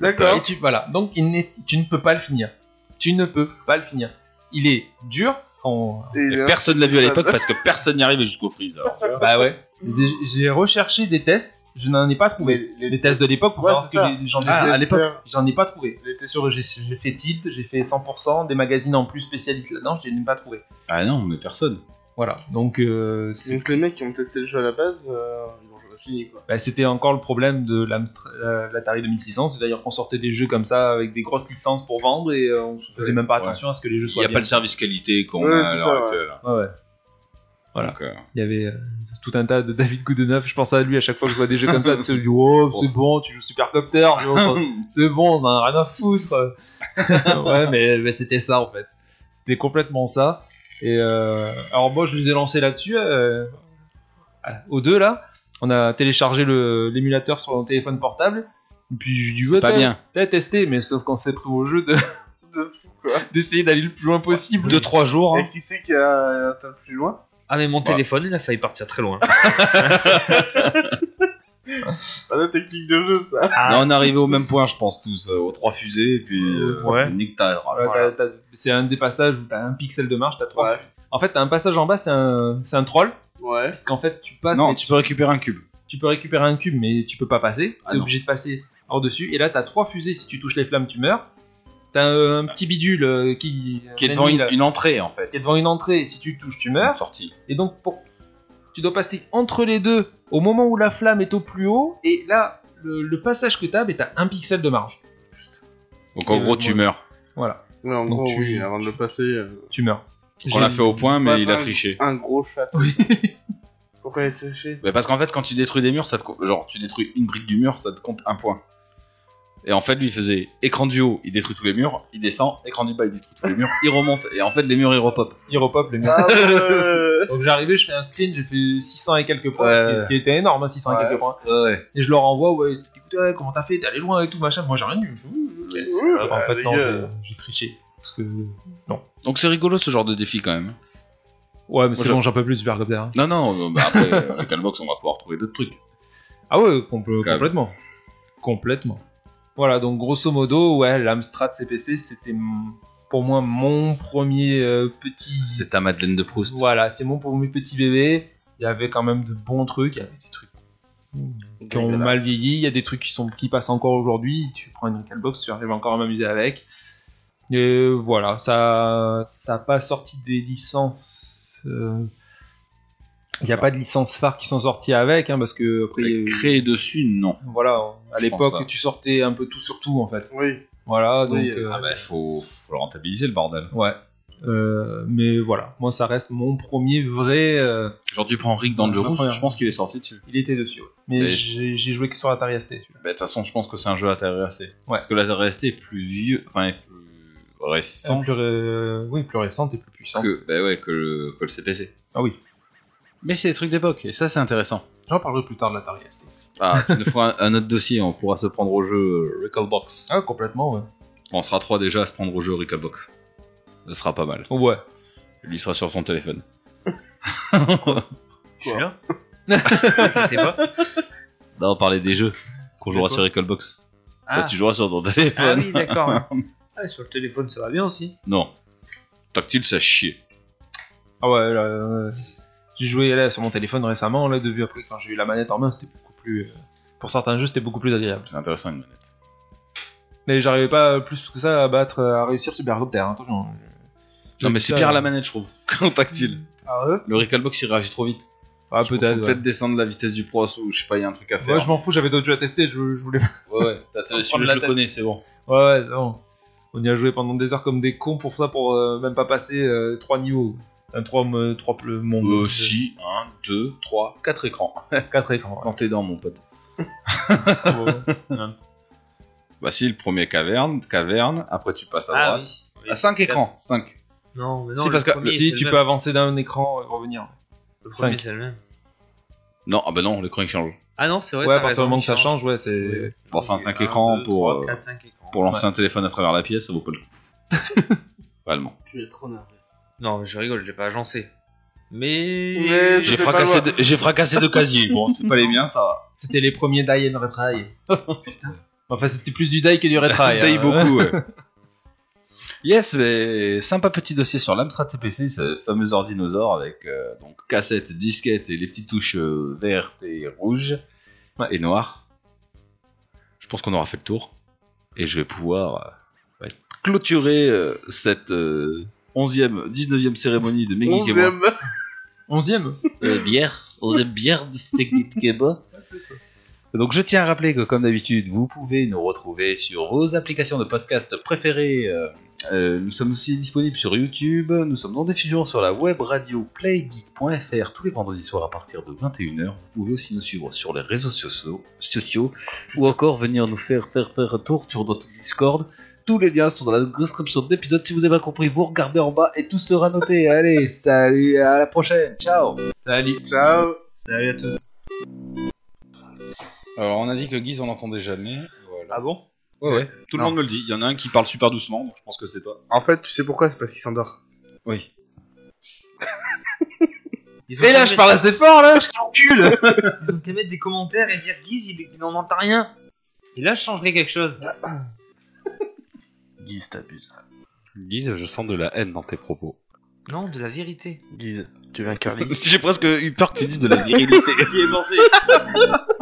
E: D'accord.
C: Et tu, voilà. Donc, il n'est- tu ne peux pas le finir. Tu ne peux pas le finir. Il est dur. en-
E: Et euh, là,
D: Personne l'a vu à l'époque parce que personne n'y arrivait jusqu'au freeze. alors.
C: Bah ouais. J'ai j'ai recherché des tests. Je n'en ai pas trouvé.
E: Hmm. les-
C: Les tests de l'époque pour
E: Ouais,
C: savoir ce
E: c'est
C: que
E: ça.
C: les- les gens
D: Ah,
C: disaient.
D: à l'époque.
C: J'en ai pas trouvé. J'étais sur- J'ai j'ai fait Tilt, j'ai fait 100%, des magazines en plus spécialistes là-dedans, je n'ai pas trouvé.
D: Ah non, mais personne.
C: Voilà. Donc, euh, c'est-
E: Donc les mecs qui ont testé le jeu à la base, euh, ils ont jamais fini quoi.
C: Bah, c'était encore le problème de l'Amstra- euh, l'Atari 2600, c'est d'ailleurs qu'on sortait des jeux comme ça avec des grosses licences pour vendre et euh, on se faisait
D: Ouais.
C: même pas
D: Ouais.
C: attention à ce que les jeux
D: Il
C: soient
D: n'y a
C: bien.
D: pas le service qualité qu'on
E: Ouais,
D: a à
E: c'est
D: l'heure
E: ça, ouais.
D: actuelle.
C: Ouais, ouais. Voilà.
D: Donc, euh,
C: Il y avait euh, tout un tas de David Goodenough, je pense à lui à chaque fois que je vois des jeux comme ça, tu sais, je dis
D: [LAUGHS]
C: oh, c'est bon, tu joues Supercopter, tu vois, c'est bon, on en a rien à
D: [LAUGHS]
C: foutre. ouais, mais, mais c'était ça en fait. C'était complètement ça. Et euh, alors moi, je les ai lancés là-dessus, euh, à- aux deux là. On a téléchargé le- l'émulateur sur nos téléphone portable. Et puis je lui dis,
D: c'est pas bien.
C: T'as testé, mais sauf qu'on s'est pris au jeu de- [LAUGHS]
E: De fou quoi.
C: d'essayer d'aller le plus loin possible.
D: 2-3 jours. hein.
E: Et qui c'est qui a atteint le plus loin
F: Ah mais mon
D: Bah.
F: téléphone il a failli partir très loin.
E: Pas la technique de jeu, ça.
D: Là, on est arrivé au même point, je pense, tous, euh, aux trois fusées, et puis euh,
C: Ouais.
D: nique ta race.
E: Ouais, t'as- t'as-
C: C'est un des passages où t'as un pixel de marche, t'as trois. En fait, t'as un passage en bas, c'est un, c'est un troll,
E: Ouais.
C: parce qu'en fait, tu passes,
D: Non,
C: mais
D: tu peux récupérer un cube.
C: tu peux récupérer un cube, mais tu peux pas passer.
D: Ah
C: T'es
D: non.
C: obligé de passer hors-dessus. Et là, t'as trois fusées. Si tu touches les flammes, tu meurs. T'as un petit bidule euh, qui,
D: Qui est
C: un
D: devant
C: ennemi,
D: une,
C: là,
D: une entrée, en fait.
C: qui est devant une entrée. Si tu le touches, tu
D: Une
C: meurs.
D: sortie.
C: Et donc, pour... tu dois passer entre les deux au moment où la flamme est au plus haut. Et là, le, le passage que t'as, mais t'as un pixel de marge.
D: Donc, en
C: Et,
D: gros,
C: euh,
D: tu
C: moi-
D: meurs.
C: Voilà,
E: Ouais, en
C: Donc
E: gros,
C: tu-
E: oui, avant de le passer. euh,
C: tu meurs.
D: On l'a fait au point, mais
E: Ouais,
D: il a
E: ouais.
D: triché.
E: Un gros chat. [LAUGHS] Pourquoi il a séché
D: Bah, parce qu'en fait, quand tu détruis des murs, ça te compte. Genre, tu détruis une brique du mur, ça te compte un point. Et en fait, lui, il faisait écran du haut, il détruit tous les murs, il descend, écran du bas, il détruit tous les murs, il remonte, et en fait, les murs, ils repopent.
C: Il repop les murs.
E: Ah [LAUGHS] ouais
C: Donc j'arrivais, je fais un screen, j'ai fait 600 et quelques points,
D: Ouais.
C: ce, qui, ce qui était énorme, hein, 600 et
E: Ouais.
C: quelques points.
D: Ouais.
C: Et je leur envoie, ouais, c'était- écoute, ouais, comment t'as fait, t'es allé loin et tout, machin. Moi j'ai rien dit.
E: Ouais,
C: en
E: bah,
C: fait,
E: les
C: non,
E: gars.
C: j'ai- j'ai triché. Parce que...
D: Donc, c'est rigolo ce genre de défi quand même.
C: Ouais, mais
D: c'est bon,
C: j'en peux plus du hein. Supercopter.
D: Non, non, euh, bah [LAUGHS] après, avec Albox, on va pouvoir trouver d'autres trucs.
C: Ah ouais, compl-
D: Grave.
C: complètement. Complètement. Voilà, donc grosso modo, ouais, l'Amstrad CPC, c'était m- pour moi mon premier euh, petit.
D: C'est ta Madeleine de Proust.
C: Voilà, c'est mon premier petit bébé. Il y avait quand même de bons trucs, il y avait des trucs qui ont mal vieilli, il y a des trucs qui, sont, qui passent encore aujourd'hui, tu prends une Recalbox, tu arrives encore à m'amuser avec. Et voilà, ça ça a pas sorti des licences... euh, Il n'y a pas de licences phares qui sont sorties avec, hein, parce que après,
D: Mais
C: euh,
D: Créer dessus, non.
C: voilà, à
D: Je pense pas.
C: l'époque, tu sortais un peu tout sur tout, en fait.
E: Oui.
C: Voilà, donc...
E: Oui,
C: euh,
D: Ah bah, faut, faut le rentabiliser le bordel.
C: Ouais. Euh, mais voilà, moi, ça reste mon premier vrai... euh,
D: Genre, tu prends Rick
C: Ma
D: Dangerous,
C: première.
D: je hein. pense qu'il est sorti dessus.
C: Il était dessus, ouais. Mais
D: Mais
C: j'ai j'ai joué que sur Atari ST, celui-là.
D: Bah, De toute façon, je pense que c'est un jeu à terre restée. Parce que la terre restée est plus vieux, enfin, est Euh, plus récent
C: Plus ré- Oui, plus récente et plus puissante.
D: Ah. que, bah ouais, que, le, que le CPC.
C: Ah oui.
D: Mais c'est des trucs d'époque, et ça, c'est intéressant.
C: J'en parlerai plus tard de l'Atari ST.
D: Ah, [LAUGHS] tu nous feras un, un autre dossier, on pourra se prendre au jeu Recalbox.
C: Ah, complètement, ouais.
D: On sera trois déjà à se prendre au jeu Recalbox. Ce sera pas mal.
C: Ouais.
D: Lui sera sur son [LAUGHS] téléphone.
F: Je suis là.
D: Là, on parlait des jeux qu'on jouera
F: C'est
D: sur Recalbox. Toi,
F: Ah,
D: tu joueras sur ton
F: ah
D: téléphone.
F: oui, d'accord. Ah, sur le téléphone, ça va bien aussi.
D: Non. Tactile, ça chier.
C: Ah ouais, là, euh, j'ai joué là, sur mon téléphone récemment, là, depuis après, quand j'ai eu la manette en main, c'était beaucoup plus... euh, pour certains jeux, c'était beaucoup plus agréable.
D: C'est intéressant une manette.
C: Mais j'arrivais pas plus que ça à battre, à réussir Supercopter, hein, attention.
D: Non, mais c'est pire la manette, je [LAUGHS] trouve, qu'en tactile.
C: Ah ouais
D: Le Recalbox, il réagit trop vite.
C: Ah,
D: Faut
C: peut-être, ouais.
D: peut-être descendre la vitesse du pros ou je sais pas, il y a un truc à faire.
C: Ouais, je m'en fous, j'avais d'autres jeux à tester, je, je voulais pas.
D: Ouais, ouais, t'as- celui-là,
C: la
D: je le
C: tête.
D: connais, c'est bon.
C: Ouais, ouais, c'est bon. On y a joué pendant des heures comme des cons pour ça, pour euh, même pas passer euh, trois niveaux. Un 3 trois ple- mon
D: Euh, si, 1, 2, 3, 4 écrans.
C: quatre écrans.
D: Quand t'es dans mon pote.
C: ouais.
D: Bah si, le premier caverne, caverne, après tu passes à
F: Ah
D: droite.
F: oui.
D: À 5 écrans, 5.
F: Non, mais non.
D: Si,
F: le
D: parce que-
C: [LAUGHS]
F: premier,
C: Si
F: c'est
C: tu
F: le
C: peux
F: même.
C: avancer d'un écran et revenir.
F: Le premier,
C: cinq.
F: c'est le même.
D: Non, ah bah non, l'écran il change.
F: Ah non, c'est vrai.
C: Ouais, à partir du moment que ça change, ouais, c'est.
D: Bon, enfin, 5 écrans pour, euh,
F: 4, 5 écrans.
D: pour lancer un téléphone à travers la pièce, ça vaut pas le coup. Vraiment.
E: Tu es trop nerveux.
F: Non, je rigole, je l'ai pas agencé. Mais.
E: Mais
D: J'ai
E: C'était
D: fracassé,
E: pas loin.
D: deux- j'ai fracassé deux casiers. Bon, c'est pas les miens, ça va.
C: C'était les premiers die and retry. [LAUGHS] Enfin, c'était plus du [LAUGHS] die que du retry.
D: Taille
C: hein.
D: beaucoup, ouais. [LAUGHS] Yes, mais sympa petit dossier sur l'Amstrad TPC, ce fameux ordinosaure avec euh, donc cassette, disquette et les petites touches euh, vertes et rouges
C: Ouais.
D: et noires. Je pense qu'on aura fait le tour et je vais pouvoir euh, ouais, clôturer euh, cette euh, 11e, 19e cérémonie de Meggy Keba.
E: Onzième.
C: Onzième
D: Euh, bière, 11e bière de Stegit Keba. Donc je tiens à rappeler que comme d'habitude, vous pouvez nous retrouver sur vos applications de podcast préférées. Euh, euh, nous sommes aussi disponibles sur YouTube, nous sommes en diffusion sur la web radio playgeek.fr tous les vendredis soirs à partir de 21h. Vous pouvez aussi nous suivre sur les réseaux sociaux, sociaux ou encore venir nous faire faire, faire un tour sur notre Discord. Tous les liens sont dans la description de l'épisode. Si vous avez pas compris, vous regardez en bas et tout sera noté. Allez, salut, à la prochaine, ciao
C: Salut
E: Ciao.
F: Salut à tous.
D: Alors on a dit que Guise on l'entendait jamais.
F: Ah bon
D: Ouais, ouais. Tout le
E: Non.
D: monde me le dit. Il y en a un qui parle super doucement, donc je pense que c'est toi.
E: En fait, tu sais pourquoi C'est parce qu'il s'endort.
D: Oui.
F: Ils ont
C: Mais
F: qu'à
C: là, je
F: mettre-
C: parle assez fort, là Je t'encule
F: Ils ont qu'à mettre des commentaires et dire Guise, il, il n'en entend rien. Et là, je changerai quelque chose.
E: Guise, t'abuses.
D: Guise, je sens de la haine dans tes [LAUGHS] propos.
F: Non, de la vérité.
E: Guise, tu viens Curly
D: J'ai presque eu peur que tu dises de la virilité.
F: J'y ai pensé.